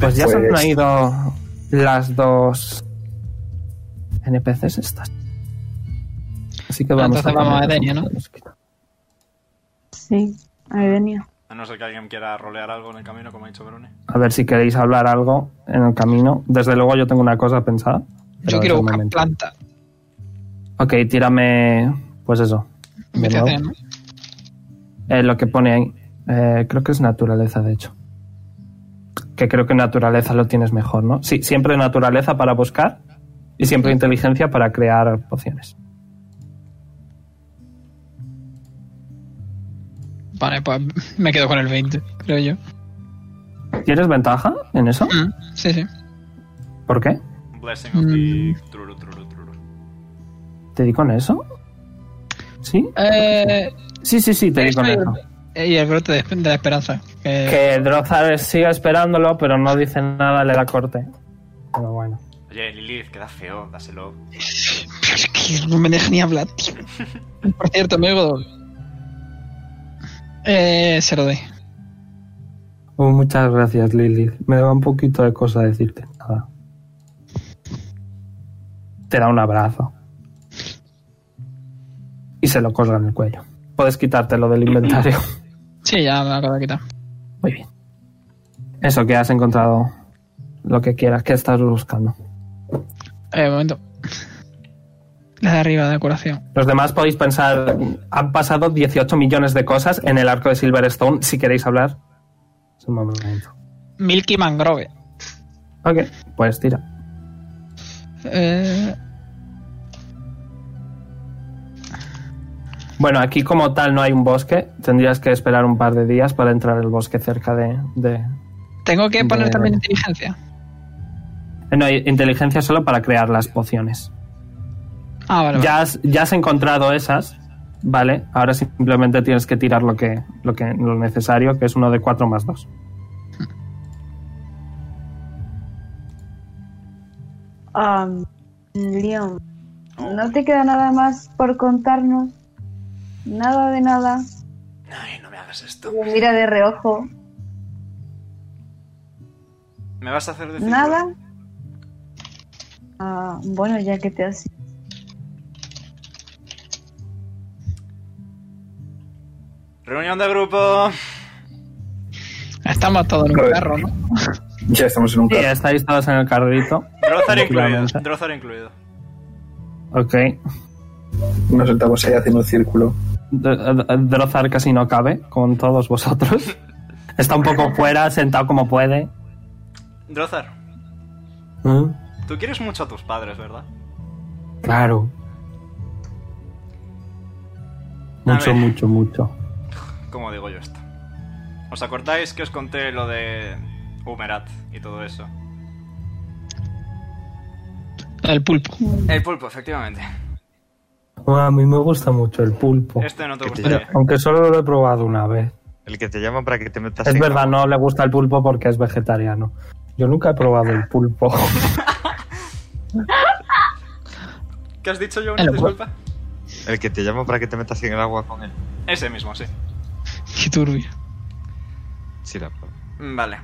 Speaker 1: Pues ya se
Speaker 6: Pues-
Speaker 1: han ido las dos NPCs estas. Así que
Speaker 4: Ah,
Speaker 1: vamos
Speaker 4: entonces vamos a Edenia, ¿no?
Speaker 7: Sí, Ah, ahí venía.
Speaker 2: A no ser que alguien quiera rolear algo en el camino, como ha dicho Verone.
Speaker 1: A ver si queréis hablar algo en el camino. Desde luego yo tengo una cosa pensada. pero
Speaker 4: Yo
Speaker 1: es
Speaker 4: quiero
Speaker 1: el
Speaker 4: buscar
Speaker 1: momento.
Speaker 4: planta.
Speaker 1: Ok, tírame... Pues eso. de
Speaker 4: Vete a
Speaker 1: nuevo.
Speaker 4: hacer, ¿no?
Speaker 1: Eh, lo que pone ahí. Eh, creo que es naturaleza, de hecho. Que creo que naturaleza lo tienes mejor, ¿no? Sí, siempre naturaleza para buscar y siempre inteligencia para crear pociones.
Speaker 4: Vale, pues me quedo con el 20, creo yo.
Speaker 1: ¿Tienes ventaja en eso?
Speaker 4: Mm, Sí, sí.
Speaker 1: ¿Por qué?
Speaker 2: Blessing of the... Truru, truru, truru.
Speaker 1: ¿Te di con eso? ¿Sí?
Speaker 4: Eh,
Speaker 1: Sí, sí, sí, te di con
Speaker 4: esto y
Speaker 1: eso.
Speaker 4: el- y el brote de, de la esperanza. que-
Speaker 1: Que Drozar sigue esperándolo, pero no dice nada, le da corte. Pero bueno.
Speaker 2: Oye, Lilith, queda feo, dáselo.
Speaker 4: Pero es que no me deja ni hablar, tío. Por cierto, amigo. Eh, se lo doy.
Speaker 1: Oh, muchas gracias, Lilith. Me da un poquito de cosa decirte nada. Te da un abrazo. Y se lo colga en el cuello. Puedes quitártelo del inventario.
Speaker 4: Sí, ya me lo acabo de quitar.
Speaker 1: Muy bien. Eso, que has encontrado lo que quieras, que estás buscando.
Speaker 4: Eh, un momento. La de arriba, de decoración.
Speaker 1: Los demás podéis pensar, han pasado 18 millones de cosas en el arco de Silverstone, si queréis hablar. Es un momento.
Speaker 4: Milky Mangrove.
Speaker 1: Ok, pues tira.
Speaker 4: Eh,
Speaker 1: Bueno, aquí como tal no hay un bosque, tendrías que esperar un par de días para entrar al bosque cerca de... de-
Speaker 4: tengo que poner
Speaker 1: Vale.
Speaker 4: también inteligencia.
Speaker 1: Eh, No, hay inteligencia solo para crear las pociones.
Speaker 4: Ah, vale. vale.
Speaker 1: Ya has, ya has encontrado esas, ¿vale? Ahora simplemente tienes que tirar lo que, lo que lo necesario, que es uno de 4 más 2.
Speaker 7: Am, Ah, Leon, ¿no te queda nada más por contarnos? Nada de nada.
Speaker 2: Ay, no me hagas esto.
Speaker 7: Me Mira de reojo.
Speaker 2: ¿Me vas a hacer decir?
Speaker 7: Nada. Ah, bueno, ya que te has...
Speaker 2: Reunión de grupo.
Speaker 4: Estamos todos en un
Speaker 6: Vale.
Speaker 4: carro, ¿no?
Speaker 6: Ya estamos en un
Speaker 1: Sí,
Speaker 6: carro.
Speaker 1: estáis todos en el carrito.
Speaker 2: Drozar incluido.
Speaker 1: Efectivamente.
Speaker 2: Drozar incluido.
Speaker 1: Ok.
Speaker 6: Nos sentamos ahí haciendo un círculo.
Speaker 1: D- D- Drozar casi no cabe con todos vosotros. Está un poco fuera, sentado como puede.
Speaker 2: Drozar, tú quieres mucho a tus padres, ¿verdad?
Speaker 1: Claro.
Speaker 2: A
Speaker 1: Mucho,
Speaker 2: ver.
Speaker 1: mucho, mucho.
Speaker 2: ¿Cómo digo yo esto? ¿Os acordáis que os conté lo de Humerat y todo eso?
Speaker 4: El pulpo.
Speaker 2: El pulpo, efectivamente.
Speaker 1: A mí me gusta mucho el
Speaker 4: Oh,
Speaker 1: pulpo.
Speaker 2: Este no te
Speaker 5: Que te
Speaker 1: Pero,
Speaker 2: gustaría.
Speaker 1: aunque solo lo he probado una vez.
Speaker 5: El que te llama para que te metas
Speaker 1: Es
Speaker 5: en-
Speaker 1: verdad, no le gusta el pulpo porque es vegetariano. Yo nunca he probado el pulpo.
Speaker 2: ¿Qué has dicho yo?
Speaker 4: El pulpo.
Speaker 2: Disculpa.
Speaker 5: El que te llama para que te metas en el agua con él.
Speaker 2: Ese mismo, sí.
Speaker 4: Qué turbio.
Speaker 5: Sí, la puedo.
Speaker 2: Mm, Vale.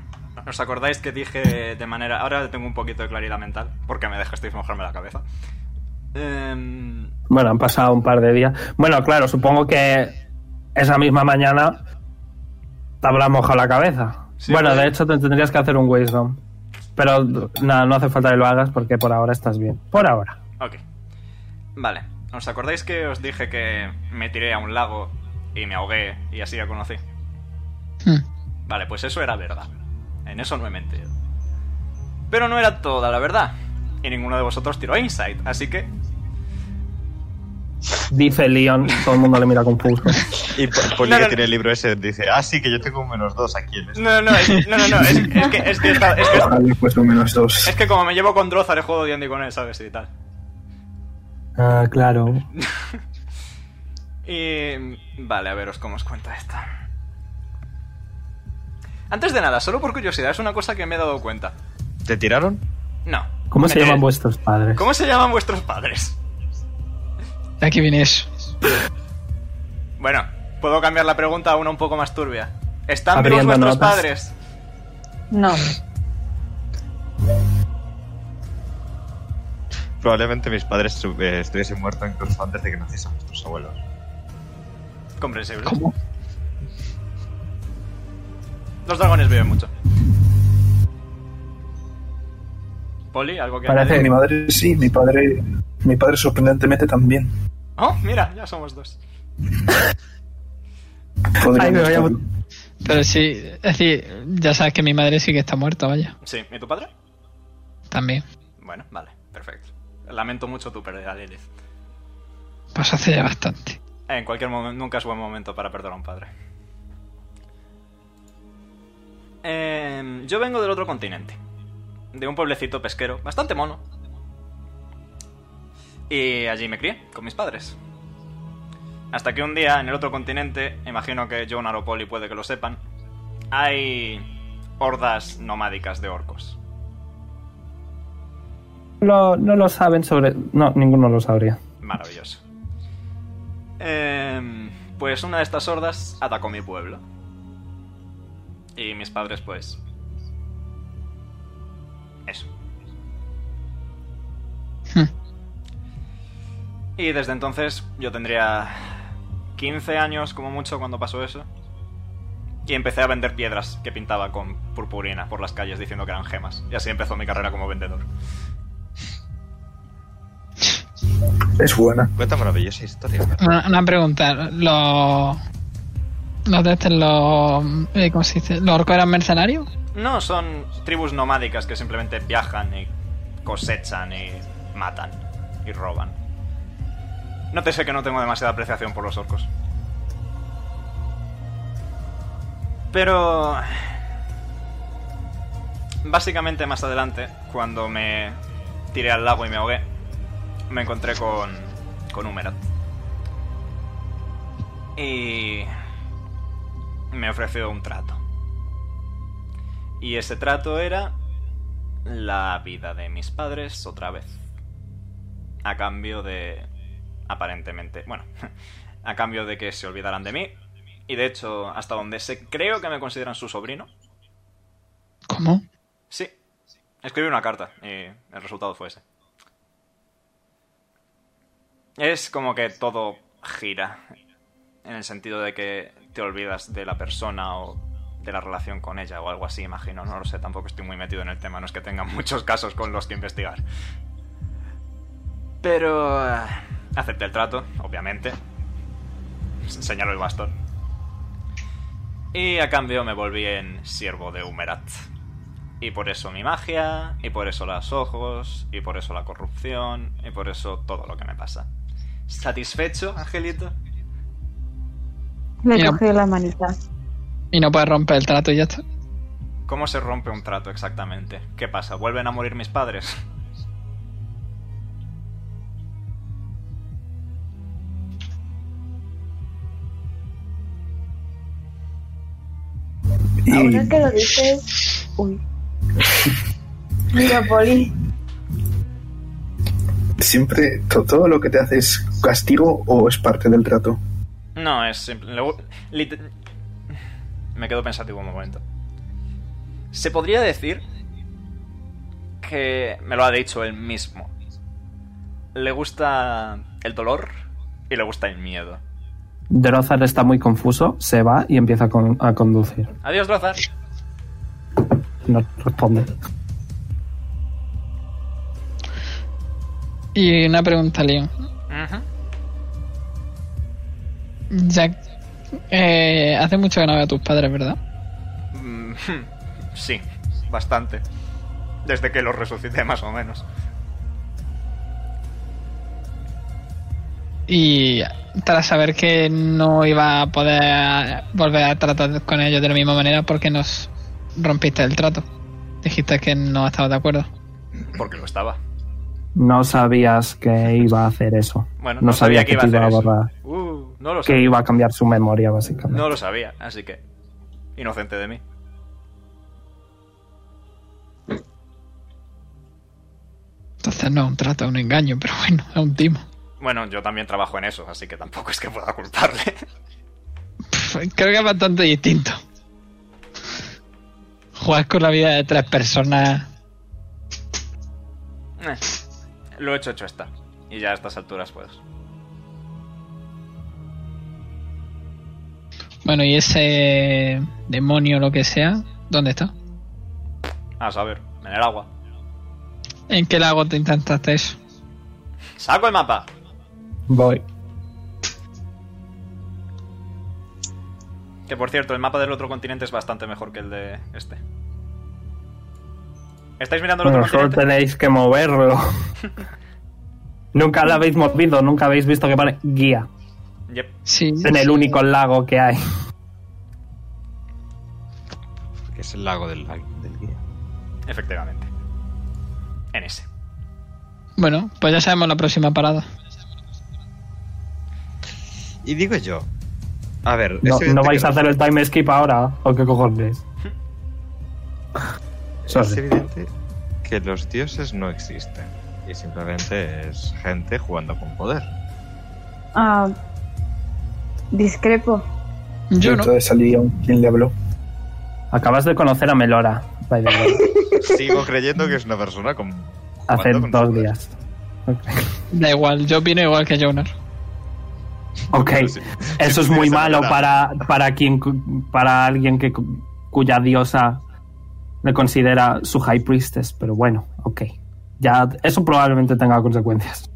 Speaker 2: ¿Os acordáis que dije de manera... Ahora tengo un poquito de claridad mental, porque me dejasteis mojarme la cabeza. Em,
Speaker 1: Bueno, han pasado un par de días. Bueno, claro, supongo que esa misma mañana te habrá mojado la cabeza.
Speaker 2: Sí,
Speaker 1: bueno,
Speaker 2: pues-
Speaker 1: de hecho te tendrías que hacer un wisdom. Pero nada, no hace falta que lo hagas porque por ahora estás bien. Por ahora.
Speaker 2: Ok. Vale. ¿Os acordáis que os dije que me tiré a un lago y me ahogué y así la conocí?
Speaker 4: Hmm.
Speaker 2: Vale, pues eso era verdad. En eso no he mentido. Pero no era toda la verdad. Y ninguno de vosotros tiró a Insight, así que...
Speaker 1: Dice Leon, todo el mundo le mira confuso.
Speaker 5: Y Po- Poli
Speaker 2: No, no,
Speaker 5: que
Speaker 2: no.
Speaker 5: tiene el libro ese dice, ah, sí, que yo tengo un menos dos aquí en este.
Speaker 2: No, no, es, no, no, no, es, es que, es que, esta- es que,
Speaker 6: Ojalá pues un menos dos.
Speaker 2: es que como me llevo con Drozar he jugado D&D con él, ¿sabes? Y tal.
Speaker 1: Ah, claro.
Speaker 2: Y... Vale, a veros cómo os cuenta esta. Antes de nada, solo por curiosidad, es una cosa que me he dado cuenta.
Speaker 5: ¿Te tiraron?
Speaker 2: No,
Speaker 1: ¿Cómo se
Speaker 2: Eh,
Speaker 1: llaman vuestros padres?
Speaker 2: ¿Cómo se llaman vuestros padres?
Speaker 4: ¿De aquí viene eso?
Speaker 2: Bueno, puedo cambiar la pregunta a una un poco más turbia. ¿Están vivos
Speaker 1: Abriendo
Speaker 2: vuestros
Speaker 1: notas.
Speaker 2: padres?
Speaker 7: No.
Speaker 5: Probablemente mis padres su- eh, estuviesen muertos incluso antes de que naciesen nuestros abuelos.
Speaker 2: Comprensible.
Speaker 4: ¿Cómo?
Speaker 2: Los dragones viven mucho. Poli, algo que
Speaker 1: Parece-
Speaker 2: añadir?
Speaker 6: Mi madre sí, mi padre, mi padre sorprendentemente también.
Speaker 2: Oh, mira, ya somos dos.
Speaker 6: Podría
Speaker 4: Ay, me voy a-
Speaker 6: estarlo.
Speaker 4: Pero sí, es decir, ya sabes que mi madre sí que está muerta, vaya.
Speaker 2: Sí, ¿y tu padre?
Speaker 4: También.
Speaker 2: Bueno, vale, perfecto. Lamento mucho tu pérdida, Lilith. Eh,
Speaker 4: Pasó Pues hace ya bastante.
Speaker 2: En cualquier momento, nunca es buen momento para perder a un padre. Eh, yo vengo del otro continente. De un pueblecito pesquero, bastante mono. Y allí me crié, con mis padres. Hasta que un día, en el otro continente, imagino que John Aropoli puede que lo sepan, hay hordas nomádicas de orcos.
Speaker 1: Lo- no lo saben sobre... No, ninguno lo sabría.
Speaker 2: Maravilloso. Em, pues una de estas hordas atacó mi pueblo. Y mis padres, pues... Eso.
Speaker 4: Hmm.
Speaker 2: Y desde entonces yo tendría 15 años como mucho cuando pasó eso. Y empecé a vender piedras que pintaba con purpurina por las calles diciendo que eran gemas. Y así empezó mi carrera como vendedor.
Speaker 6: Es buena.
Speaker 5: Cuenta maravillosa historia.
Speaker 4: Una, una pregunta, los... Los de estos, los... eh, ¿Cómo se dice? ¿Los orcos eran mercenarios?
Speaker 2: No, son tribus nomádicas que simplemente viajan y cosechan y matan y roban. No te sé que no tengo demasiada apreciación por los orcos. Pero... Básicamente más adelante, cuando me tiré al lago y me ahogué, me encontré con... con Húmerat. Y... me ofreció un trato. Y ese trato era la vida de mis padres otra vez. A cambio de... aparentemente... bueno, a cambio de que se olvidaran de mí. Y de hecho, hasta donde sé, creo que me consideran su sobrino.
Speaker 4: ¿Cómo?
Speaker 2: Sí. Escribí una carta y el resultado fue ese. Es como que todo gira. En el sentido de que te olvidas de la persona o de la relación con ella o algo así, imagino. No lo sé, tampoco estoy muy metido en el tema. No es que tenga muchos casos con los que investigar. Pero... eh, Acepté el trato, obviamente. Se- Señalo el bastón. Y a cambio me volví en siervo de Humerat. Y por eso mi magia, y por eso los ojos, y por eso la corrupción, y por eso todo lo que me pasa. ¿Satisfecho, Angelito?
Speaker 7: Le
Speaker 4: Mira.
Speaker 7: cogí la manita.
Speaker 4: Y no puedes romper el trato y ya está.
Speaker 2: ¿Cómo se rompe un trato exactamente? ¿Qué pasa? ¿Vuelven a morir mis padres?
Speaker 6: Y
Speaker 7: Ahora que lo dices. Uy. Mira, Poli.
Speaker 6: siempre to- todo lo que te hace es castigo o es parte del trato.
Speaker 2: No, es simple. le- lit- Me quedo pensativo un momento. Se podría decir que me lo ha dicho él mismo. Le gusta el dolor y le gusta el miedo.
Speaker 1: Drozar está muy confuso, se va y empieza a, con- a conducir.
Speaker 2: Adiós, Drozar.
Speaker 1: No responde.
Speaker 4: Y una pregunta, Leon.
Speaker 2: Ujú.
Speaker 4: Jack, eh, hace mucho que no veo a tus padres, ¿verdad?
Speaker 2: Mm, Sí, bastante. Desde que los resucité, más o menos.
Speaker 4: Y tras saber que no iba a poder volver a tratar con ellos de la misma manera porque nos rompiste el trato. Dijiste que no estabas de acuerdo.
Speaker 2: Porque lo estaba.
Speaker 1: No sabías que iba a hacer eso.
Speaker 2: Bueno,
Speaker 1: no, sabía, que, te
Speaker 2: iba
Speaker 1: iba a
Speaker 2: a hacer eso.
Speaker 1: borrar.
Speaker 2: Uh, no lo
Speaker 1: Que
Speaker 2: sabía.
Speaker 1: iba a cambiar su memoria, básicamente.
Speaker 2: No lo sabía, así que. Inocente de mí.
Speaker 4: Quizás no es un trato, es un engaño, pero bueno, es un timo.
Speaker 2: Bueno, yo también trabajo en eso, así que tampoco es que pueda ocultarle.
Speaker 4: Pff, Creo que es bastante distinto. Jugar con la vida de tres personas.
Speaker 2: Eh, Lo hecho, hecho está. Y ya a estas alturas, pues.
Speaker 4: Bueno, y ese demonio, lo que sea, ¿dónde está?
Speaker 2: A saber, en el agua.
Speaker 4: ¿En qué lago te intentaste eso?
Speaker 2: ¡Saco el mapa!
Speaker 1: Voy.
Speaker 2: Que por cierto, el mapa del otro continente es bastante mejor que el de este. ¿Estáis mirando el otro
Speaker 1: Bueno, solo
Speaker 2: continente?
Speaker 1: tenéis que moverlo. nunca lo habéis movido, nunca habéis visto que pone guía
Speaker 2: Yep.
Speaker 4: Sí.
Speaker 1: en el único lago que hay.
Speaker 5: Que es el lago del, del guía.
Speaker 2: Efectivamente. En ese.
Speaker 4: Bueno, pues ya sabemos la próxima parada.
Speaker 5: Y digo yo. A ver, es
Speaker 1: No,
Speaker 5: evidente
Speaker 1: no
Speaker 5: que
Speaker 1: vais a
Speaker 5: nos-
Speaker 1: hacer el time skip ahora, o qué cojones.
Speaker 5: Es
Speaker 1: Sorry.
Speaker 5: evidente que los dioses no existen. Y simplemente es gente jugando con poder.
Speaker 7: Ah, discrepo.
Speaker 4: Yo no.
Speaker 6: Entonces salía un- quien le habló.
Speaker 1: Acabas de conocer a Melora, by the way,
Speaker 5: Sigo creyendo que es una persona con.
Speaker 1: hace
Speaker 5: jugando con
Speaker 1: dos
Speaker 5: poder.
Speaker 1: días.
Speaker 4: Da igual, yo opino igual que Jonar.
Speaker 1: Ok,
Speaker 5: Pues Sí.
Speaker 1: eso es muy
Speaker 5: Esa
Speaker 1: malo
Speaker 5: verdad.
Speaker 1: para, para, quien, cu- para alguien que, cu- cuya diosa le considera su high priestess, pero bueno, ok. Ya, eso probablemente tenga consecuencias.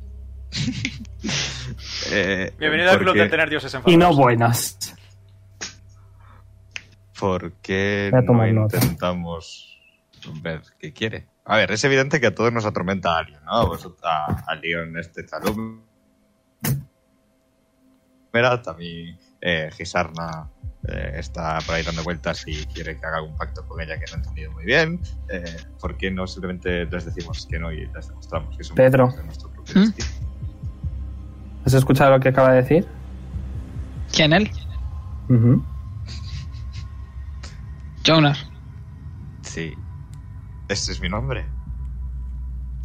Speaker 5: Eh,
Speaker 2: Bienvenido al club
Speaker 5: porque-
Speaker 2: de tener dioses en
Speaker 1: Y no
Speaker 2: favor.
Speaker 1: buenas.
Speaker 5: ¿Por qué
Speaker 1: Voy a
Speaker 5: no
Speaker 1: tomar nota.
Speaker 5: intentamos ver qué quiere? A ver, es evidente que a todos nos atormenta alguien, ¿no? A, vosot- a, a Leon, este Talum. Mira, también eh, Gisarna eh, está por ahí dando vueltas y quiere que haga algún pacto con ella que no he entendido muy bien. Eh, ¿Por qué no simplemente les decimos que no y les demostramos que somos
Speaker 1: Pedro.
Speaker 5: de nuestro propio
Speaker 4: ¿Mm?
Speaker 5: destino?
Speaker 1: ¿Has escuchado lo que acaba de decir?
Speaker 4: ¿Quién él?
Speaker 1: Ujú.
Speaker 4: Jonar.
Speaker 5: Sí. Ese Este es mi nombre.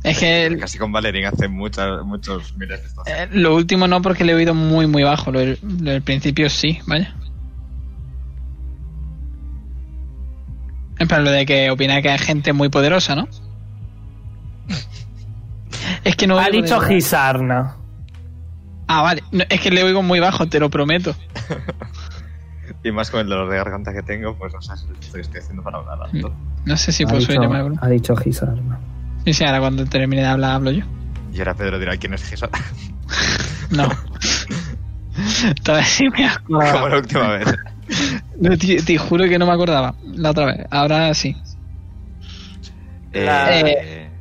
Speaker 4: Es que el-
Speaker 5: Casi con Valerín hace muchas, muchos miles de
Speaker 4: eh,
Speaker 5: estaciones.
Speaker 4: lo último no, porque le he oído muy, muy bajo. Lo del, lo del principio sí, vaya. En plan, lo de que opina que hay gente muy poderosa, ¿no? Es que no.
Speaker 1: Ha
Speaker 4: oigo de-
Speaker 1: dicho Gisarna.
Speaker 4: Ah, vale. No, es que le oigo muy bajo, te lo prometo.
Speaker 5: Y más con el dolor de garganta que tengo, pues no sé si lo estoy, estoy haciendo para hablar alto.
Speaker 4: No sé si
Speaker 1: Ha
Speaker 4: puedo subir
Speaker 1: dicho-
Speaker 4: más volumen.
Speaker 1: ha dicho Gisarna.
Speaker 4: Y si ahora cuando termine de hablar hablo yo.
Speaker 5: Y ahora Pedro dirá quién es Jesús,
Speaker 4: No. Todavía sí me acuerdo.
Speaker 5: como la última vez.
Speaker 4: No, te, te juro que no me acordaba. La otra vez. Ahora sí.
Speaker 2: La-
Speaker 5: Eh,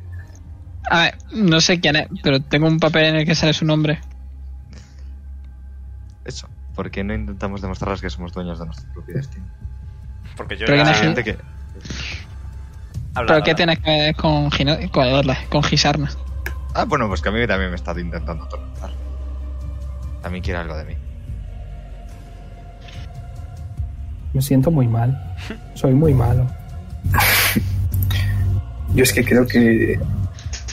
Speaker 4: A ver, no sé quién es, pero tengo un papel en el que sale su nombre.
Speaker 5: Eso, ¿por qué no intentamos demostrarles que somos dueños de nuestro propio destino?
Speaker 2: Porque yo
Speaker 4: Pero
Speaker 2: era-
Speaker 4: que
Speaker 5: Es
Speaker 4: no
Speaker 2: Habla,
Speaker 5: evidente que
Speaker 2: habla.
Speaker 4: ¿Pero qué tienes que ver con, Gino- con, con Gisarna?
Speaker 5: Ah, bueno, pues que a mí también me está intentando atormentar. También quiere algo de mí.
Speaker 1: Me siento muy mal. Soy muy malo.
Speaker 6: Yo es que creo que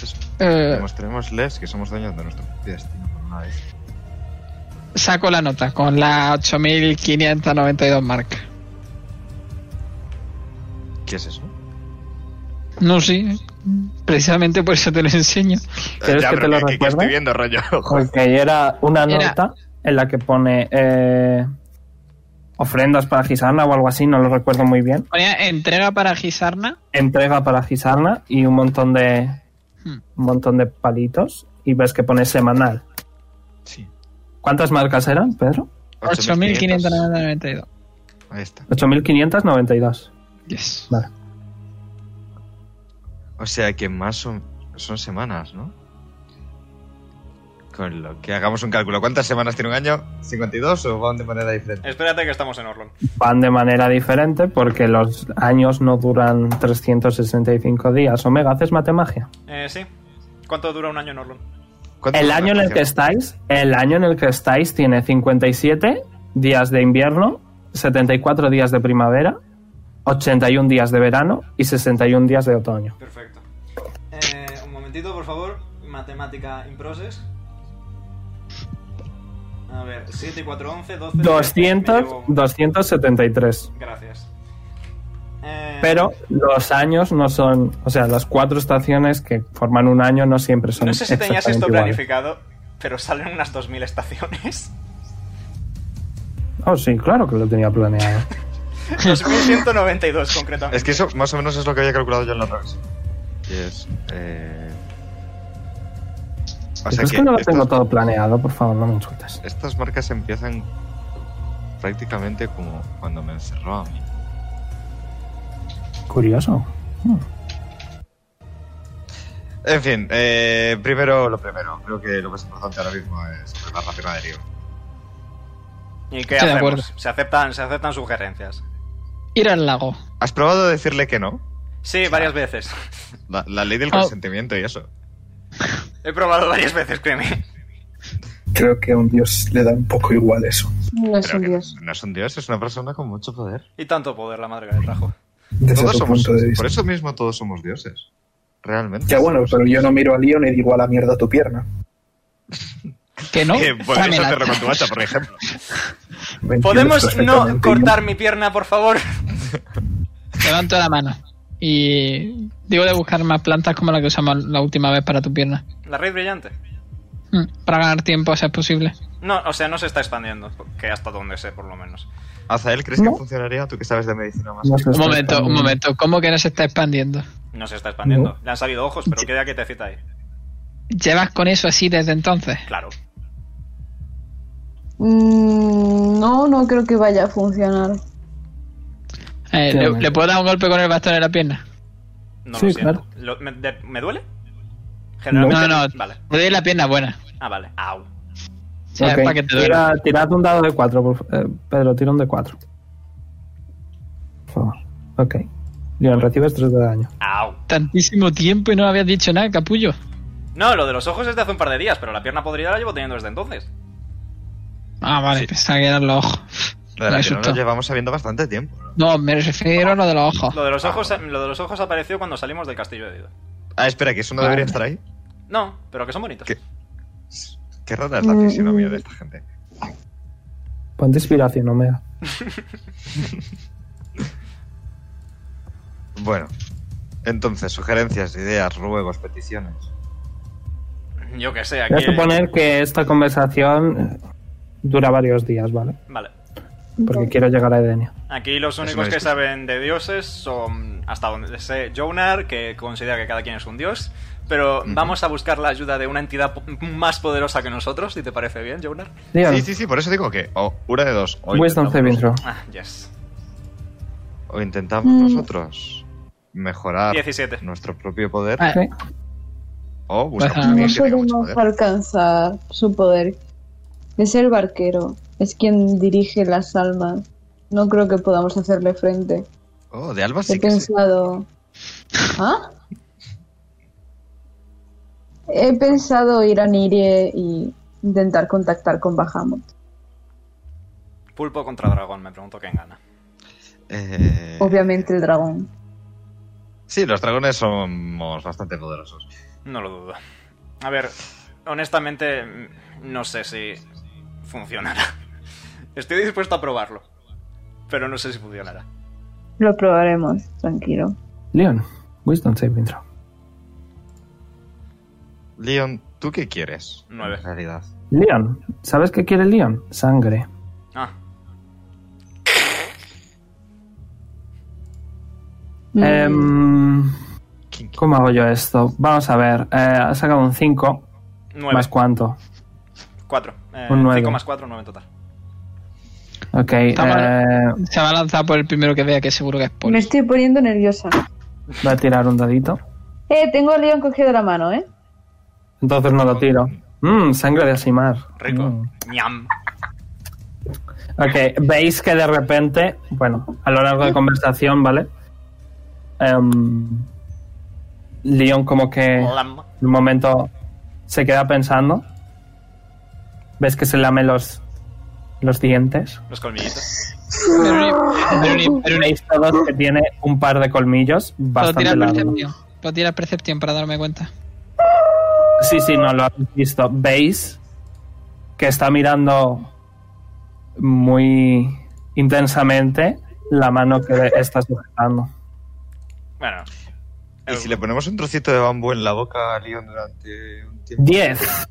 Speaker 5: Eso,
Speaker 4: Eh,
Speaker 5: demostrémosles que somos dueños de nuestro propio destino por una vez.
Speaker 4: saco la nota con la 8592 marca.
Speaker 5: ¿Qué es eso?
Speaker 4: No, sí. Precisamente por eso te lo enseño.
Speaker 1: ¿Quieres que te lo
Speaker 5: que,
Speaker 1: recuerde?
Speaker 5: estoy viendo, rollo.
Speaker 1: Ok, era una
Speaker 4: Era-
Speaker 1: nota en la que pone eh, ofrendas para Gisarna o algo así, no lo recuerdo muy bien.
Speaker 4: Ponía entrega para Gisarna.
Speaker 1: Entrega para Gisarna y un montón de
Speaker 4: Hmm.
Speaker 1: un montón de palitos y ves que pone semanal.
Speaker 5: Sí.
Speaker 1: ¿Cuántas marcas eran, Pedro?
Speaker 5: 8.500.
Speaker 4: 8592.
Speaker 5: Ahí está.
Speaker 1: 8.592.
Speaker 4: Yes.
Speaker 5: O sea que más son, son semanas, ¿no? Con lo que hagamos un cálculo. ¿Cuántas semanas tiene un año? ¿52 o van de manera diferente?
Speaker 2: Espérate que estamos en Orlon.
Speaker 1: Van de manera diferente porque los años no duran 365 días. Omega, ¿haces matemagia?
Speaker 2: Eh, sí. ¿Cuánto dura un año en Orlon?
Speaker 5: ¿Cuántas
Speaker 1: El
Speaker 5: semanas
Speaker 1: año en el que
Speaker 5: hacían?
Speaker 1: estáis, el año en el que estáis tiene 57 días de invierno, 74 días de primavera, 81 días de verano y 61 días de otoño.
Speaker 2: Perfecto. un Eh, momentito, por favor. matemática in process. A ver, 7 y 4, 11, 12.
Speaker 1: 200,
Speaker 2: me llevo-
Speaker 1: 273.
Speaker 2: Gracias. Eh,
Speaker 1: Pero los años no son. O sea, las cuatro estaciones que forman un año no siempre son.
Speaker 2: No sé si tenías esto
Speaker 1: exactamente iguales.
Speaker 2: planificado, pero salen unas 2000 estaciones.
Speaker 1: Oh, sí, claro que lo tenía planeado.
Speaker 2: 2192 concretamente.
Speaker 5: Es que eso más o menos es lo que había calculado yo en la regresión. Y es. Eh... O
Speaker 1: Pero es que, no lo
Speaker 5: estas-
Speaker 1: tengo todo planeado, por favor, no me insultes.
Speaker 5: Estas marcas empiezan prácticamente como cuando me encerró a mí.
Speaker 1: Curioso. Hmm.
Speaker 5: En fin, eh, primero lo primero. Creo que lo más importante ahora mismo es la rafinadería.
Speaker 2: ¿Y qué
Speaker 4: Estoy de
Speaker 2: hacemos?
Speaker 4: acuerdo.
Speaker 2: Se aceptan, se aceptan sugerencias.
Speaker 4: Ir al lago.
Speaker 5: ¿Has probado decirle que no?
Speaker 2: Sí, varias veces.
Speaker 5: La, la ley del
Speaker 4: Ah.
Speaker 5: consentimiento y eso.
Speaker 2: He probado varias veces, créeme.
Speaker 6: Creo que a un dios le da un poco igual eso.
Speaker 3: No es
Speaker 5: Pero
Speaker 3: un
Speaker 5: que
Speaker 3: dios.
Speaker 5: No es un dios, es una persona con mucho poder.
Speaker 2: Y tanto poder, la madre que le trajo.
Speaker 6: Desde
Speaker 5: Todos
Speaker 6: su
Speaker 5: somos,
Speaker 6: punto de
Speaker 5: por
Speaker 6: vista.
Speaker 5: eso mismo todos somos dioses. Realmente.
Speaker 6: Ya bueno, pero yo no miro a Leon y digo a la mierda tu pierna.
Speaker 4: Que no.
Speaker 5: Eh, podrías
Speaker 4: Dámela.
Speaker 5: hacerlo con tu hacha, por ejemplo.
Speaker 6: Me entiendes
Speaker 2: ¿Podemos no
Speaker 6: perfectamente,
Speaker 2: cortar mi pierna, por favor?
Speaker 4: Levanto la mano. Y digo de buscar más plantas como la que usamos la última vez para tu pierna.
Speaker 2: La red brillante.
Speaker 4: Mm, Para ganar tiempo, si es posible.
Speaker 2: No, o sea, no se está expandiendo. Que hasta donde sé, por lo menos.
Speaker 5: Azael, ¿crees
Speaker 1: No.
Speaker 5: que funcionaría? Tú que sabes de medicina más.
Speaker 1: No
Speaker 5: que-
Speaker 1: sé.
Speaker 4: Un momento, un momento. ¿Cómo que no se está expandiendo?
Speaker 2: No se está expandiendo. Le han salido ojos, pero queda que te cita ahí.
Speaker 4: ¿Llevas con eso así desde entonces?
Speaker 2: Claro.
Speaker 7: Mm, no, no creo que vaya a funcionar.
Speaker 4: Eh,
Speaker 1: Qué
Speaker 4: ¿le,
Speaker 1: bueno.
Speaker 4: le puedo dar un golpe con el bastón en la pierna?
Speaker 2: No
Speaker 1: Sí,
Speaker 2: lo siento.
Speaker 1: claro.
Speaker 2: Lo- me, de- ¿me duele?
Speaker 4: No,
Speaker 2: Generalmente.
Speaker 4: no.
Speaker 2: Vale.
Speaker 4: Le doy la pierna buena.
Speaker 2: Ah, vale. Au.
Speaker 4: O sea,
Speaker 1: Ok,
Speaker 4: es para que te duela.
Speaker 1: tira- tirad un dado de 4, eh, Pedro, tira un de 4. Por favor. Ok. Leon, recibes 3 de daño.
Speaker 2: Au.
Speaker 4: Tantísimo tiempo y no habías dicho nada, capullo.
Speaker 2: No, lo de los ojos es de hace un par de días, pero la pierna podrida la llevo teniendo desde entonces.
Speaker 4: Ah, vale,
Speaker 5: Sí.
Speaker 4: pensaba que eran los ojos.
Speaker 5: Lo de la
Speaker 4: Me
Speaker 5: que no
Speaker 4: asustó.
Speaker 5: nos llevamos sabiendo bastante tiempo. ¿no?
Speaker 4: No, me refiero a lo de los ojos.
Speaker 2: Lo de los ojos, lo de los ojos apareció cuando salimos del castillo de Dido.
Speaker 5: Ah, espera, que eso no
Speaker 4: Vale.
Speaker 5: debería estar ahí.
Speaker 2: No, pero que son bonitos.
Speaker 5: ¿Qué? Qué rara es la fisionomía de esta gente.
Speaker 1: Ponte inspiración, Omega.
Speaker 5: Bueno, entonces, sugerencias, ideas, ruegos, peticiones.
Speaker 2: Yo que sé, aquí.
Speaker 1: Voy a suponer que esta conversación eh, dura varios días, ¿vale?
Speaker 2: Vale.
Speaker 1: Porque quiero llegar a Edenia.
Speaker 2: Aquí los
Speaker 5: una
Speaker 2: únicos que
Speaker 5: discusión.
Speaker 2: saben de dioses son, hasta donde sé, Jonar, que considera que cada quien es un dios. Pero vamos a buscar la ayuda de una entidad po- más poderosa que nosotros, si te parece bien, Jonar.
Speaker 1: Leon,
Speaker 5: Sí, sí, sí, por eso digo que o una de dos. O
Speaker 1: Wisdom
Speaker 5: intentamos-
Speaker 1: saving throw.
Speaker 2: Ah, yes.
Speaker 5: O intentamos
Speaker 7: Mm.
Speaker 5: nosotros mejorar
Speaker 2: 17.
Speaker 5: nuestro propio poder. Oh,
Speaker 4: Ah, Pues,
Speaker 1: Ok.
Speaker 5: O buscamos
Speaker 4: Ajá.
Speaker 5: a alguien
Speaker 7: No
Speaker 5: Ah, que tenga mucho poder.
Speaker 7: podemos alcanzar su poder. Es el barquero, es quien dirige las almas. No creo que podamos hacerle frente.
Speaker 5: Oh, de Alba
Speaker 7: He
Speaker 5: sí que sí.
Speaker 7: pensado. ¿Ah? He pensado ir a Nirie y intentar contactar con Bahamut.
Speaker 2: Pulpo contra dragón, me pregunto quién gana.
Speaker 5: Eh,
Speaker 7: Obviamente el dragón.
Speaker 5: Sí, los dragones somos bastante poderosos.
Speaker 2: No lo dudo. A ver, honestamente, mm, no sé si funcionará. Estoy dispuesto a probarlo, pero no sé si funcionará.
Speaker 7: Lo probaremos, tranquilo.
Speaker 1: Leon, Wisdom saving throw.
Speaker 5: Leon, ¿tú qué quieres?
Speaker 2: Nueve.
Speaker 5: En realidad.
Speaker 1: Leon, ¿sabes qué quiere Leon? Sangre.
Speaker 2: Ah,
Speaker 7: Mm,
Speaker 1: Em,
Speaker 5: ¿Quién-
Speaker 1: ¿Cómo hago yo esto? Vamos a ver. Eh, ha sacado un 5.
Speaker 2: nueve.
Speaker 1: ¿Más cuánto?
Speaker 2: 4. Eh,
Speaker 1: Un nueve.
Speaker 2: 5 más 4, 9 total.
Speaker 1: Ok.
Speaker 4: mal.
Speaker 1: eh,
Speaker 4: Se va a lanzar por el primero que vea, que seguro que es
Speaker 7: Me
Speaker 4: Poli.
Speaker 7: estoy poniendo nerviosa.
Speaker 1: voy a tirar un dadito.
Speaker 7: Eh, tengo a Leon cogido de la mano, ¿eh?
Speaker 1: Entonces no lo tiro. Mmm, sangre de Asimar.
Speaker 2: Rico.
Speaker 1: Mm.
Speaker 2: Ñam.
Speaker 1: Ok, veis que de repente, bueno, a lo largo de conversación, ¿vale? Em, Leon como que en
Speaker 2: Lam.
Speaker 1: un momento se queda pensando. Ves que se lame los, los dientes.
Speaker 2: Los colmillitos.
Speaker 4: Pero ni- pero ni- pero ni-
Speaker 1: Veis todos que tiene un par de colmillos
Speaker 4: Puedo
Speaker 1: bastante
Speaker 4: tirar
Speaker 1: largos.
Speaker 4: percepción. Puedo tirar percepción para darme cuenta.
Speaker 1: Sí, sí, no lo habéis visto. Veis que está mirando muy intensamente la mano que está sujetando.
Speaker 2: Bueno,
Speaker 5: ¿Y
Speaker 2: eh,
Speaker 5: si le ponemos un trocito de bambú en la boca a Leon durante un tiempo?
Speaker 1: 10,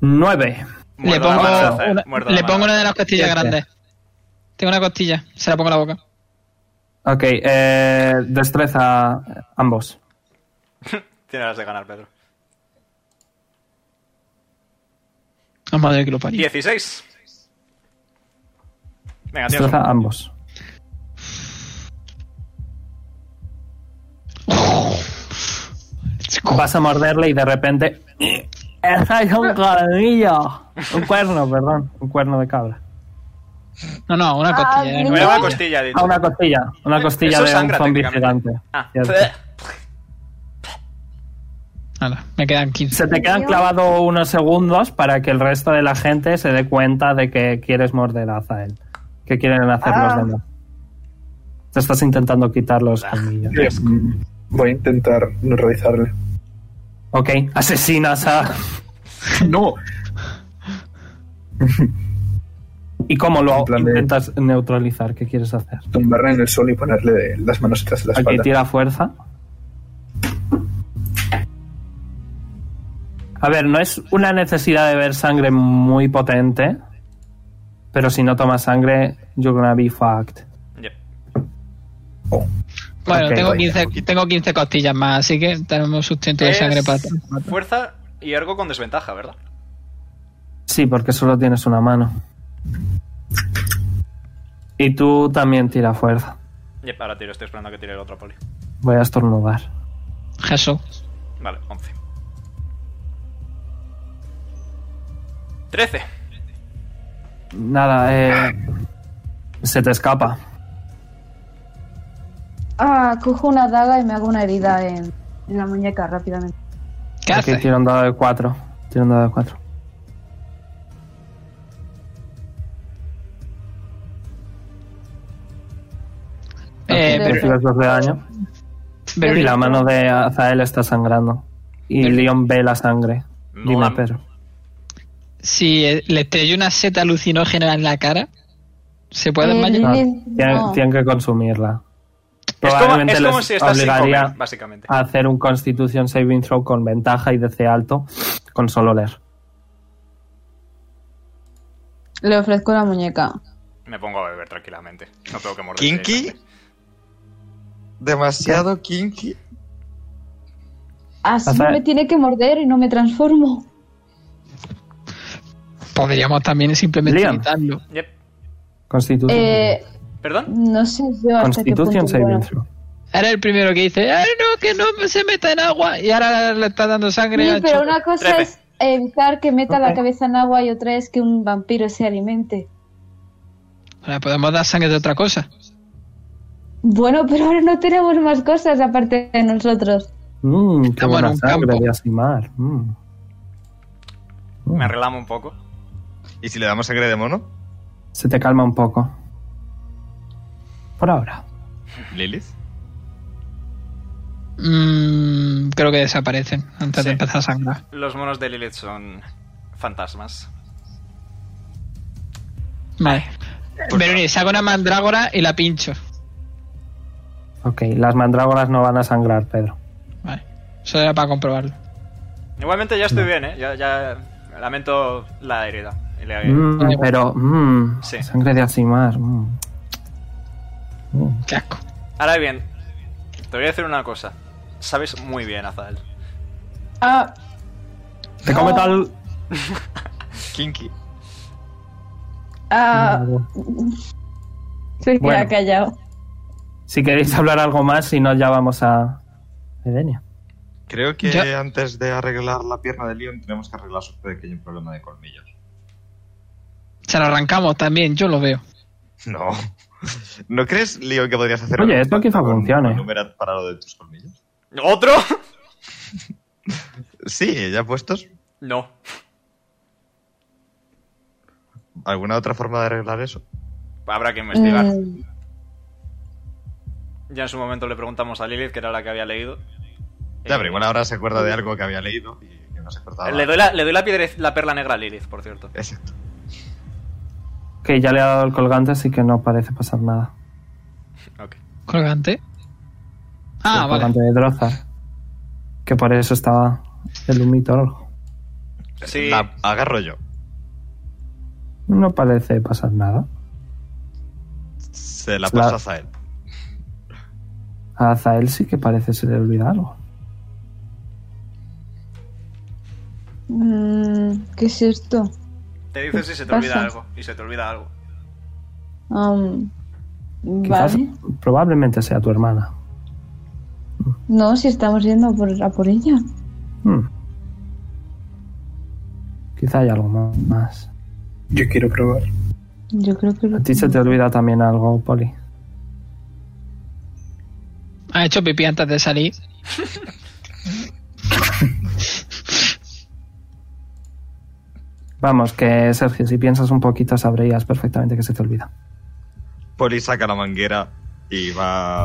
Speaker 1: 9.
Speaker 4: Le
Speaker 2: muerdo la
Speaker 4: pongo,
Speaker 2: mano de hacer,
Speaker 4: una,
Speaker 2: muerdo la
Speaker 4: le pongo
Speaker 2: mano.
Speaker 4: una de las costillas
Speaker 1: Sí, sí.
Speaker 4: grandes. Tengo una costilla, se la pongo en la boca.
Speaker 1: Ok, eh, destreza ambos.
Speaker 2: Tiene las de ganar, Pedro.
Speaker 4: Oh, madre que lo parió.
Speaker 2: 16. Venga, tío.
Speaker 1: Destreza ambos. Vas a morderle y de repente... ¡Esa es un cuernillo! Un cuerno, perdón. Un cuerno de cabra.
Speaker 4: No, no, una
Speaker 7: Ah,
Speaker 4: costilla. eh,
Speaker 7: mira.
Speaker 2: Me da una costilla, he dicho.
Speaker 1: Ah, una costilla. Una costilla
Speaker 2: Eso
Speaker 1: de un
Speaker 2: sangra
Speaker 1: zombie
Speaker 2: técnicamente.
Speaker 1: gigante.
Speaker 2: Ah.
Speaker 1: Cierto.
Speaker 4: Hala, me quedan 15.
Speaker 1: Se te quedan clavados unos segundos para que el resto de la gente se dé cuenta de que quieres morder a Zael. Que quieren hacer
Speaker 7: Ah.
Speaker 1: los demás. Te estás intentando quitar los colmillos.
Speaker 6: Eh, mm, voy a intentar no realizarle.
Speaker 1: Ok, asesinas a...
Speaker 6: No.
Speaker 1: ¿Y cómo lo
Speaker 6: En plan de-
Speaker 1: intentas neutralizar? ¿Qué quieres hacer?
Speaker 6: Tumbarle en el suelo y ponerle las manos detrás de la
Speaker 1: Aquí
Speaker 6: espalda.
Speaker 1: tira fuerza. A ver, no es una necesidad de ver sangre muy potente. Pero si no tomas sangre, you're gonna be fucked.
Speaker 2: Yep.
Speaker 6: Oh.
Speaker 4: Bueno,
Speaker 1: Ok,
Speaker 4: tengo,
Speaker 6: vaya,
Speaker 4: 15, tengo 15 costillas más, así que tenemos sustento de sangre
Speaker 2: Es
Speaker 4: para.
Speaker 2: Fuerza y algo con desventaja, ¿verdad?
Speaker 1: Sí, porque solo tienes una mano. Y tú también tira fuerza.
Speaker 2: Yep, ahora tiro, estoy esperando a que tire el otro poli.
Speaker 1: Voy a estornudar.
Speaker 4: Jesús.
Speaker 2: Vale, 11. 13.
Speaker 1: Nada, eh, se te escapa.
Speaker 7: Ah, cojo una daga y me hago una herida en, en la muñeca rápidamente.
Speaker 4: ¿Qué
Speaker 1: Aquí
Speaker 4: haces?
Speaker 1: tira un dado de 4. Tira un dado de 4.
Speaker 4: Eh,
Speaker 7: Pero-
Speaker 1: Recibes dos de daño.
Speaker 4: Ver-
Speaker 1: Y la mano de Azael está sangrando. Y Leon ve la sangre.
Speaker 2: No
Speaker 1: Dime,
Speaker 2: la-
Speaker 1: pero.
Speaker 4: Si eh, le estrelló una seta alucinógena en la cara, ¿se puede
Speaker 7: Eh,
Speaker 4: desmayar?
Speaker 1: No,
Speaker 7: Bien,
Speaker 1: tienen,
Speaker 7: no.
Speaker 1: tienen que consumirla.
Speaker 2: Es como,
Speaker 1: Probablemente
Speaker 2: es como
Speaker 1: les
Speaker 2: si estás sin
Speaker 1: obligaría
Speaker 2: comer, básicamente.
Speaker 1: a hacer un Constitution Saving Throw con ventaja y DC alto con solo leer.
Speaker 7: Le ofrezco la muñeca.
Speaker 2: Me pongo a beber tranquilamente. No tengo que morder.
Speaker 5: ¿Kinky?
Speaker 2: directamente.
Speaker 5: ¿Demasiado kinky?
Speaker 7: Así
Speaker 1: Rafael.
Speaker 7: me tiene que morder y no me transformo.
Speaker 4: Podríamos también simplemente
Speaker 1: Liam.
Speaker 4: evitarlo.
Speaker 2: Yep.
Speaker 1: Constitution,
Speaker 7: Eh,
Speaker 2: ¿Perdón?
Speaker 7: no Ah, sé yo hasta qué punto.
Speaker 1: Constitution Saving
Speaker 7: puedo.
Speaker 1: Throw.
Speaker 4: Era el primero que dice, ¡ay no, que no se meta en agua! Y ahora le está dando sangre.
Speaker 7: Sí,
Speaker 4: a
Speaker 7: pero
Speaker 4: Cho-
Speaker 7: una cosa
Speaker 2: Trece.
Speaker 7: es evitar que meta la
Speaker 1: Ok.
Speaker 7: cabeza en agua y otra es que un vampiro se alimente.
Speaker 4: Ahora podemos dar sangre de otra cosa.
Speaker 7: Bueno, pero ahora no tenemos más cosas aparte de nosotros.
Speaker 1: Mmm, qué
Speaker 4: Estamos en
Speaker 1: buena
Speaker 4: un
Speaker 1: sangre
Speaker 4: campo.
Speaker 1: de Asimar. Mm.
Speaker 2: Me arreglamos un poco.
Speaker 5: ¿Y si le damos sangre de mono?
Speaker 1: Se te calma un poco. Por ahora.
Speaker 5: ¿Lilith?
Speaker 4: Mm, creo que desaparecen antes
Speaker 2: Sí.
Speaker 4: de empezar a sangrar.
Speaker 2: Los monos de Lilith son fantasmas.
Speaker 4: Vale. Veroni, saco una mandrágora y la pincho.
Speaker 1: Ok, las mandrágoras no van a sangrar, Pedro.
Speaker 4: Vale. Eso era para comprobarlo.
Speaker 2: Igualmente ya estoy bien, ¿eh? Ya, ya lamento la herida. Y le-
Speaker 1: Mm,
Speaker 4: vale.
Speaker 1: pero, mm,
Speaker 2: Sí.
Speaker 1: sangre de Asimar. mm. Mm.
Speaker 4: Qué asco.
Speaker 2: Ahora bien, te voy a decir una cosa. Sabes muy bien, Azael.
Speaker 7: Ah,
Speaker 1: Te come tal.
Speaker 5: Kinky.
Speaker 7: ah, se queda
Speaker 1: Bueno.
Speaker 7: callado.
Speaker 1: Si queréis hablar algo más, si no, ya vamos a. Edenia.
Speaker 5: Creo que
Speaker 4: Ya.
Speaker 5: antes de arreglar la pierna de Leon tenemos que arreglar su pequeño problema de colmillos.
Speaker 4: Se lo arrancamos también, yo lo veo.
Speaker 5: No. ¿No crees, Leon, que podrías hacer
Speaker 1: Oye, eh.
Speaker 5: algo
Speaker 1: esto quizá
Speaker 5: con-
Speaker 1: funcione.
Speaker 5: con Humerat para lo de tus colmillos?
Speaker 2: ¿Otro?
Speaker 5: Sí, ya puestos.
Speaker 2: No.
Speaker 5: ¿Alguna otra forma de arreglar eso?
Speaker 2: Habrá que investigar.
Speaker 7: Mm,
Speaker 2: Ya en su momento le preguntamos a Lilith, que era la que había leído.
Speaker 5: Ya, pero igual ahora se acuerda de algo que había leído y que no se cortaba.
Speaker 2: Eh, Le doy, la, le doy la, piedre- la perla negra a Lilith, por cierto.
Speaker 5: Exacto.
Speaker 1: Que ya le ha dado el colgante, así que no parece pasar nada.
Speaker 2: Ok.
Speaker 4: Colgante. Ah,
Speaker 1: el
Speaker 4: vale.
Speaker 1: colgante de Drozar. Que por eso estaba el humito o algo.
Speaker 2: Sí,
Speaker 5: La agarro yo.
Speaker 1: No parece pasar nada.
Speaker 5: Se la
Speaker 1: Se la-
Speaker 5: paso a Zael.
Speaker 1: A Azael sí que parece se le olvida algo.
Speaker 7: Mm, ¿Qué es esto?
Speaker 2: te dices si se te
Speaker 7: Pasa.
Speaker 2: olvida algo. Y se te olvida algo.
Speaker 7: Am,
Speaker 1: Quizás
Speaker 7: Um, vale.
Speaker 1: probablemente sea tu hermana.
Speaker 7: No, si estamos yendo a por, a por ella.
Speaker 1: Hmm. Quizá hay algo ma- más.
Speaker 6: Yo quiero probar.
Speaker 7: Yo creo que lo
Speaker 1: A ti se te olvida también algo, Poli.
Speaker 4: Ha hecho pipí antes de salir.
Speaker 1: Vamos, que Sergio, si piensas un poquito sabrías perfectamente que se te olvida.
Speaker 5: Poli saca la manguera y va.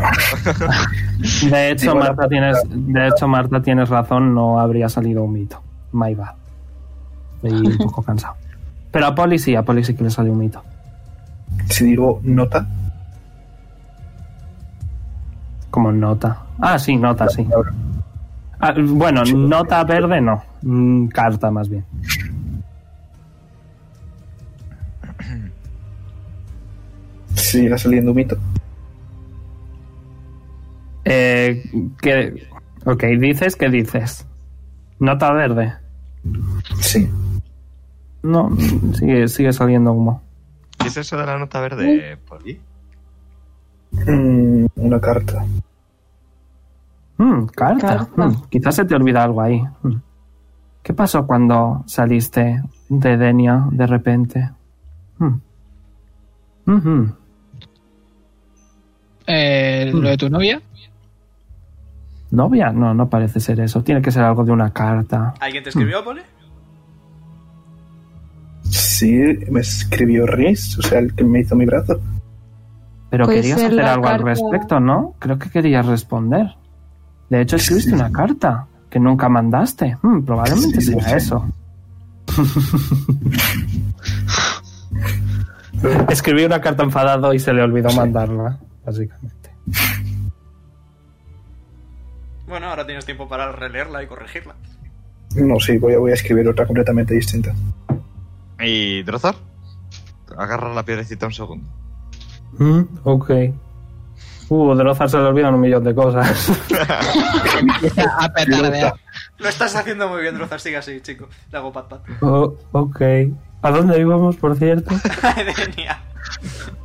Speaker 1: De hecho,
Speaker 6: Digo, la-
Speaker 1: Marta, tienes, de hecho Marta, tienes razón, no habría salido un mito. My bad. Estoy un poco cansado. Pero a Poli sí, a Poli sí que le salió un mito.
Speaker 6: Si digo nota,
Speaker 1: Como nota. Ah, sí, nota, sí. Ah, bueno, nota verde no. Mm, Carta más bien.
Speaker 6: siga saliendo un mito.
Speaker 1: Eh, que, ok, dices que dices. Nota verde.
Speaker 6: Sí.
Speaker 1: No, sigue, sigue saliendo humo.
Speaker 5: ¿Qué es eso de la nota verde, Poli?
Speaker 6: Mm, una carta.
Speaker 1: Mm, carta.
Speaker 7: Carta.
Speaker 1: Mm, quizás se te olvida algo ahí. Mm. ¿Qué pasó cuando saliste de Denia de repente? Mm. Mhm.
Speaker 4: Eh, lo de tu novia.
Speaker 1: ¿Novia? No, no parece ser eso. Tiene que ser algo de una carta.
Speaker 2: ¿Alguien te
Speaker 7: Mm.
Speaker 2: escribió, Poli?
Speaker 6: Sí, me escribió Riz, o sea, el que me hizo mi brazo.
Speaker 1: Pero
Speaker 7: Puede
Speaker 1: querías
Speaker 7: ser
Speaker 1: hacer
Speaker 7: Pues la
Speaker 1: algo al
Speaker 7: carta.
Speaker 1: respecto, ¿no? Creo que querías responder. De hecho, escribiste
Speaker 6: Sí.
Speaker 1: una carta que nunca mandaste. Mm, probablemente
Speaker 6: Sí,
Speaker 1: sea
Speaker 6: sí.
Speaker 1: eso. Escribí una carta enfadado y se le olvidó mandarla, básicamente.
Speaker 2: Bueno, ahora tienes tiempo para releerla y corregirla.
Speaker 6: No, sí, voy a, voy a escribir otra completamente distinta.
Speaker 5: ¿Y Drozar? Agarra la piedrecita un segundo.
Speaker 1: Hmm, ok. Uh, Drozar se le olvidan un millón de cosas.
Speaker 4: A petardear.
Speaker 2: Lo estás haciendo muy bien, Drozar. Sigue así, chico. Le hago pat pat.
Speaker 1: Oh, ok. ¿A dónde íbamos, por cierto?
Speaker 2: Denia.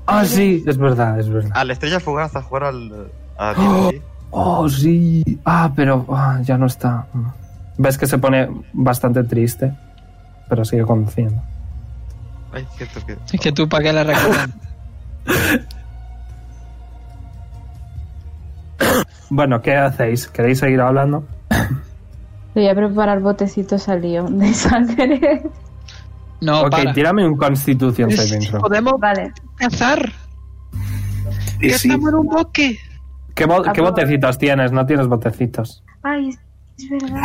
Speaker 1: Ah, sí, es verdad, es verdad.
Speaker 5: A Ah, la estrella fugaz a jugar al. A la TNT.
Speaker 1: Oh, sí. Ah, pero ah, ya no está. Ves que se pone bastante triste, pero sigue conduciendo.
Speaker 5: Ay, cierto que.
Speaker 4: Es que tú, ¿para qué la recuerdas?
Speaker 1: Bueno, ¿qué hacéis? ¿Queréis seguir hablando?
Speaker 7: Voy a preparar botecitos al león de sangre.
Speaker 4: No,
Speaker 1: ok,
Speaker 4: para.
Speaker 1: tírame un Constitución
Speaker 4: Es-
Speaker 1: Saving throw.
Speaker 4: Podemos
Speaker 7: vale.
Speaker 4: cazar.
Speaker 6: Y
Speaker 4: Que
Speaker 6: sí,
Speaker 4: estamos en un bosque.
Speaker 1: ¿Qué, bo-
Speaker 7: Ah,
Speaker 1: qué botecitos tienes? No tienes botecitos.
Speaker 7: Ay, es- es verdad.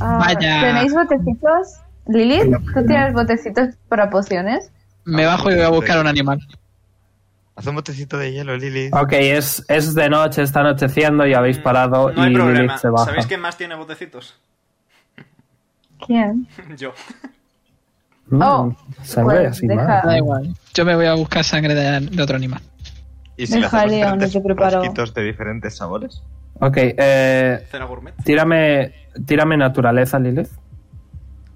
Speaker 7: Ah,
Speaker 4: Vaya.
Speaker 7: ¿Tenéis botecitos? Lilith, ¿tú tienes botecitos para pociones?
Speaker 4: Me bajo y voy a buscar un animal.
Speaker 5: Haz un botecito de hielo, Lili.
Speaker 1: Ok, es, es de noche, está anocheciendo y habéis parado
Speaker 2: Mm, No
Speaker 1: y
Speaker 2: hay
Speaker 1: Lilith
Speaker 2: problema.
Speaker 1: se baja.
Speaker 2: ¿Sabéis quién más tiene botecitos?
Speaker 7: ¿Quién?
Speaker 2: Yo.
Speaker 1: Mm,
Speaker 7: Oh,
Speaker 1: sangre
Speaker 7: pues
Speaker 1: así
Speaker 7: deja.
Speaker 1: más.
Speaker 4: Da igual. Yo me voy a buscar sangre de, de otro animal.
Speaker 5: Y si le
Speaker 7: Deja
Speaker 5: hacemos
Speaker 7: León,
Speaker 5: diferentes
Speaker 7: yo preparo.
Speaker 5: frasquitos de diferentes sabores.
Speaker 1: Ok, eh,
Speaker 2: Cena gourmet.
Speaker 1: tírame, tírame naturaleza, Lilith.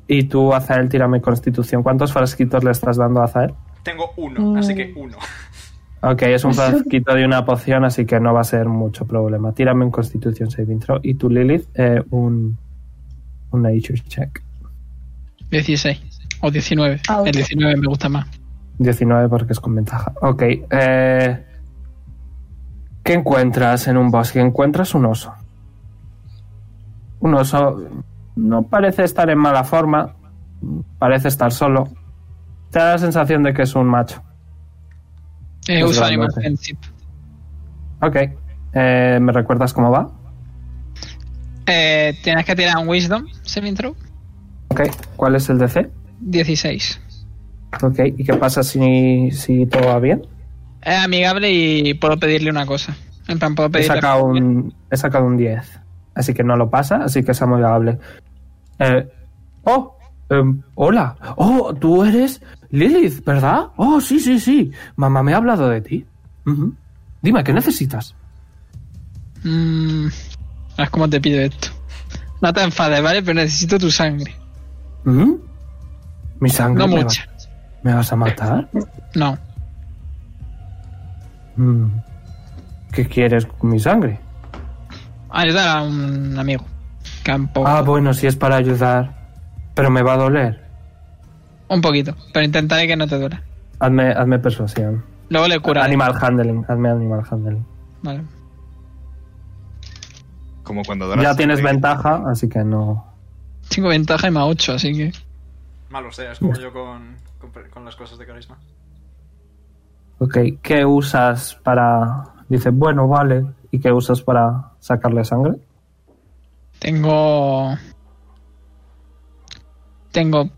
Speaker 1: Y tú, Azael, tírame Constitución. ¿Cuántos frasquitos le estás dando a Azael?
Speaker 2: Tengo uno, así
Speaker 1: Mm.
Speaker 2: que uno.
Speaker 1: Ok, es un frasquito de una poción, así que no va a ser mucho problema. Tírame un Constitution Saving Throw y tú, Lilith, eh, un, un Nature Check.
Speaker 4: 16 o 19.
Speaker 7: Ah, ok.
Speaker 4: El 19 me gusta más.
Speaker 1: 19 porque es con ventaja. Ok, eh, ¿qué encuentras en un bosque? Encuentras un oso. Un oso no parece estar en mala forma, parece estar solo. Te da la sensación de que es un macho.
Speaker 4: Eh,
Speaker 1: Es
Speaker 4: uso
Speaker 1: grandote.
Speaker 4: animal friendship.
Speaker 1: Ok, eh, ¿me recuerdas cómo va?
Speaker 4: Eh, Tienes que tirar un wisdom saving throw.
Speaker 1: Ok, ¿cuál es el DC?
Speaker 4: 16.
Speaker 1: Ok, ¿y qué pasa si, si todo va bien?
Speaker 4: Es amigable y puedo pedirle una cosa. En plan, puedo
Speaker 1: He
Speaker 4: pedirle.
Speaker 1: sacado, un, he sacado un 10. Así que no lo pasa, así que es amigable. Eh, oh, em, hola. Oh, tú eres Lilith, ¿verdad? Oh, sí, sí, sí. Mamá me ha hablado de ti. Ujú. Dime, ¿qué necesitas?
Speaker 4: Mm, es como te pido esto. No te enfades, ¿vale? Pero necesito tu sangre.
Speaker 1: Ujú. Mi sangre.
Speaker 4: No
Speaker 1: me va-
Speaker 4: mucha.
Speaker 1: ¿Me vas a matar?
Speaker 4: No.
Speaker 1: Mm. ¿Qué quieres con mi sangre?
Speaker 4: Ayudar a un amigo. Campo.
Speaker 1: Ah, bueno, si es para ayudar. Pero me va a doler.
Speaker 4: Un poquito. Pero intentaré que no te duela.
Speaker 1: Hazme, hazme persuasión.
Speaker 4: Luego le cura.
Speaker 1: Animal handling. Hazme animal handling.
Speaker 4: Vale.
Speaker 5: Como cuando donas
Speaker 1: Ya tienes
Speaker 5: sangre,
Speaker 1: ventaja, así que no.
Speaker 4: Tengo ventaja y más 8, así que.
Speaker 2: Malo sea, es como yo con, con, con las cosas de carisma.
Speaker 1: Ok, ¿qué usas para...? Dice, bueno, vale. ¿Y qué usas para sacarle sangre?
Speaker 4: Tengo. Tengo.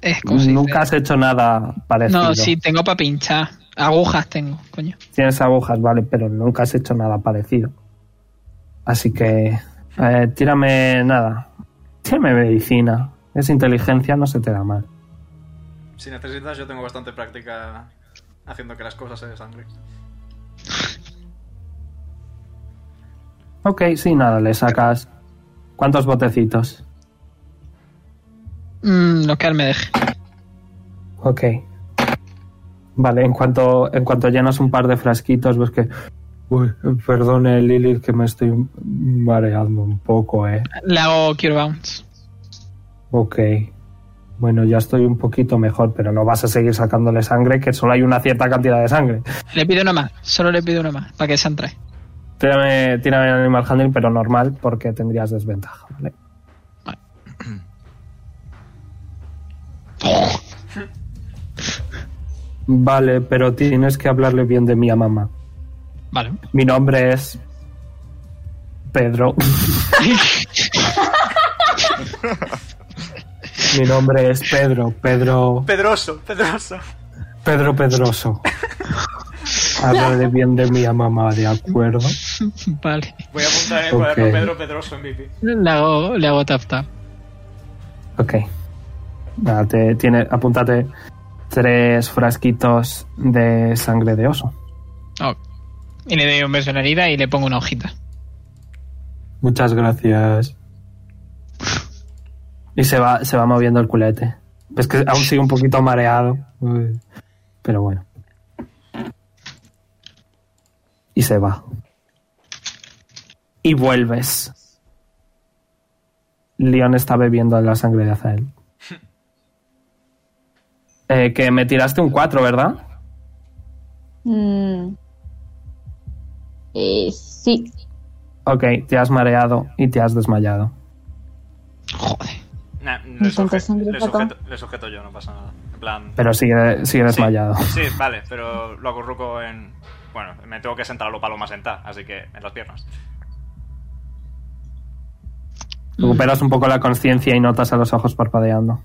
Speaker 4: Es como se dice?
Speaker 1: Nunca has hecho nada parecido.
Speaker 4: No, sí, tengo para pinchar. Agujas tengo, coño.
Speaker 1: Tienes agujas, vale, pero nunca has hecho nada parecido. Así que... eh, tírame nada. Tírame medicina. Es inteligencia, no se te da mal.
Speaker 2: Si necesitas, yo tengo bastante práctica haciendo que las cosas se desangren.
Speaker 1: Ok, sí, nada, le sacas... ¿Cuántos botecitos?
Speaker 4: Mm, lo que él me deje.
Speaker 1: Ok. Vale, en cuanto, en cuanto llenas un par de frasquitos, ves que. Uy, perdone, Lilith, que me estoy mareando un poco, eh.
Speaker 4: Le hago Cure Bounce.
Speaker 1: Ok. Bueno, ya estoy un poquito mejor, pero no vas a seguir sacándole sangre, que solo hay una cierta cantidad de sangre.
Speaker 4: Le pido una más. Solo le pido una más. Para que sean tres.
Speaker 1: Tírame, tírame el Animal Handling, pero normal, porque tendrías desventaja, ¿vale? Vale, pero tienes que hablarle bien de mí a mamá.
Speaker 4: Vale.
Speaker 1: Mi nombre es Pedro. Mi nombre es Pedro, Pedro,
Speaker 2: Pedroso, Pedroso.
Speaker 1: Pedro Pedroso. Háblale bien de mí a mamá, ¿de acuerdo?
Speaker 4: vale.
Speaker 2: Voy a apuntar en el
Speaker 1: Ok.
Speaker 2: cuaderno Pedro Pedroso MVP.
Speaker 4: Le hago, le hago tap tap.
Speaker 1: Ok. Nada, te tiene, apúntate tres frasquitos de sangre de oso.
Speaker 4: Oh. Y le doy un beso en la herida y le pongo una hojita.
Speaker 1: Muchas gracias. Y se va, se va moviendo el culete. Es que aún sigue un poquito mareado. Uy. Pero bueno. Y se va. Y vuelves. Leon está bebiendo la sangre de Azael. Eh, que me tiraste un 4, ¿verdad?
Speaker 7: Mm. Eh, sí.
Speaker 1: Ok, te has mareado y te has desmayado.
Speaker 4: Joder.
Speaker 2: Nah, le,
Speaker 7: tanta
Speaker 2: suje-
Speaker 7: sangre,
Speaker 2: le
Speaker 7: Paco.
Speaker 2: sujeto, le sujeto yo, no pasa nada. En plan.
Speaker 1: Pero sigue, sigue
Speaker 2: sí,
Speaker 1: desmayado.
Speaker 2: Sí, vale, pero lo acurruco en. Bueno, me tengo que sentar a lo paloma sentar, así que en las piernas.
Speaker 1: Recuperas un poco la conciencia y notas a los ojos parpadeando.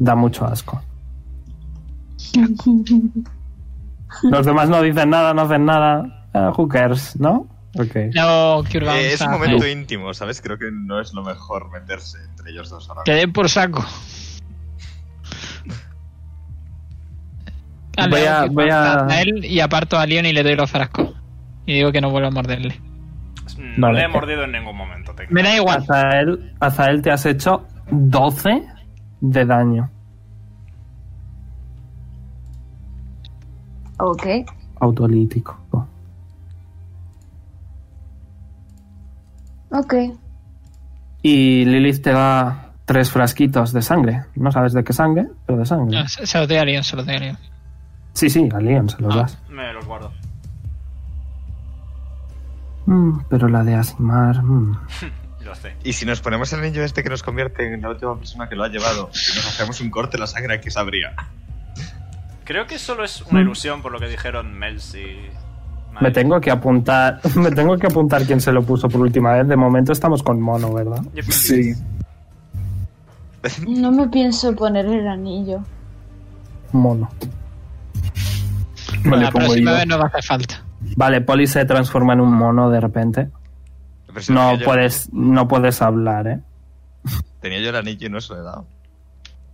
Speaker 1: Da mucho asco. Los demás no dicen nada, no hacen nada. Ah, who cares, ¿no? Ok.
Speaker 4: Le hago Cure Bounce.
Speaker 5: eh, es
Speaker 4: a-
Speaker 5: un momento íntimo, ¿sabes? Creo que no es lo mejor meterse entre ellos dos ahora.
Speaker 4: Que den por saco. Ah, le
Speaker 1: Voy
Speaker 4: hago
Speaker 1: a-
Speaker 4: Cure
Speaker 1: voy
Speaker 4: Bounce
Speaker 1: a-
Speaker 4: a él y aparto a Leon y le doy los frascos. Y digo que no vuelva a morderle.
Speaker 2: Mm, No
Speaker 1: Vale.
Speaker 2: le he mordido en ningún momento,
Speaker 4: Me
Speaker 2: técnicamente.
Speaker 4: da igual.
Speaker 1: Azael, Azael, te has hecho 12 de daño
Speaker 7: Ok.
Speaker 1: autolítico.
Speaker 7: Ok.
Speaker 1: Y Lilith te da tres frasquitos de sangre. No sabes de qué sangre, pero de sangre.
Speaker 4: No, se se los doy a Leon, se los doy a Leon.
Speaker 1: Sí, sí, a Leon se los
Speaker 4: Ah.
Speaker 1: das.
Speaker 2: Me los guardo.
Speaker 1: Mm, pero la de Asimar. mm.
Speaker 2: Lo sé.
Speaker 5: Y si nos ponemos el anillo este que nos convierte en la última persona que lo ha llevado y nos hacemos un corte en la sangre, ¿qué sabría?
Speaker 2: Creo que solo es una ilusión por lo que dijeron Mels y.
Speaker 1: Me
Speaker 2: Madre.
Speaker 1: tengo que apuntar, me tengo que apuntar quién se lo puso por última vez. De momento estamos con mono, ¿verdad?
Speaker 2: Yep.
Speaker 6: Sí.
Speaker 7: No me pienso poner el anillo.
Speaker 1: Mono.
Speaker 6: Vale,
Speaker 4: la
Speaker 6: como
Speaker 4: próxima
Speaker 6: yo.
Speaker 4: vez no va a hacer falta.
Speaker 1: Vale, Poli se transforma en un mono de repente.
Speaker 5: Pero si
Speaker 1: No
Speaker 5: tenía yo-
Speaker 1: puedes, no puedes hablar, ¿eh?
Speaker 5: Tenía yo el anillo y no se lo he dado.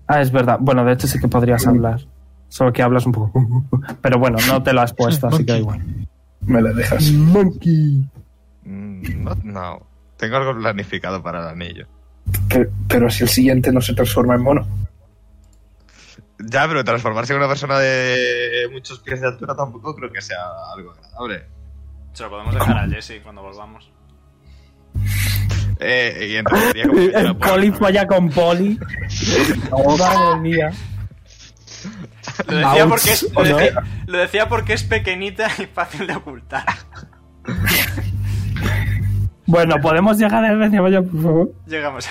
Speaker 1: Ah, es verdad. Bueno, de hecho sí que podrías hablar. Solo que hablas un poco. Pero bueno, no te lo has puesto, así que da igual.
Speaker 6: Me la dejas.
Speaker 1: Monkey.
Speaker 5: Mm, No, no. Tengo algo planificado para el anillo.
Speaker 6: Que- pero si el siguiente no se transforma en mono.
Speaker 5: Ya, pero transformarse en una persona de muchos pies de altura tampoco creo que sea algo agradable.
Speaker 2: Se lo podemos dejar a Jesse cuando volvamos.
Speaker 5: Eh, y en teoría, como que yo
Speaker 1: El
Speaker 5: no puedo,
Speaker 1: Poli
Speaker 5: ¿no?
Speaker 1: falla con Poli. Ahora venía.
Speaker 2: Lo decía,
Speaker 1: Ouch.
Speaker 2: porque es, lo,
Speaker 1: ¿O no?
Speaker 2: decía, lo decía porque es pequeñita y fácil de ocultar.
Speaker 1: Bueno, ¿podemos llegar a Edenia, vaya, por favor?
Speaker 2: Llegamos a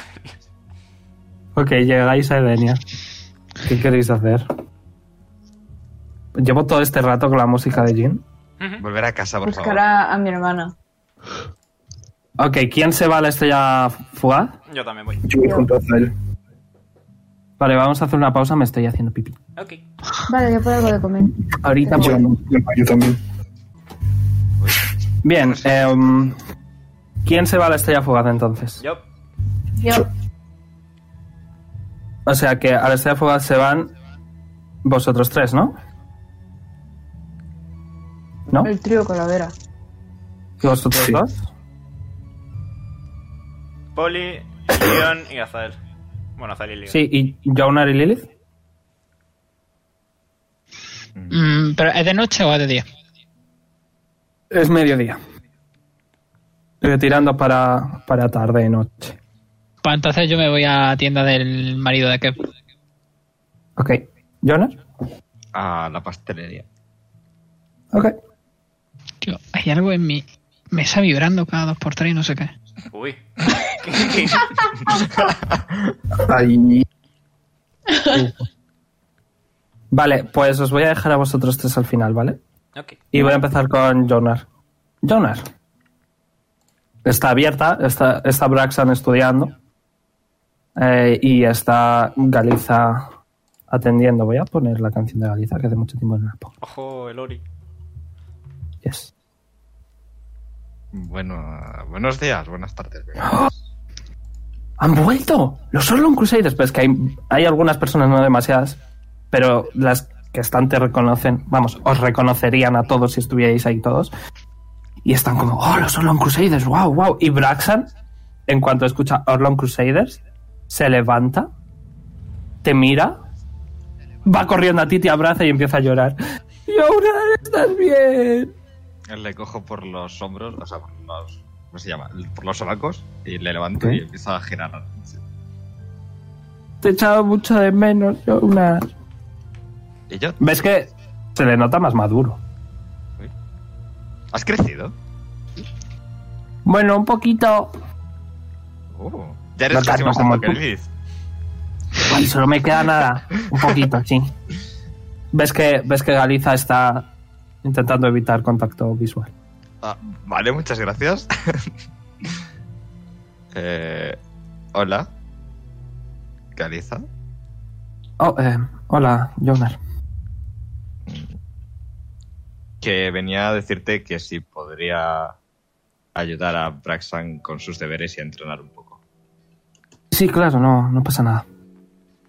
Speaker 1: Ok, llegáis a Edenia. ¿Qué queréis hacer? Llevo todo este rato con la música de Jin.
Speaker 5: Volver a casa, por
Speaker 7: Buscar
Speaker 5: favor.
Speaker 7: a, a mi hermana.
Speaker 1: Ok, ¿quién se va a la estrella fugaz?
Speaker 2: Yo también voy.
Speaker 6: Yo voy junto a Azael.
Speaker 1: Vale, vamos a hacer una pausa, me estoy haciendo pipí.
Speaker 2: Ok.
Speaker 7: Vale, yo por algo de comer.
Speaker 1: Ahorita
Speaker 6: Yo,
Speaker 1: vuelvo.
Speaker 6: yo- yo también.
Speaker 1: Bien, em, ¿quién se va a la estrella fugaz entonces?
Speaker 2: Yo.
Speaker 7: Yo,
Speaker 1: O sea que a la estrella fugaz se van vosotros tres, ¿no? ¿No?
Speaker 7: el trío calavera.
Speaker 1: ¿Y vosotros
Speaker 6: Sí.
Speaker 1: dos?
Speaker 2: Poli, Leon y Azael. Bueno, Azael y Leon.
Speaker 1: Sí, ¿y Jonar y Lilith?
Speaker 4: Mm, ¿Pero es de noche o es de día?
Speaker 1: Es mediodía. Eh, tirando para, para tarde y noche.
Speaker 4: Pues entonces yo me voy a la tienda del marido de que
Speaker 1: Ok. ¿Jonas?
Speaker 5: A la pastelería.
Speaker 1: Ok.
Speaker 4: Tío, hay algo en mi mesa vibrando cada dos por tres y no sé qué.
Speaker 2: Uy.
Speaker 6: Ahí.
Speaker 1: Vale, pues os voy a dejar a vosotros tres al final, ¿vale?
Speaker 2: ok.
Speaker 1: Y voy a empezar con Jonar. Jonar. Está abierta, está, está Braxan estudiando. eh, y está Galiza atendiendo. Voy a poner la canción de Galiza, que hace mucho tiempo no la pongo.
Speaker 2: Ojo, el Ori.
Speaker 1: Yes.
Speaker 5: Bueno, buenos días, buenas tardes.
Speaker 1: ¡Han vuelto! Los Solon Crusaders. Pues que hay, hay algunas personas, no demasiadas, pero las que están te reconocen. Vamos, os reconocerían a todos si estuvierais ahí todos. Y están como, ¡Oh, los Solon Crusaders! ¡Wow, wow! Y Braxan, en cuanto escucha Orlon Crusaders, se levanta, te mira, va corriendo a ti, te abraza y empieza a llorar. ¡Llorar, estás bien!
Speaker 5: Le cojo por los hombros, o sea, por los. ¿Cómo se llama? Por los sobacos y le levanto
Speaker 1: Ok.
Speaker 5: y empiezo a girar.
Speaker 1: Te he echado mucho de menos, Jonas.
Speaker 5: ¿Y yo?
Speaker 1: ¿Ves que se le nota más maduro?
Speaker 5: ¿Has crecido?
Speaker 1: Bueno, un poquito.
Speaker 5: Oh, ya eres
Speaker 1: No
Speaker 5: casi
Speaker 1: tanto
Speaker 5: más
Speaker 1: como
Speaker 5: alto que
Speaker 1: tú.
Speaker 5: Elvis.
Speaker 1: Ay, solo me queda nada. Un poquito, sí. ¿Ves que, ves que Galiza está intentando evitar contacto visual.
Speaker 5: Ah, vale, muchas gracias. eh, hola. Caliza.
Speaker 1: Oh, eh, hola, Jonar.
Speaker 5: Que venía a decirte que si podría ayudar a Braxan con sus deberes y a entrenar un poco.
Speaker 1: Sí, claro, no, no pasa nada.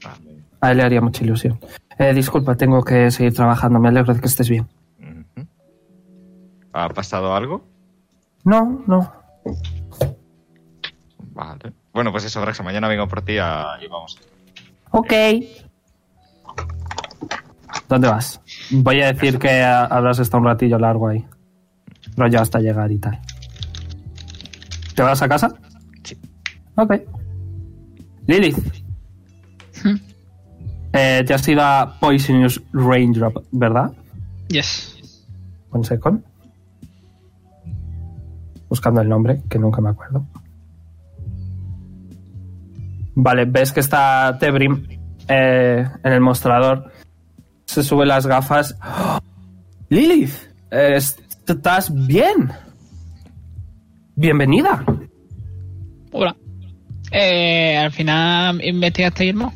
Speaker 5: Ah, muy bien.
Speaker 1: A él le haría mucha ilusión. Eh, disculpa, tengo que seguir trabajando. Me alegro de que estés bien.
Speaker 5: Ujú. ¿Ha pasado algo?
Speaker 1: No, no.
Speaker 5: Vale. Bueno, pues eso, Braxan. Mañana vengo por ti a- y vamos.
Speaker 1: Ok. ¿Dónde vas? Voy a decir que ah, habrás estado un ratillo largo ahí. Rollo hasta llegar y tal. ¿Te vas a casa? Sí. Ok. Lilith. Eh, te has ido a Poisonous Raindrop, ¿verdad?
Speaker 4: Yes.
Speaker 1: Con second. Buscando el nombre, que nunca me acuerdo. Vale, ves que está Tebrim eh, en el mostrador. Se sube las gafas. ¡Oh! ¡Lilith! Eh, es- ¿Estás bien? Bienvenida.
Speaker 4: Hola. Eh, al final investigaste, Irma.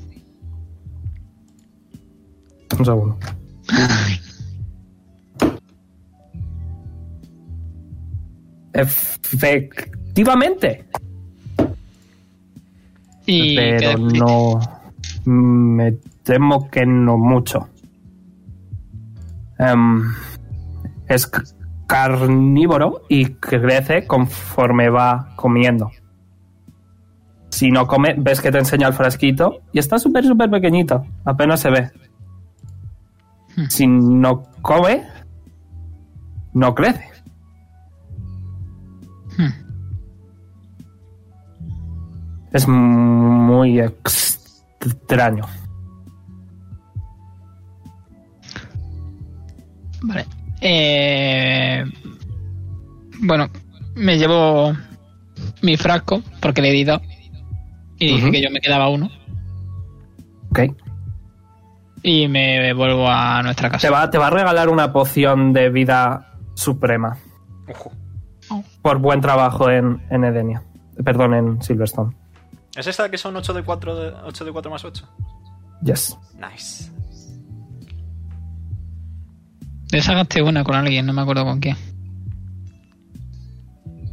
Speaker 1: Un segundo. Efectivamente.
Speaker 4: Y
Speaker 1: pero
Speaker 4: quedaste-
Speaker 1: no. mm, Me temo que no mucho. Em, es c- carnívoro y crece conforme va comiendo. Si no come, ves que te enseña el frasquito y está súper, súper pequeñito. Apenas se ve.
Speaker 4: Hmm.
Speaker 1: Si no come, no crece.
Speaker 4: Hmm.
Speaker 1: Es muy extraño.
Speaker 4: Vale. Eh, bueno, me llevo mi frasco porque le di dos. Y dije
Speaker 1: Ujú.
Speaker 4: que yo me quedaba uno.
Speaker 1: ¿Ok?
Speaker 4: Y me vuelvo a nuestra
Speaker 1: Te
Speaker 4: casa.
Speaker 1: va, te va a regalar una poción de vida suprema.
Speaker 2: Ojo.
Speaker 1: Por buen trabajo en, en Edenia. Perdón, en Silverstone.
Speaker 2: ¿Es esta que son 8 de 4, de, 8 de 4 más 8?
Speaker 1: Yes.
Speaker 2: Nice.
Speaker 4: Deshagaste una con alguien, no me acuerdo con quién.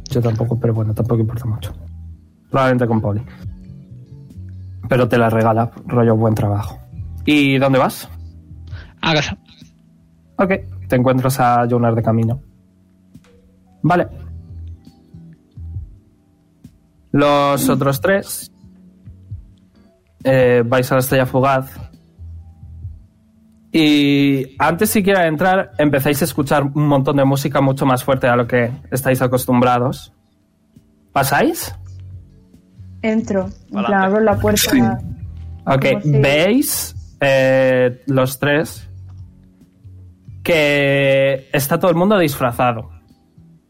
Speaker 1: Yo tampoco, pero bueno, tampoco importa mucho. Probablemente con Poli. Pero te la regala, rollo buen trabajo. ¿Y dónde vas?
Speaker 4: A casa.
Speaker 1: Ok, te encuentras a Jonar de camino. Vale. Los otros tres eh, vais a la estrella fugaz. Y antes siquiera de entrar, empezáis a escuchar un montón de música mucho más fuerte a lo que estáis acostumbrados. ¿Pasáis?
Speaker 7: Entro. En plan,
Speaker 2: Adelante.
Speaker 7: abro la puerta.
Speaker 6: Sí.
Speaker 1: Ok,
Speaker 7: Como si-
Speaker 1: veis eh, los tres que está todo el mundo disfrazado.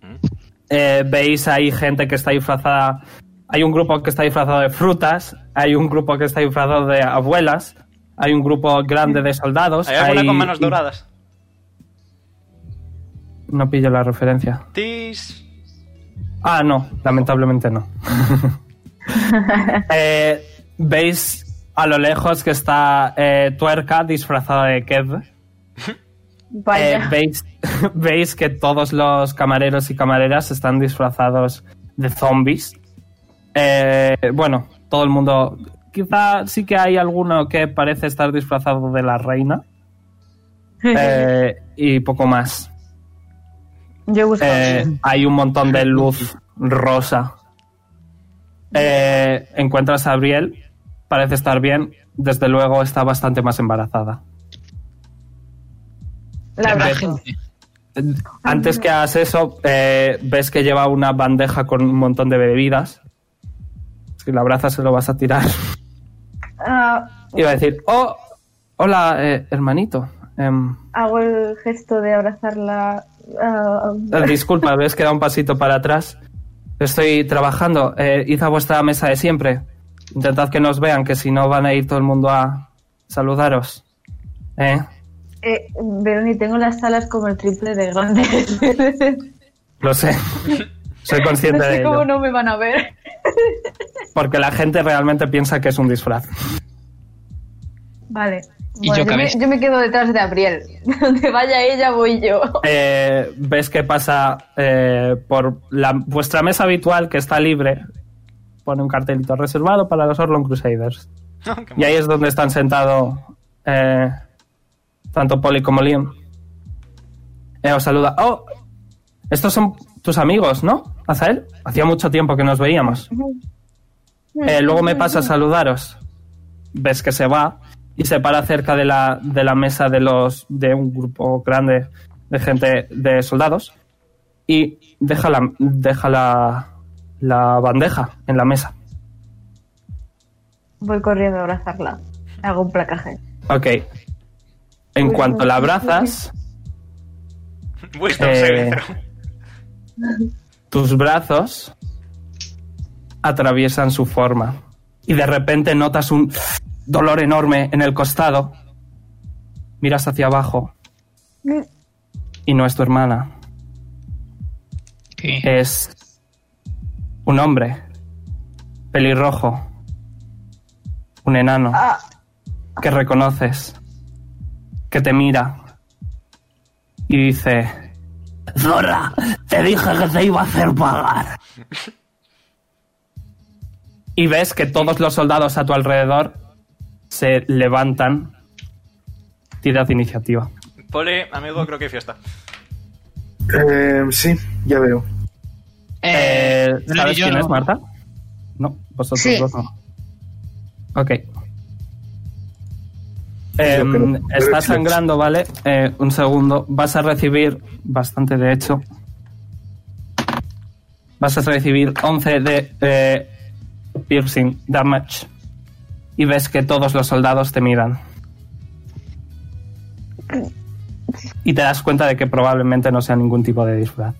Speaker 2: Mm.
Speaker 1: Eh, veis ahí gente que está disfrazada. Hay un grupo que está disfrazado de frutas, hay un grupo que está disfrazado de abuelas, hay un grupo grande de soldados.
Speaker 2: ¿Hay alguna
Speaker 1: hay-
Speaker 2: con manos doradas?
Speaker 1: No pillo la referencia.
Speaker 2: Tis.
Speaker 1: Ah, no, lamentablemente no. Eh, veis a lo lejos que está eh, Tuerca disfrazada de Kev. Eh,
Speaker 7: Vaya.
Speaker 1: veis, veis que todos los camareros y camareras están disfrazados de zombies. Eh, bueno, todo el mundo. Quizá sí que hay alguno que parece estar disfrazado de la reina. Eh, y poco más.
Speaker 7: yo busco.
Speaker 1: Eh, hay un montón de luz rosa. Eh, encuentras a Abriel. Parece estar bien. Desde luego está bastante más embarazada.
Speaker 7: la
Speaker 4: Habrá
Speaker 7: abrazo.
Speaker 4: gente.
Speaker 1: Antes que hagas eso, eh, ves que lleva una bandeja con un montón de bebidas. Si la abrazas, se lo vas a tirar.
Speaker 7: Ah,
Speaker 1: Y va a decir, oh, hola, eh, hermanito. Em,
Speaker 7: hago el gesto de abrazarla. ah,
Speaker 1: eh, disculpa, ves que da un pasito para atrás. Estoy trabajando. Eh, id a vuestra mesa de siempre. Intentad que nos vean, que si no van a ir todo el mundo a saludaros. ¿Eh?
Speaker 7: eh, Veroni, tengo las alas como el triple de grandes.
Speaker 1: Lo sé. Soy consciente
Speaker 7: no
Speaker 1: de
Speaker 7: sé
Speaker 1: ello.
Speaker 7: cómo no me van a ver.
Speaker 1: Porque la gente realmente piensa que es un disfraz.
Speaker 7: Vale.
Speaker 4: Y
Speaker 7: Bueno,
Speaker 4: yo
Speaker 7: yo, me,
Speaker 4: cabeza.
Speaker 7: yo me quedo detrás de Abriel. Donde vaya ella, voy yo.
Speaker 1: Eh, ves que pasa eh, por la, vuestra mesa habitual que está libre. Pone un cartelito reservado para los Orlon Crusaders.
Speaker 2: Qué
Speaker 1: Y ahí es donde están sentados eh, tanto Polly como Liam. Eh, os saluda. Oh, estos son tus amigos, ¿no? Azael. Hacía mucho tiempo que nos veíamos. Eh, luego me pasa a saludaros. Ves que se va y se para cerca de la, de la mesa de los de un grupo grande de gente de soldados y deja la, deja la, la bandeja en la mesa.
Speaker 7: Voy corriendo a abrazarla. Hago un placaje.
Speaker 1: Ok. En cuanto la abrazas,
Speaker 2: Wisdom
Speaker 1: Eh,
Speaker 2: saving throw.
Speaker 1: tus brazos atraviesan su forma y de repente notas un dolor enorme en el costado. Miras hacia abajo y no es tu hermana,
Speaker 4: Sí.
Speaker 1: Eh, Es un hombre, pelirrojo, un enano,
Speaker 7: Ah,
Speaker 1: que reconoces, que te mira y dice... Zorra, te dije que te iba a hacer pagar. Y ves que todos los soldados a tu alrededor se levantan. Tirad iniciativa.
Speaker 2: Poli, amigo, creo que hay fiesta.
Speaker 6: Eh, sí, ya veo.
Speaker 1: Eh,
Speaker 4: Loli,
Speaker 1: ¿Sabes
Speaker 4: yo
Speaker 1: quién
Speaker 4: no.
Speaker 1: es, Marta? No, vosotros
Speaker 8: Sí.
Speaker 1: dos no. Ok.
Speaker 6: creo que
Speaker 1: Em,
Speaker 6: no.
Speaker 1: está sangrando, ¿vale? Eh, un segundo. Vas a recibir bastante, de hecho. Vas a recibir 11 de eh, piercing damage. Y ves que todos los soldados te miran. Y te das cuenta de que probablemente no sea ningún tipo de disfraz.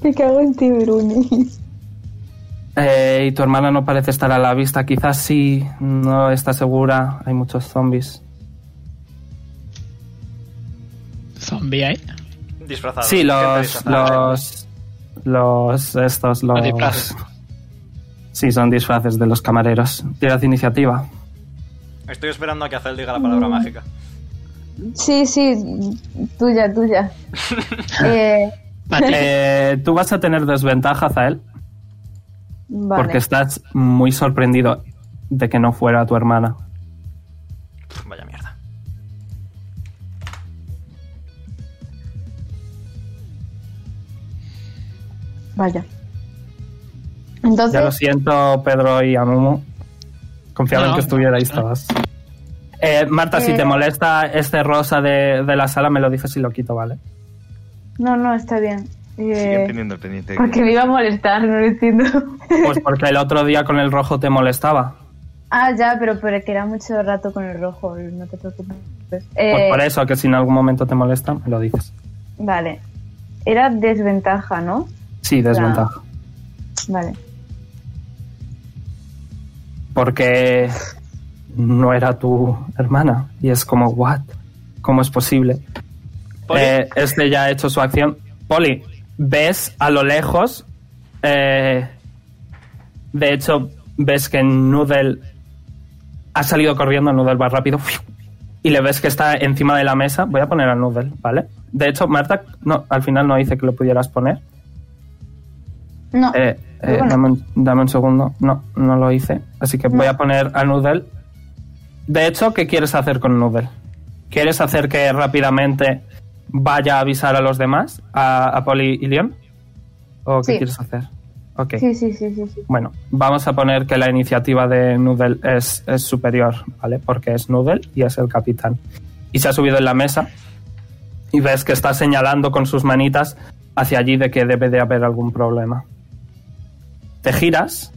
Speaker 7: me cago en ti, Bruni.
Speaker 1: Eh, y tu hermana no parece estar a la vista. Quizás sí, no está segura. Hay muchos zombies.
Speaker 4: Zombie ¿eh? ahí.
Speaker 2: Disfrazado.
Speaker 1: Sí,
Speaker 2: gente
Speaker 1: los,
Speaker 2: disfrazada.
Speaker 1: los, los, estos, los...
Speaker 4: Ah, Los disfraces.
Speaker 1: Sí, son disfraces de los camareros. Tirad iniciativa.
Speaker 2: Estoy esperando a que Azel diga la palabra mágica.
Speaker 7: Sí, sí, tuya, tuya. eh,
Speaker 4: Vale.
Speaker 1: Eh, tú vas a tener desventaja, Zael,
Speaker 7: vale.
Speaker 1: porque estás muy sorprendido de que no fuera tu hermana.
Speaker 2: Pff, Vaya mierda.
Speaker 7: Vaya.
Speaker 1: Ya lo
Speaker 7: Entonces,
Speaker 1: siento, Pedro y Amumu. Confiaba
Speaker 4: No,
Speaker 1: en que
Speaker 4: no,
Speaker 1: estuviera y
Speaker 4: no.
Speaker 1: estabas. Eh, Marta, si
Speaker 7: Eh.
Speaker 1: te molesta este rosa de, de la sala, me lo dices y lo quito, ¿vale?
Speaker 7: no, no, está bien.
Speaker 5: Siguen
Speaker 7: Eh,
Speaker 5: teniendo el pendiente.
Speaker 7: porque me iba a molestar, no lo entiendo.
Speaker 1: Pues porque el otro día con el rojo te molestaba.
Speaker 7: ah, ya, pero, pero que era mucho rato con el rojo, no te preocupes.
Speaker 1: Pues
Speaker 7: Eh,
Speaker 1: por eso, que si en algún momento te molesta, me lo dices.
Speaker 7: Vale. Era desventaja, ¿no?
Speaker 1: Sí, desventaja.
Speaker 7: Vale.
Speaker 1: Porque no era tu hermana. Y es como, ¿what? ¿Cómo es posible?
Speaker 2: Poli.
Speaker 1: Eh, este ya ha hecho su acción. Poli, ves a lo lejos. eh, de hecho, ves que Noodle ha salido corriendo. Noodle va rápido. Y le ves que está encima de la mesa. Voy a poner a Noodle, ¿vale? De hecho, Marta, no, al final no dice que lo pudieras poner.
Speaker 7: No.
Speaker 1: Eh, eh,
Speaker 7: Bueno.
Speaker 1: dame, un, dame un segundo. No, no lo hice. Así que voy a poner a Noodle. De hecho, ¿qué quieres hacer con Noodle? ¿Quieres hacer que rápidamente vaya a avisar a los demás? ¿A, a Polly y Leon? ¿O qué
Speaker 7: Sí.
Speaker 1: quieres hacer? Ok.
Speaker 7: Sí, sí, sí, sí, sí.
Speaker 1: Bueno, vamos a poner que la iniciativa de Noodle es, es superior, ¿vale? Porque es Noodle y es el capitán. Y se ha subido en la mesa y ves que está señalando con sus manitas hacia allí de que debe de haber algún problema. Te giras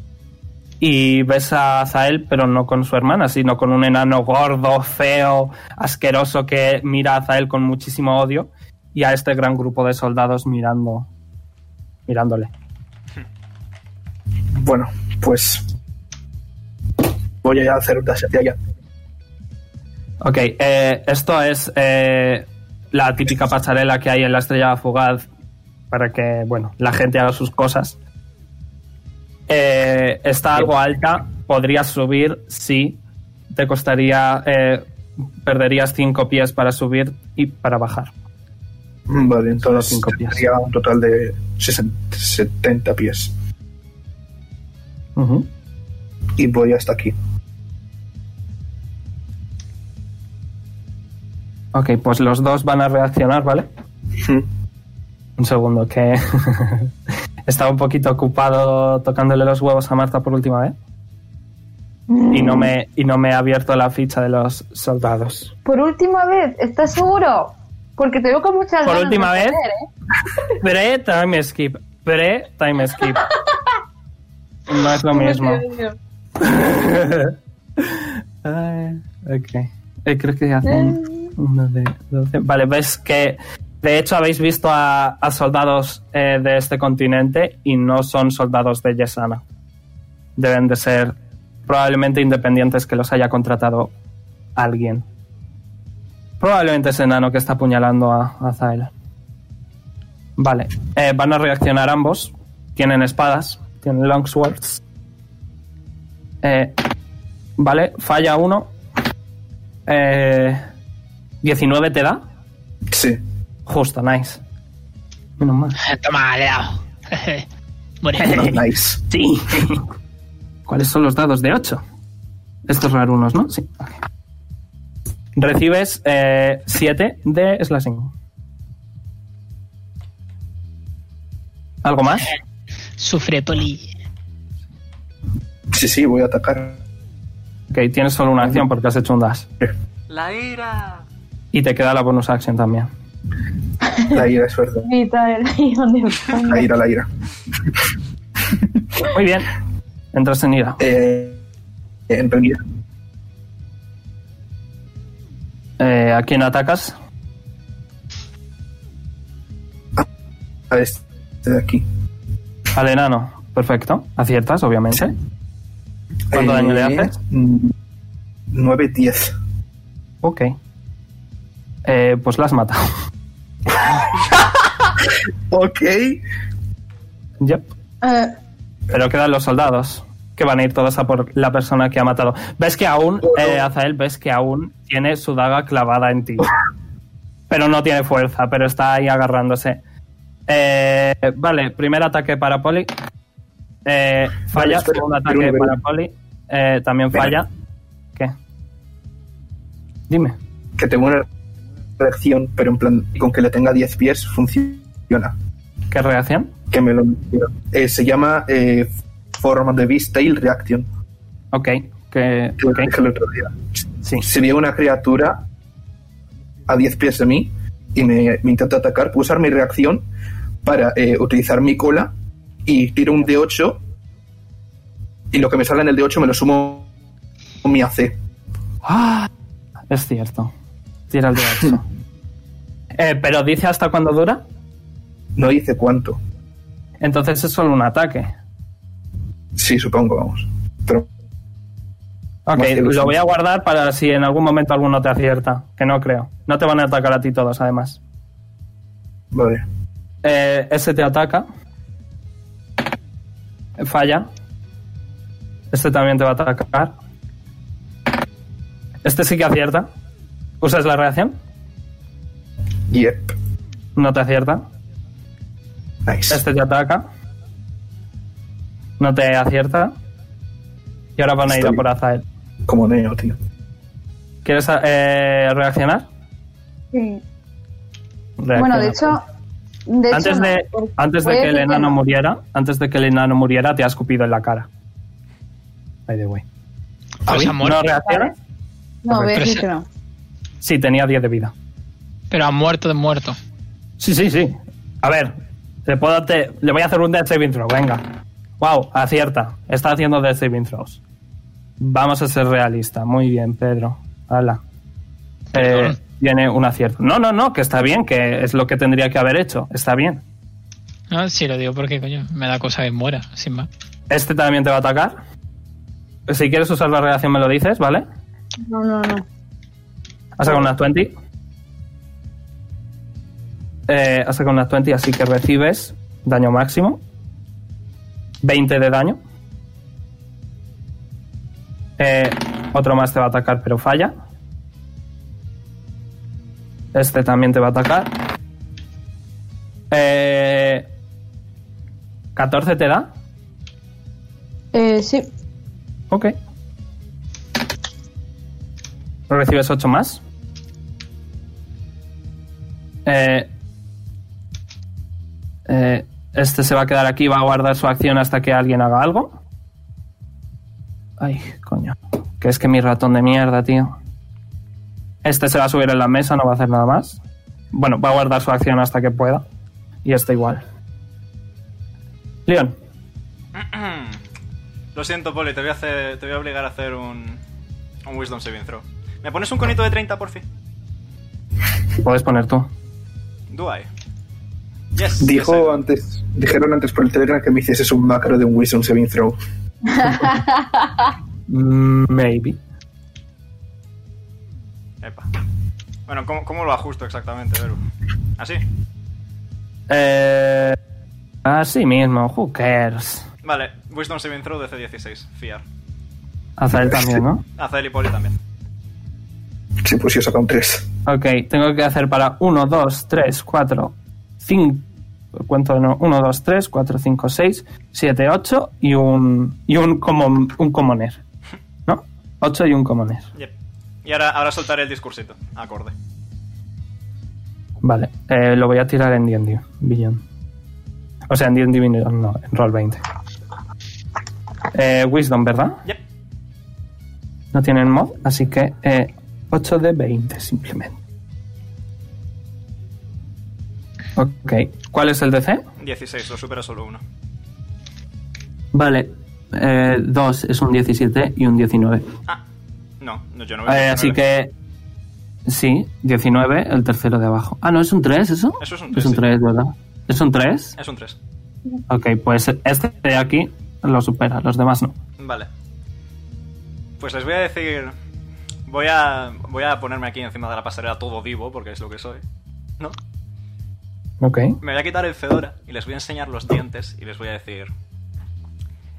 Speaker 1: y ves a Zael, pero no con su hermana, sino con un enano gordo, feo, asqueroso que mira a Zael con muchísimo odio y a este gran grupo de soldados mirando, mirándole.
Speaker 6: Bueno, pues. Voy a hacer un dash hacia allá.
Speaker 1: Ok, eh, esto es eh, la típica pasarela que hay en la estrella fugaz para que, bueno, la gente haga sus cosas. Eh, está algo alta, podrías subir, sí. Te costaría, eh, perderías 5 pies para subir y para bajar.
Speaker 6: Mm, Vale, entonces
Speaker 1: cinco pies.
Speaker 6: sería un total de 60, 70 pies.
Speaker 1: Ujú.
Speaker 6: Y voy hasta aquí.
Speaker 1: Ok, pues los dos van a reaccionar, ¿vale? Hmm.
Speaker 6: Mm.
Speaker 1: Un segundo, que estaba un poquito ocupado tocándole los huevos a Marta por última vez. Y no me, y no me ha abierto la ficha de los soldados.
Speaker 7: Por última vez, ¿estás seguro? Porque te veo con muchas
Speaker 1: Por
Speaker 7: ganas de
Speaker 1: última vez.
Speaker 7: joder, ¿eh?
Speaker 1: Pre-time skip. Pre-time skip. No es lo mismo. Ay, ok. Eh, creo que hacen uno de 12. Vale, ves que de hecho habéis visto a, a soldados eh, de este continente y no son soldados de Yesana. Deben de ser probablemente independientes que los haya contratado alguien. Probablemente ese enano que está apuñalando a, a Zael. Vale. Eh, van a reaccionar ambos. Tienen espadas. Tienen longswords. Eh, vale, falla uno. Eh, 19 te da.
Speaker 6: Sí.
Speaker 1: Justo, nice. Menos mal.
Speaker 4: Toma, le he dado.
Speaker 6: No,
Speaker 4: Bueno,
Speaker 6: Ah, nice.
Speaker 1: Sí. ¿Cuáles son los dados de 8? Estos rarunos, ¿no? Sí. ok. Recibes 7 de slashing. ¿Algo más?
Speaker 4: sufre Poli.
Speaker 6: Sí, sí, voy a atacar.
Speaker 1: Ok, tienes solo una acción porque has hecho un dash.
Speaker 2: ¡La ira!
Speaker 1: Y te queda la bonus action también.
Speaker 6: La ira es verdad.
Speaker 7: Vita, el guión de fondo.
Speaker 6: La ira, la ira.
Speaker 1: Muy bien. Entras en ira.
Speaker 6: Eh, en realidad,
Speaker 1: Eh, ¿A quién atacas?
Speaker 6: a este de aquí.
Speaker 1: Al enano. Perfecto. Aciertas, obviamente. ¿Cuánto
Speaker 6: Eh,
Speaker 1: daño le haces?
Speaker 6: mm, 9, 10.
Speaker 1: Ok. Eh, pues la has matado.
Speaker 6: Ok.
Speaker 1: Yep.
Speaker 7: Eh,
Speaker 1: Pero quedan los soldados, que van a ir todos a por la persona que ha matado. Ves que aún, eh, Azael, ves que aún tiene su daga clavada en ti. Pero no tiene fuerza, pero está ahí agarrándose. Eh, vale, primer ataque para Poli. Eh, falla,
Speaker 6: espera,
Speaker 1: segundo
Speaker 6: pero
Speaker 1: ataque
Speaker 6: una
Speaker 1: para
Speaker 6: vez.
Speaker 1: Poli. Eh, también
Speaker 6: Espera.
Speaker 1: falla. ¿Qué? Dime.
Speaker 6: Que tengo una reacción, pero en plan, con que le tenga 10 pies, funciona.
Speaker 1: ¿Qué reacción?
Speaker 6: Que me lo. Eh, se llama eh, Form of the Beast Tail Reaction.
Speaker 1: Ok. Que,
Speaker 6: que lo
Speaker 1: ok,
Speaker 6: dije el otro día.
Speaker 1: Sí.
Speaker 6: Si veo una criatura a 10 pies de mí y me, me intenta atacar, puedo usar mi reacción para eh, utilizar mi cola y tiro un D8 y lo que me sale en el D8 me lo sumo con mi AC.
Speaker 1: Ah, es cierto. Tira el de ocho. Eh, pero dice hasta cuándo dura.
Speaker 6: No dice cuánto.
Speaker 1: Entonces es solo un ataque.
Speaker 6: Sí, supongo, vamos. Pero
Speaker 1: Ok,
Speaker 6: Más que
Speaker 1: lo
Speaker 6: ilusión.
Speaker 1: voy a guardar para si en algún momento alguno te acierta. Que no creo. No te van a atacar a ti todos, además.
Speaker 6: vale.
Speaker 1: Eh, ese te ataca. Eh, Falla. Este también te va a atacar. Este sí que acierta. ¿Usas la reacción?
Speaker 6: Yep.
Speaker 1: No te acierta.
Speaker 6: Nice.
Speaker 1: Este te ataca. No te acierta. Y ahora van a ir a
Speaker 6: Estoy-
Speaker 1: por Azael.
Speaker 6: Como neo, tío.
Speaker 1: ¿Quieres eh, reaccionar?
Speaker 7: sí.
Speaker 1: Reacciona.
Speaker 7: Bueno, de hecho. De hecho,
Speaker 1: antes
Speaker 7: no,
Speaker 1: de,
Speaker 7: porque
Speaker 1: antes de
Speaker 7: voy a
Speaker 1: que el
Speaker 7: decir
Speaker 1: enano
Speaker 7: no.
Speaker 1: muriera, antes de que el enano muriera, te ha escupido en la cara. By the way.
Speaker 4: Pues ha
Speaker 1: ¿No
Speaker 4: muerto.
Speaker 1: reacciona?
Speaker 7: No, voy a
Speaker 4: Pero
Speaker 7: decir
Speaker 4: se-
Speaker 7: que no.
Speaker 1: Sí, tenía 10 de vida.
Speaker 4: Pero ha muerto de muerto.
Speaker 1: Sí, sí, sí. A ver, te puedo te- le voy a hacer un death saving throw, venga. Wow, acierta. Está haciendo death saving throws. Vamos a ser realista. Muy bien, Pedro. Hala. Eh,
Speaker 4: Perdón.
Speaker 1: tiene un acierto. No, no, no, que está bien, que es lo que tendría que haber hecho. Está bien.
Speaker 4: No, sí lo digo porque, coño, me da cosa que muera, sin más.
Speaker 1: Este también te va a atacar. Si quieres usar la reacción me lo dices, ¿vale?
Speaker 7: No, no, no.
Speaker 1: Ha sacado unas 20. Eh, ha sacado unas 20, así que recibes daño máximo. 20 de daño. Eh, otro más te va a atacar, pero falla. Este también te va a atacar. Eh, 14 te da.
Speaker 7: Eh, sí.
Speaker 1: Ok. Recibes 8 más. Eh, eh, este se va a quedar aquí, va a guardar su acción hasta que alguien haga algo. Ay, coño. Que es que mi ratón de mierda, tío. Este se va a subir en la mesa, no va a hacer nada más. Bueno, va a guardar su acción hasta que pueda. Y este igual. Leon,
Speaker 2: Lo siento, Poli, te voy a, hacer, te voy a obligar a hacer un, un Wisdom Saving Throw. ¿Me pones un conito de 30, por fin?
Speaker 1: puedes poner tú.
Speaker 2: Do I? Yes. yes, I
Speaker 6: Dijo
Speaker 2: do.
Speaker 6: antes, dijeron antes por el Telegram que me hicieses un macro de un Wisdom Saving Throw.
Speaker 1: Mm, Maybe.
Speaker 2: Epa. Bueno, ¿cómo, cómo lo ajusto exactamente, Veru? ¿Así?
Speaker 1: Eh, así mismo, who cares.
Speaker 2: Vale, Wisdom Saving Throw c 16, fiar.
Speaker 1: Azael también, ¿no?
Speaker 2: Azael y Poli también.
Speaker 6: Sí, pues yo saco un 3.
Speaker 1: Ok, tengo que hacer para 1, 2, 3, 4, 5. Cuento no, 1, 2, 3, 4, 5, 6, 7, 8 y un, y un, common, un commoner. ¿No? 8 y un commoner.
Speaker 2: Yep. Y ahora, ahora soltaré el discursito, acorde.
Speaker 1: Vale, eh, lo voy a tirar en D&D, Beyond. O sea, en D&D Beyond, no, en Roll20. Eh, Wisdom, ¿verdad?
Speaker 2: Yep.
Speaker 1: No tienen mod, así que eh, 8 de 20 simplemente. Ok, ¿cuál es el DC?
Speaker 2: 16, lo supera solo uno.
Speaker 1: Vale, 2 es un 17 y un 19.
Speaker 2: Ah, no, no yo no veo.
Speaker 1: Eh, así
Speaker 2: 19.
Speaker 1: que. Sí, 19, el tercero de abajo. Ah, no, es un 3 eso.
Speaker 2: Eso es un
Speaker 1: Es
Speaker 2: tres,
Speaker 1: un
Speaker 2: sí.
Speaker 1: 3, ¿verdad? ¿Es un 3?
Speaker 2: Es un 3.
Speaker 1: Ok, pues este de aquí lo supera, los demás no.
Speaker 2: Vale. Pues les voy a decir. Voy a. Voy a ponerme aquí encima de la pasarela todo vivo, porque es lo que soy. ¿No?
Speaker 1: Ok.
Speaker 2: Me voy a quitar el Fedora y les voy a enseñar los dientes y les voy a decir.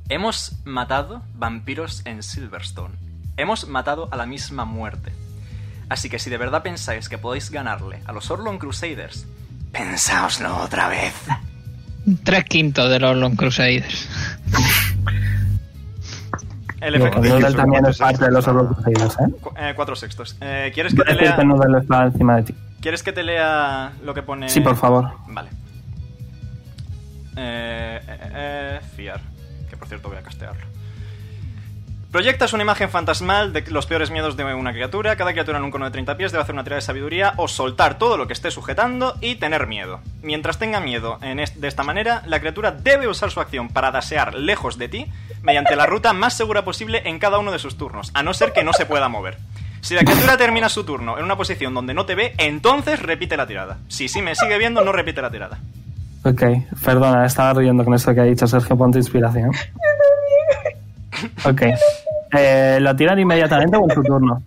Speaker 2: Hemos matado vampiros en Silverstone. Hemos matado a la misma muerte. Así que si de verdad pensáis que podéis ganarle a los Orlon Crusaders, pensáoslo otra vez.
Speaker 4: Tres quintos de los Long Crusaders.
Speaker 2: El
Speaker 1: Digo,
Speaker 2: efecto.
Speaker 5: es que
Speaker 1: Noodle
Speaker 5: son
Speaker 1: también es
Speaker 5: cuatro
Speaker 1: parte de los otros conseguidos, ¿eh? Este
Speaker 2: Cu- eh, cuatro sextos. Eh, ¿Quieres que
Speaker 1: Voy a
Speaker 2: te
Speaker 1: decir
Speaker 2: lea,
Speaker 1: que Noodle está encima de ti.
Speaker 2: ¿Quieres que te lea lo que pone.
Speaker 1: Sí, por favor.
Speaker 2: Vale. Eh, eh, eh, fiar. Que por cierto voy a castearlo. Proyectas una imagen fantasmal de los peores miedos de una criatura. Cada criatura en un cono de 30 pies debe hacer una tirada de sabiduría o soltar todo lo que esté sujetando y tener miedo. Mientras tenga miedo en es- de esta manera, la criatura debe usar su acción para dasear lejos de ti mediante la ruta más segura posible en cada uno de sus turnos, a no ser que no se pueda mover. Si la criatura termina su turno en una posición donde no te ve, entonces repite la tirada. Si sí me sigue viendo, no repite la tirada.
Speaker 1: Ok, perdona, estaba riendo con eso que ha dicho Sergio, ponte inspiración. Ok. Eh, ¿Lo tiran inmediatamente o en su turno?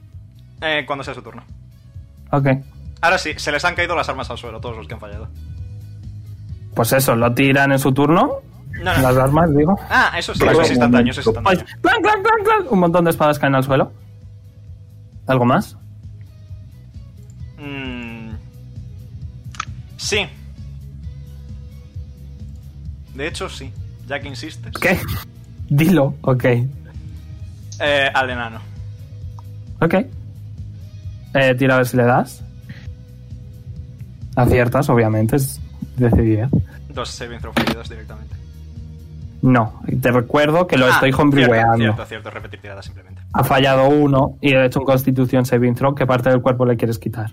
Speaker 2: Eh, cuando sea su turno.
Speaker 1: Ok.
Speaker 2: Ahora sí, se les han caído las armas al suelo, todos los que han fallado.
Speaker 1: Pues eso, lo tiran en su turno.
Speaker 2: No, no.
Speaker 1: Las armas, digo. Pues,
Speaker 2: Ah, eso sí, eso es instantáneo, eso es
Speaker 1: Ay,
Speaker 2: instantáneo.
Speaker 1: clan, clan, clan, clan. Un montón de espadas caen al suelo. ¿Algo más?
Speaker 2: Mm. Sí. De hecho, sí, ya que insistes.
Speaker 1: ¿Qué? Dilo. Ok.
Speaker 2: Eh, al enano.
Speaker 1: Ok. Eh, tira a ver si le das. Aciertas, obviamente. Es decidida.
Speaker 2: Dos saving throw fallidos directamente.
Speaker 1: No. Te recuerdo que lo
Speaker 2: Ah,
Speaker 1: estoy
Speaker 2: cierto,
Speaker 1: homebrewando.
Speaker 2: cierto, cierto, repetir tirada simplemente.
Speaker 1: Ha fallado uno y le ha hecho un Constitución Saving Throw. ¿Qué parte del cuerpo le quieres quitar?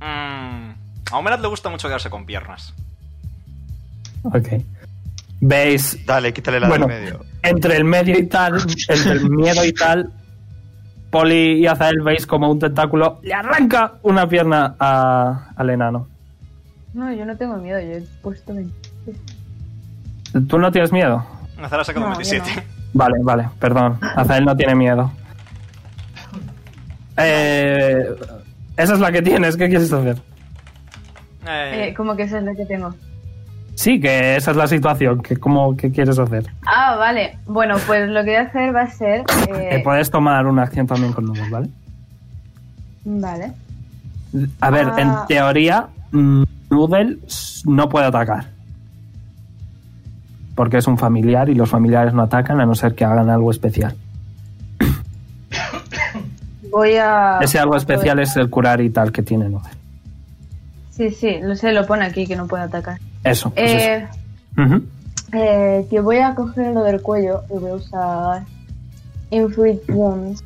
Speaker 2: Mm, A Omerat le gusta mucho quedarse con piernas.
Speaker 1: Ok. ¿Veis
Speaker 5: Dale, quítale la
Speaker 1: Bueno.
Speaker 5: del medio.
Speaker 1: entre el medio y tal, entre el miedo y tal, Poli y Azael veis como un tentáculo le arranca una pierna a- al enano.
Speaker 3: No, yo no tengo miedo, yo he puesto mi-
Speaker 1: ¿Tú no tienes miedo?
Speaker 2: Nazar ha sacado
Speaker 3: No, yo
Speaker 2: 27.
Speaker 1: Vale, vale, perdón. Azael no tiene miedo. Eh, esa es la que tienes, ¿qué quieres hacer?
Speaker 2: Eh,
Speaker 3: Eh, como que esa es la que tengo.
Speaker 1: Sí, que esa es la situación, que cómo, ¿qué quieres hacer?
Speaker 3: Ah, vale. Bueno, pues lo que voy a hacer va a ser. eh,
Speaker 1: Eh, puedes tomar una acción también con Numus, ¿vale?
Speaker 3: vale.
Speaker 1: A ver,
Speaker 3: Ah.
Speaker 1: en teoría, mm, Noodle s- no puede atacar. Porque es un familiar y los familiares no atacan a no ser que hagan algo especial.
Speaker 3: Voy a.
Speaker 1: Ese algo especial es el curar y tal que tiene Noodle.
Speaker 3: Sí, sí, lo sé, lo pone aquí que no puede atacar.
Speaker 1: Eso. pues eso.
Speaker 3: Eh,
Speaker 1: Ujú.
Speaker 3: eh, que voy a coger lo del cuello y voy a usar. Inflict Wounds.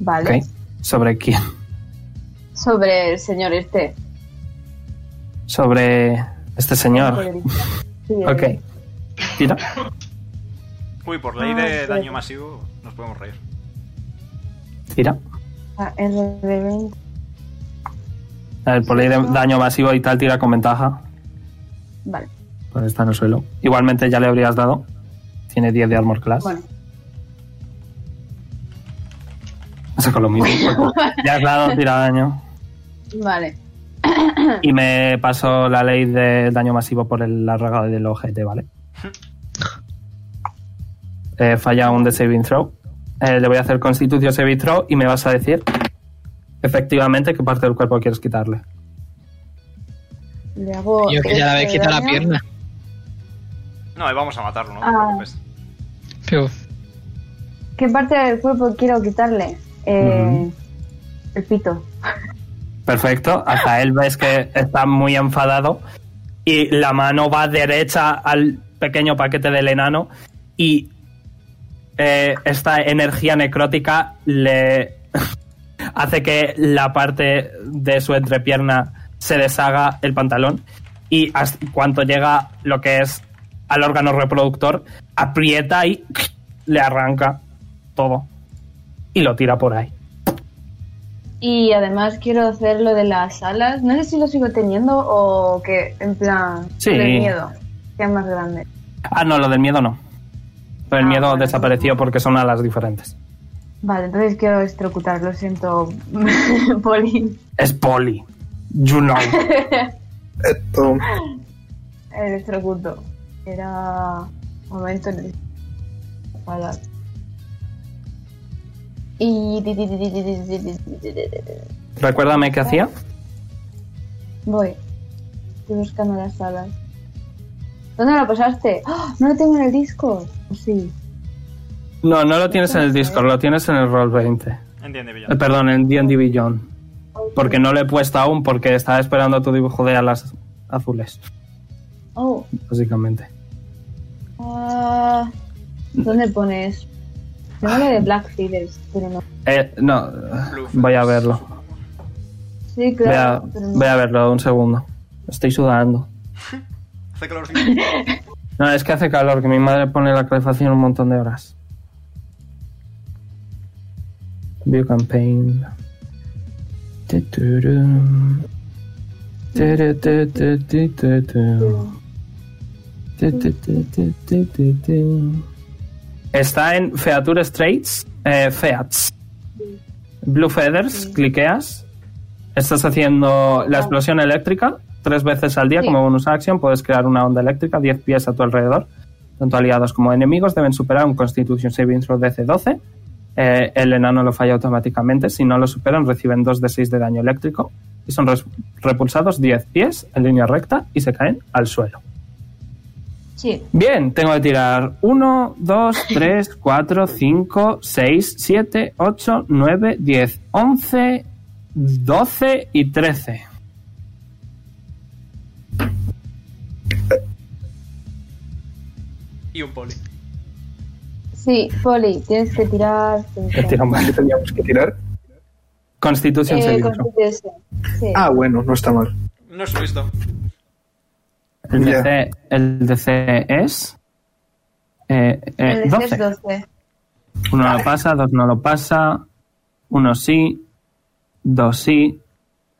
Speaker 3: Vale.
Speaker 1: Ok. ¿Sobre quién?
Speaker 3: Sobre el señor este.
Speaker 1: Sobre este señor.
Speaker 3: Sí, el-
Speaker 1: Ok. Tira.
Speaker 2: Uy, por ley
Speaker 3: Ah,
Speaker 2: de
Speaker 3: sí.
Speaker 2: daño masivo nos podemos reír.
Speaker 1: Tira.
Speaker 3: Ah, el de 20.
Speaker 1: El por ley de daño masivo y tal tira con ventaja.
Speaker 3: Vale.
Speaker 1: Pues está en el suelo. Igualmente ya le habrías dado. Tiene 10 de armor class.
Speaker 3: Bueno.
Speaker 1: O sea, con lo mismo. ya has dado, tira daño.
Speaker 3: Vale.
Speaker 1: Y me paso la ley de daño masivo por el, la regada del ojete, ¿vale? Eh, falla un de saving throw. Eh, le voy a hacer Constitución saving throw y me vas a decir efectivamente qué parte del cuerpo quieres quitarle.
Speaker 7: Le hago.
Speaker 4: Yo que ya le habéis
Speaker 7: este
Speaker 4: quitado la
Speaker 7: daño.
Speaker 4: pierna.
Speaker 2: No, y vamos a matarlo, no te
Speaker 7: Ah.
Speaker 2: preocupes.
Speaker 4: Pero,
Speaker 7: ¿Qué parte del cuerpo quiero quitarle? Eh, El pito.
Speaker 1: Perfecto. Hasta él ves que está muy enfadado y la mano va derecha al pequeño paquete del enano y eh, esta energía necrótica le hace que la parte de su entrepierna se deshaga el pantalón y as- cuando llega lo que es al órgano reproductor aprieta y le arranca todo y lo tira por ahí.
Speaker 7: Y además quiero hacer lo de las alas. No sé si lo sigo teniendo o que, en plan,
Speaker 1: Sí.
Speaker 7: de miedo, que es más grande.
Speaker 1: Ah, no, lo del miedo no. Pero el
Speaker 7: Ah,
Speaker 1: miedo
Speaker 7: bueno.
Speaker 1: desapareció porque son alas diferentes.
Speaker 7: Vale, entonces quiero estrocutar, lo siento, Poli.
Speaker 1: Es poli. You know.
Speaker 6: Esto,
Speaker 7: El estrocuto. Era momento en el... Para... Y...
Speaker 1: Recuérdame qué hacía.
Speaker 7: Voy. Estoy buscando las alas. ¿Dónde lo pasaste? ¡Ah! No lo tengo en el disco. Oh, Sí.
Speaker 1: No, no lo tienes en el Discord, lo tienes en el Roll 20.
Speaker 2: Entiende, Villano.
Speaker 1: Eh, perdón, en D&D Beyond. Porque no lo he puesto aún porque estaba esperando tu dibujo de alas azules,
Speaker 7: Oh.
Speaker 1: básicamente.
Speaker 7: Ah, ¿Dónde pones? Tengo la de Black Feathers, pero no.
Speaker 1: Eh, no,
Speaker 2: Blue.
Speaker 1: voy a verlo.
Speaker 7: Sí,
Speaker 1: Voy a,
Speaker 7: claro. pero no.
Speaker 1: voy a verlo, un segundo. Estoy sudando.
Speaker 2: Hace calor.
Speaker 1: No, es que hace calor, que mi madre pone la calefacción un montón de horas. View campaign. Tuturum. Turututututu. Tutututututu. Está en Feature Straits, eh, Feats. Blue Feathers, cliqueas. Estás haciendo la explosión eléctrica tres veces al día
Speaker 7: Sí.
Speaker 1: como bonus action. Puedes crear una onda eléctrica 10 pies a tu alrededor. Tanto aliados como enemigos deben superar un Constitution Saving Throw DC 12. Eh, el enano lo falla automáticamente. Si no lo superan, reciben 2 de 6 de daño eléctrico y son res- repulsados 10 pies en línea recta y se caen al suelo.
Speaker 7: Sí.
Speaker 1: Bien, tengo que tirar 1, 2, 3, 4, 5, 6, 7, 8, 9, 10, 11, 12 y 13.
Speaker 2: Y un poli.
Speaker 7: Sí, Poli, tienes que tirar.
Speaker 1: Que tiro mal.
Speaker 6: ¿Qué teníamos que tirar?
Speaker 1: Constitución
Speaker 7: Eh,
Speaker 1: saving
Speaker 7: con
Speaker 1: throw.
Speaker 7: TTS. Sí.
Speaker 6: Ah, bueno, no está mal.
Speaker 2: No es listo.
Speaker 1: El
Speaker 6: ya.
Speaker 1: DC, el DC es. eh, eh,
Speaker 7: el de
Speaker 1: 12.
Speaker 7: es 12.
Speaker 1: Uno lo pasa, dos no lo pasa. Uno sí. Dos sí.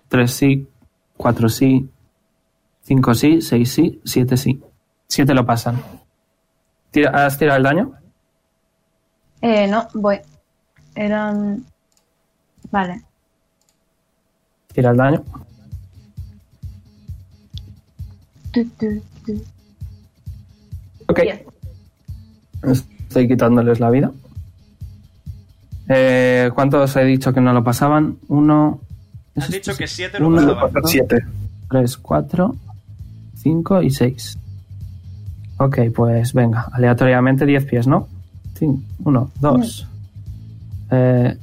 Speaker 1: Tres sí. Cuatro sí. Cinco sí. Seis sí. Siete sí. Siete lo pasan. Tira- ¿Has tirado el daño?
Speaker 7: Eh, no, voy. Eran. Vale.
Speaker 1: Tira el daño.
Speaker 7: Tu, tu, tu.
Speaker 1: Ok.
Speaker 7: Bien.
Speaker 1: Estoy quitándoles la vida. Eh, ¿Cuántos he dicho que no lo pasaban? Uno.
Speaker 2: Has dicho que siete lo
Speaker 1: Uno,
Speaker 6: Puedo
Speaker 2: pasaban.
Speaker 6: pasar siete.
Speaker 1: 3, 4, 5 y 6. Ok, pues venga, aleatoriamente 10 pies, ¿no? 1, 2, 3,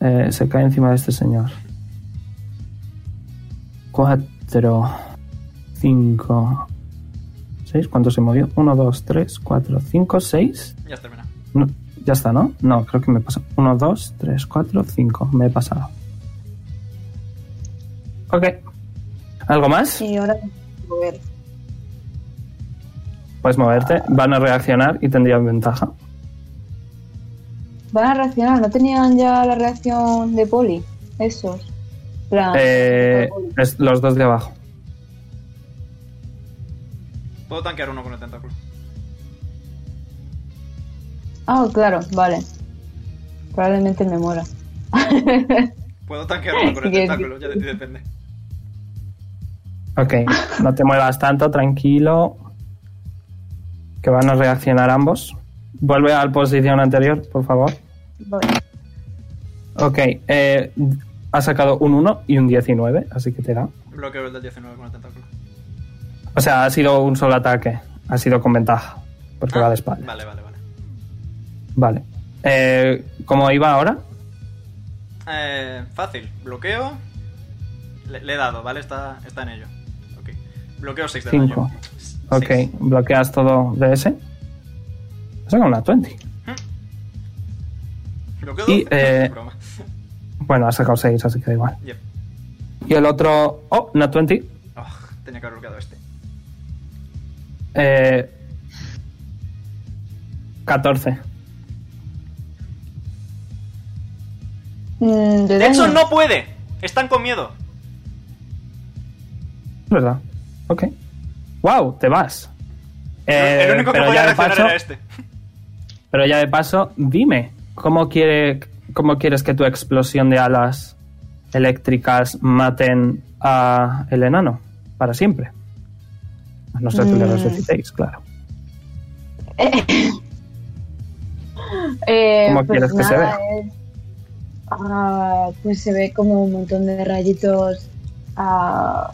Speaker 1: Eh, se cae encima de este señor. 4, 5, 6, ¿cuánto se movió? 1, 2, 3, 4, 5, 6.
Speaker 2: Ya has terminado.
Speaker 1: No, ya está, ¿no? No, creo que me pasa. 1, 2, 3, 4, 5. Me he pasado. Ok. ¿Algo más?
Speaker 7: Y ahora. A ver.
Speaker 1: Puedes moverte. Van a reaccionar y tendrían ventaja.
Speaker 7: Van a reaccionar, no tenían ya la reacción de Poli. Esos. Plan.
Speaker 1: Eh,
Speaker 7: Poli.
Speaker 1: es los dos de abajo.
Speaker 2: Puedo tanquear uno con el tentáculo.
Speaker 7: Ah, claro, vale. Probablemente me muera.
Speaker 2: Puedo tanquearlo con el
Speaker 7: Siguiente.
Speaker 2: tentáculo, ya de ti depende.
Speaker 1: Ok, no te muevas tanto, tranquilo. Que van a reaccionar ambos. Vuelve a la posición anterior, por favor.
Speaker 7: Voy.
Speaker 1: Ok, eh, ha sacado un 1 y un 19, así que te da.
Speaker 2: Bloqueo el del 19 con el tentáculo.
Speaker 1: O sea, ha sido un solo ataque. Ha sido con ventaja, porque
Speaker 2: Ah.
Speaker 1: va de espalda.
Speaker 2: Vale, vale, vale.
Speaker 1: Vale. Eh, ¿Cómo iba ahora?
Speaker 2: Eh, fácil, bloqueo. Le, le he dado, ¿vale? Está, está en ello. Ok. Bloqueo 6 de
Speaker 1: Cinco.
Speaker 2: daño. S-
Speaker 1: Ok,
Speaker 2: seis.
Speaker 1: bloqueas todo de ese. Saca una 20.
Speaker 2: Bloqueo
Speaker 1: Y,
Speaker 2: 12.
Speaker 1: eh,
Speaker 2: Broma.
Speaker 1: Bueno, ha sacado 6, así que da igual.
Speaker 2: Yep.
Speaker 1: Y el otro. Oh, una 20.
Speaker 2: Oh, tenía que haber bloqueado este.
Speaker 1: Eh, 14.
Speaker 7: Mm, de daño.
Speaker 2: Edson no puede. Están con miedo.
Speaker 1: Es verdad. Ok. ¡Wow! Te vas. Eh,
Speaker 2: el único que
Speaker 1: pero
Speaker 2: podía
Speaker 1: ya de
Speaker 2: reaccionar
Speaker 1: paso-
Speaker 2: era este.
Speaker 1: Pero ya de paso, dime, ¿cómo, quiere, ¿cómo quieres que tu explosión de alas eléctricas maten a el enano? Para siempre. A no ser que le
Speaker 7: Mm.
Speaker 1: resucitéis, claro.
Speaker 7: Eh,
Speaker 1: ¿Cómo
Speaker 7: pues
Speaker 1: quieres que se
Speaker 7: nada, es- Ah, pues se ve como un montón de rayitos ah,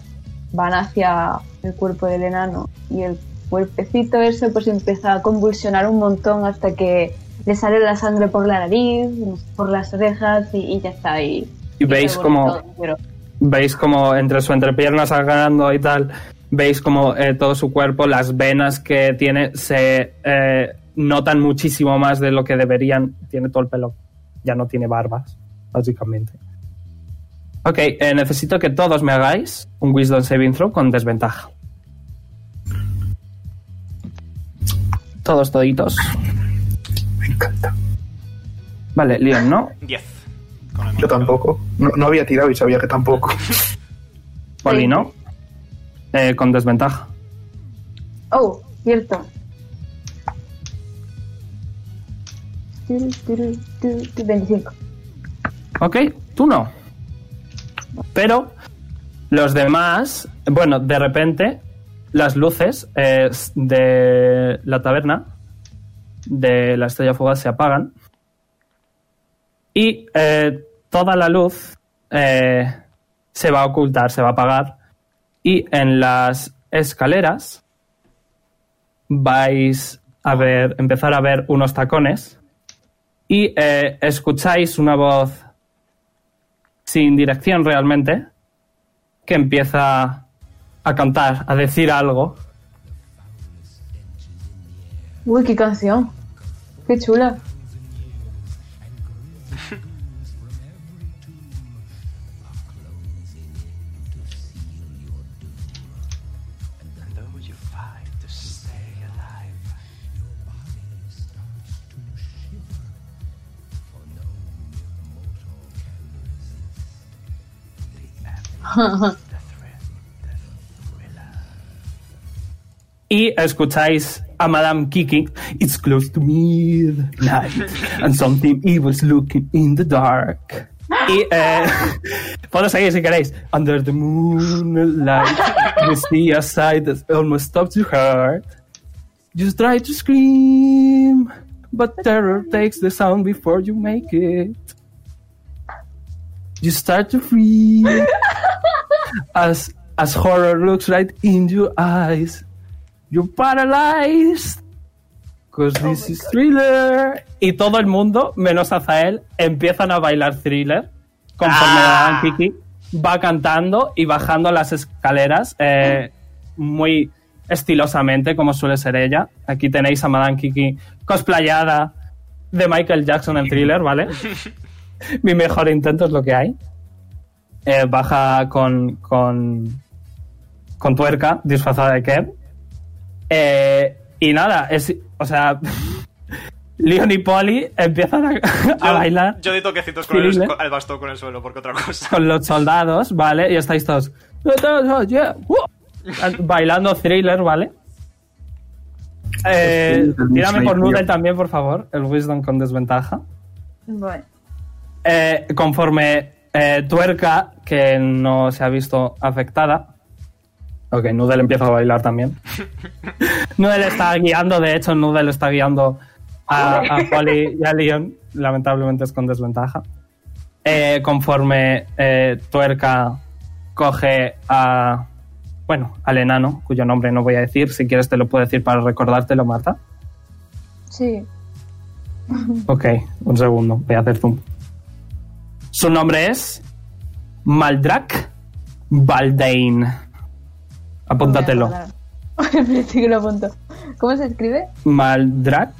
Speaker 7: van hacia el cuerpo del enano y el cuerpecito ese pues empieza a convulsionar un montón hasta que le sale la sangre por la nariz, por las orejas y, y ya está. Y,
Speaker 1: Y veis
Speaker 7: se
Speaker 1: como...
Speaker 7: borra todo, pero-
Speaker 1: veis como entre su entrepierna sangrando y tal, veis como eh, todo su cuerpo, las venas que tiene se eh, notan muchísimo más de lo que deberían. Tiene todo el pelo, ya no tiene barbas, básicamente. Ok, eh, necesito que todos me hagáis un Wisdom Saving Throw con desventaja. Todos toditos.
Speaker 6: Me encanta.
Speaker 1: Vale, Leon, ¿no?
Speaker 2: 10. Con el
Speaker 6: Yo
Speaker 2: modificador.
Speaker 6: tampoco. No, no había tirado y sabía que tampoco.
Speaker 1: Poli, ¿no? Eh, con desventaja.
Speaker 7: Oh, cierto. Turu, turu, turu, turu, 25.
Speaker 1: Ok, tú no. Pero los demás, bueno, de repente las luces eh, de la taberna de la estrella fugaz se apagan y eh, toda la luz eh, se va a ocultar, se va a apagar y en las escaleras vais a ver, empezar a ver unos tacones y eh, escucháis una voz sin dirección realmente que empieza a cantar, a decir algo.
Speaker 7: Uy, qué canción. Qué chula.
Speaker 1: Y escucháis a Madame Kiki. It's close to midnight and something evil's looking in the dark. Y eh, puedo seguir si queréis. Under the moonlight, you see a sight that almost stops your heart. You try to scream, but terror takes the sound before you make it. You start to freeze as as horror looks right in your eyes. You're paralyzed. Cause this is thriller. Y todo el mundo, menos Azael, empiezan a bailar thriller. Conforme
Speaker 2: Ah.
Speaker 1: Madame Kiki va cantando y bajando las escaleras eh, muy estilosamente, como suele ser ella. Aquí tenéis a Madame Kiki cosplayada de Michael Jackson en thriller, ¿vale? Mi mejor intento es lo que hay. Eh, baja con, con, con tuerca, disfrazada de Kev. Eh, y nada, es, o sea, Leon y Polly empiezan a, a
Speaker 2: Yo-
Speaker 1: bailar
Speaker 2: Yo di toquecitos con
Speaker 1: Horrible.
Speaker 2: el, con el bastón con el suelo, porque otra cosa.
Speaker 1: con los soldados, ¿vale? Y estáis todos "Yeah, woo", uh", bailando thriller, ¿vale? Eh, tírame por Noodle también, por favor. El Wisdom con desventaja.
Speaker 7: Bueno.
Speaker 1: Eh, conforme Eh, tuerca, que no se ha visto afectada. Ok, Noodle empieza a bailar también. Noodle está guiando, de hecho, Noodle está guiando a, a Holly y a Leon. Lamentablemente es con desventaja. Eh, conforme eh, Tuerca coge a. Bueno, al enano, cuyo nombre no voy a decir. Si quieres, te lo puedo decir para recordártelo, Marta.
Speaker 7: Sí.
Speaker 1: Ok, un segundo, voy a hacer zoom. Su nombre es Maldrak Baldain. Apúntatelo.
Speaker 7: Voy a acordar. sí que lo apunto. ¿Cómo se escribe?
Speaker 1: Maldrak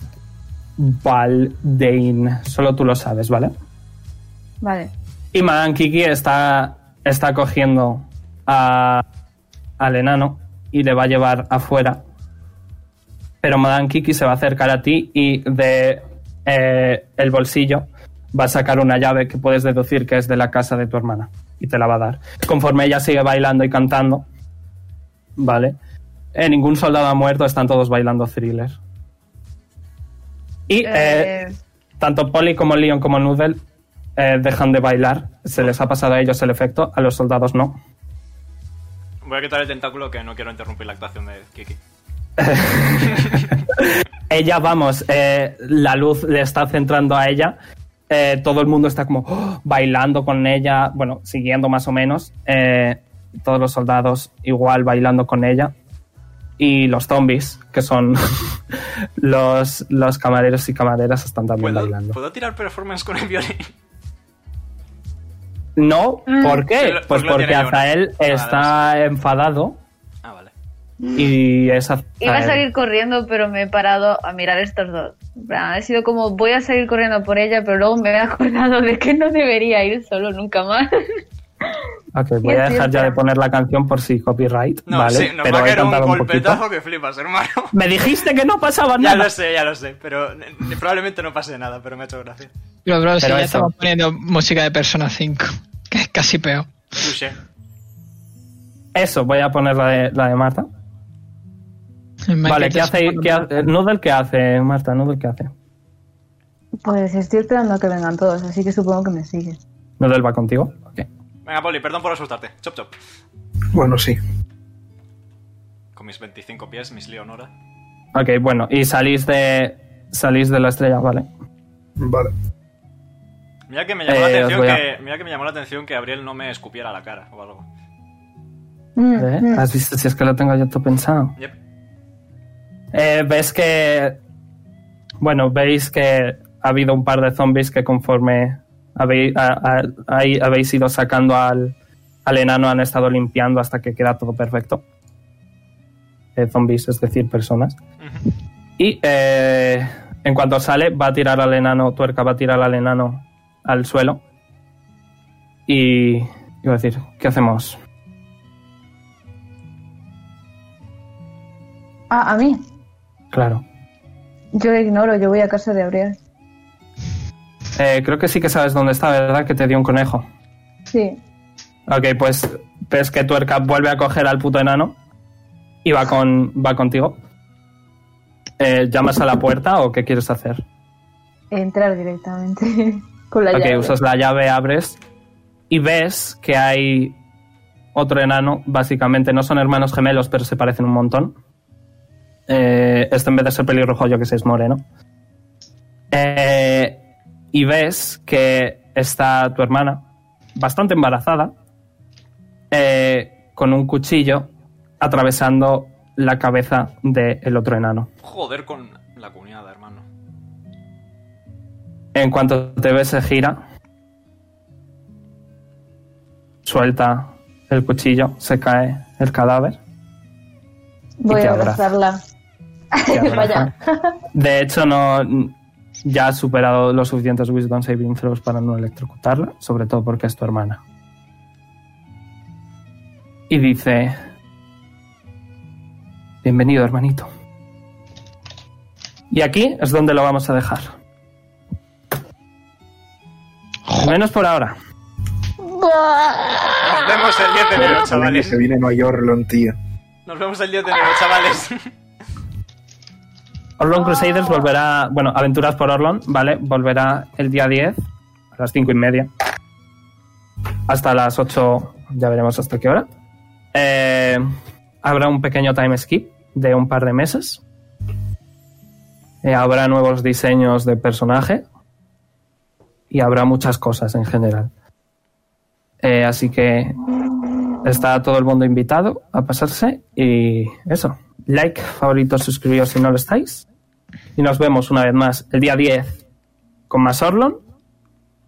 Speaker 1: Baldain. Solo tú lo sabes, ¿vale?
Speaker 7: Vale.
Speaker 1: Y Madame Kiki está, está cogiendo a- al enano y le va a llevar afuera. Pero Madame Kiki se va a acercar a ti y de eh, el bolsillo va a sacar una llave que puedes deducir que es de la casa de tu hermana y te la va a dar. Conforme ella sigue bailando y cantando, ¿vale? Eh, ningún soldado ha muerto, están todos bailando thriller. Y eh,
Speaker 7: Eh,
Speaker 1: tanto Polly como Leon como Noodle eh, dejan de bailar. Se les ha pasado a ellos el efecto, a los soldados no.
Speaker 2: Voy a quitar el tentáculo que no quiero interrumpir la actuación de Kiki.
Speaker 1: Ella, vamos, eh, la luz le está centrando a ella. Eh, todo el mundo está como ¡oh! bailando con ella, bueno, siguiendo más o menos. Eh, todos los soldados igual bailando con ella. Y los zombies, que son los, los camareros y camareras, están también
Speaker 2: ¿Puedo,
Speaker 1: bailando.
Speaker 2: ¿Puedo tirar performance con el violín?
Speaker 1: No,
Speaker 8: Mm.
Speaker 1: ¿por qué?
Speaker 2: Pues lo-
Speaker 1: Pues
Speaker 2: lo tiene
Speaker 1: porque
Speaker 2: Jonas.
Speaker 1: Azael
Speaker 2: Ah,
Speaker 1: está enfadado
Speaker 2: Ah, vale.
Speaker 1: y es Azael.
Speaker 8: Iba a salir corriendo, pero me he parado a mirar estos dos. En plan, Ha sido como, voy a salir corriendo por ella, pero luego me he acordado de que no debería ir solo nunca más.
Speaker 1: Ok, Ah, voy
Speaker 8: es
Speaker 1: a dejar ya
Speaker 8: cierto.
Speaker 1: de poner la canción por si copyright,
Speaker 2: No,
Speaker 1: ¿vale?
Speaker 2: sí, nos
Speaker 1: Pero
Speaker 2: va a
Speaker 1: he
Speaker 2: caer un
Speaker 1: cantado un
Speaker 2: golpetazo
Speaker 1: poquito.
Speaker 2: que flipas, hermano.
Speaker 1: Me dijiste que no pasaba
Speaker 2: Ya
Speaker 1: nada.
Speaker 2: lo sé, ya lo sé, pero eh, probablemente no pase nada, pero me ha hecho gracia.
Speaker 4: Pero, bro, si
Speaker 1: Pero
Speaker 4: ya
Speaker 1: eso.
Speaker 4: estamos poniendo música de Persona 5, que es casi peor.
Speaker 2: Touché.
Speaker 1: Eso, voy a poner la de, la de Marta. vale, ¿qué hace? ¿Qué eh, hace? Noodle, ¿qué hace, Marta? Noodle, ¿qué hace?
Speaker 7: pues estoy esperando a que vengan todos, así que supongo que me siguen.
Speaker 1: Noodle va contigo. Ok.
Speaker 2: Venga, Poli, perdón por asustarte. Chop, chop.
Speaker 6: Bueno, sí.
Speaker 2: Con mis 25 pies, mis Leonora.
Speaker 1: Ok, bueno, y salís de, salís de la estrella, ¿vale?
Speaker 6: Vale.
Speaker 2: Mira que me llamó, la
Speaker 1: Eh, os
Speaker 2: atención
Speaker 1: voy a-
Speaker 2: que, mira que me llamó la atención que Gabriel no me escupiera la cara o algo.
Speaker 7: Mm,
Speaker 1: ¿Eh? ¿Has visto? Si es que lo tengo yo todo pensado.
Speaker 2: Yep.
Speaker 1: Eh, ves que. Bueno, veis que ha habido un par de zombies que conforme habéis, a- a- ahí habéis ido sacando al, al enano han estado limpiando hasta que queda todo perfecto. Eh, zombies, es decir, personas.
Speaker 2: Ujú.
Speaker 1: Y eh, en cuanto sale, va a tirar al enano, tuerca, va a tirar al enano al suelo. Y. Iba a decir, ¿qué hacemos?
Speaker 7: Ah, a mí.
Speaker 1: Claro.
Speaker 7: Yo le ignoro, yo voy a casa de Abriel.
Speaker 1: Eh, creo que sí que sabes dónde está, ¿verdad? Que te dio un conejo.
Speaker 7: Sí.
Speaker 1: Ok, pues ves que tuerca vuelve a coger al puto enano y va con va contigo. Eh, ¿Llamas a la puerta o qué quieres hacer?
Speaker 7: Entrar directamente con la
Speaker 1: ok,
Speaker 7: llave.
Speaker 1: usas la llave, abres y ves que hay otro enano, básicamente. No son hermanos gemelos, pero se parecen un montón. Eh, este en vez de ser pelirrojo, yo que sé, es moreno. Eh, y ves que está tu hermana, bastante embarazada, eh, con un cuchillo atravesando la cabeza del otro enano.
Speaker 2: Joder con la cuñada, hermano.
Speaker 1: En cuanto te ve, se gira. Suelta el cuchillo, se cae el cadáver.
Speaker 7: Voy
Speaker 1: y te
Speaker 7: a
Speaker 1: abraza.
Speaker 7: abrazarla.
Speaker 1: te abraza.
Speaker 7: Vaya.
Speaker 1: De hecho, no ya ha superado los suficientes Wisdom Saving Throws para no electrocutarla, sobre todo porque es tu hermana. Y dice: Bienvenido, hermanito. Y aquí es donde lo vamos a dejar. Menos por ahora.
Speaker 2: Nos vemos el 10 de enero,
Speaker 6: Ahora que
Speaker 2: chavales.
Speaker 6: se viene Nueva York, lo tío.
Speaker 2: Nos vemos el 10 de enero, chavales.
Speaker 1: Orlon Crusaders volverá, bueno, Aventuras por Orlon, ¿vale? Volverá el día 10 a las 5 y media. hasta las 8, ya veremos hasta qué hora. Eh, habrá un pequeño time skip de un par de meses. Eh, habrá nuevos diseños de personaje. Y habrá muchas cosas en general. Eh, así que está todo el mundo invitado a pasarse. Y eso. Like, favorito, suscribiros si no lo estáis. Y nos vemos una vez más el día 10 con más Orlon.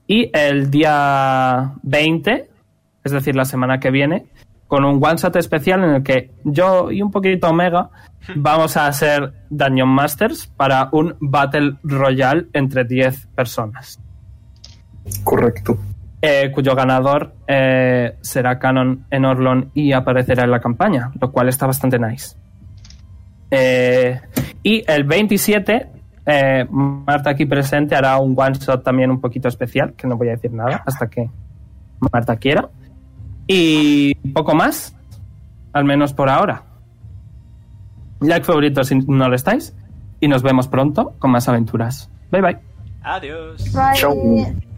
Speaker 1: Y el día 20, es decir, la semana que viene, con un one shot especial en el que yo y un poquito Omega vamos a hacer Dungeon Masters para un Battle Royale entre 10 personas.
Speaker 6: Correcto.
Speaker 1: eh, cuyo ganador eh, será Canon en Orlon y aparecerá en la campaña, lo cual está bastante nice. Eh, y el 27, eh, Marta aquí presente hará un one shot también un poquito especial, que no voy a decir nada hasta que Marta quiera. Y poco más, al menos por ahora. Like favorito si no lo estáis. Y nos vemos pronto con más aventuras. Bye bye.
Speaker 2: Adiós.
Speaker 6: Chao.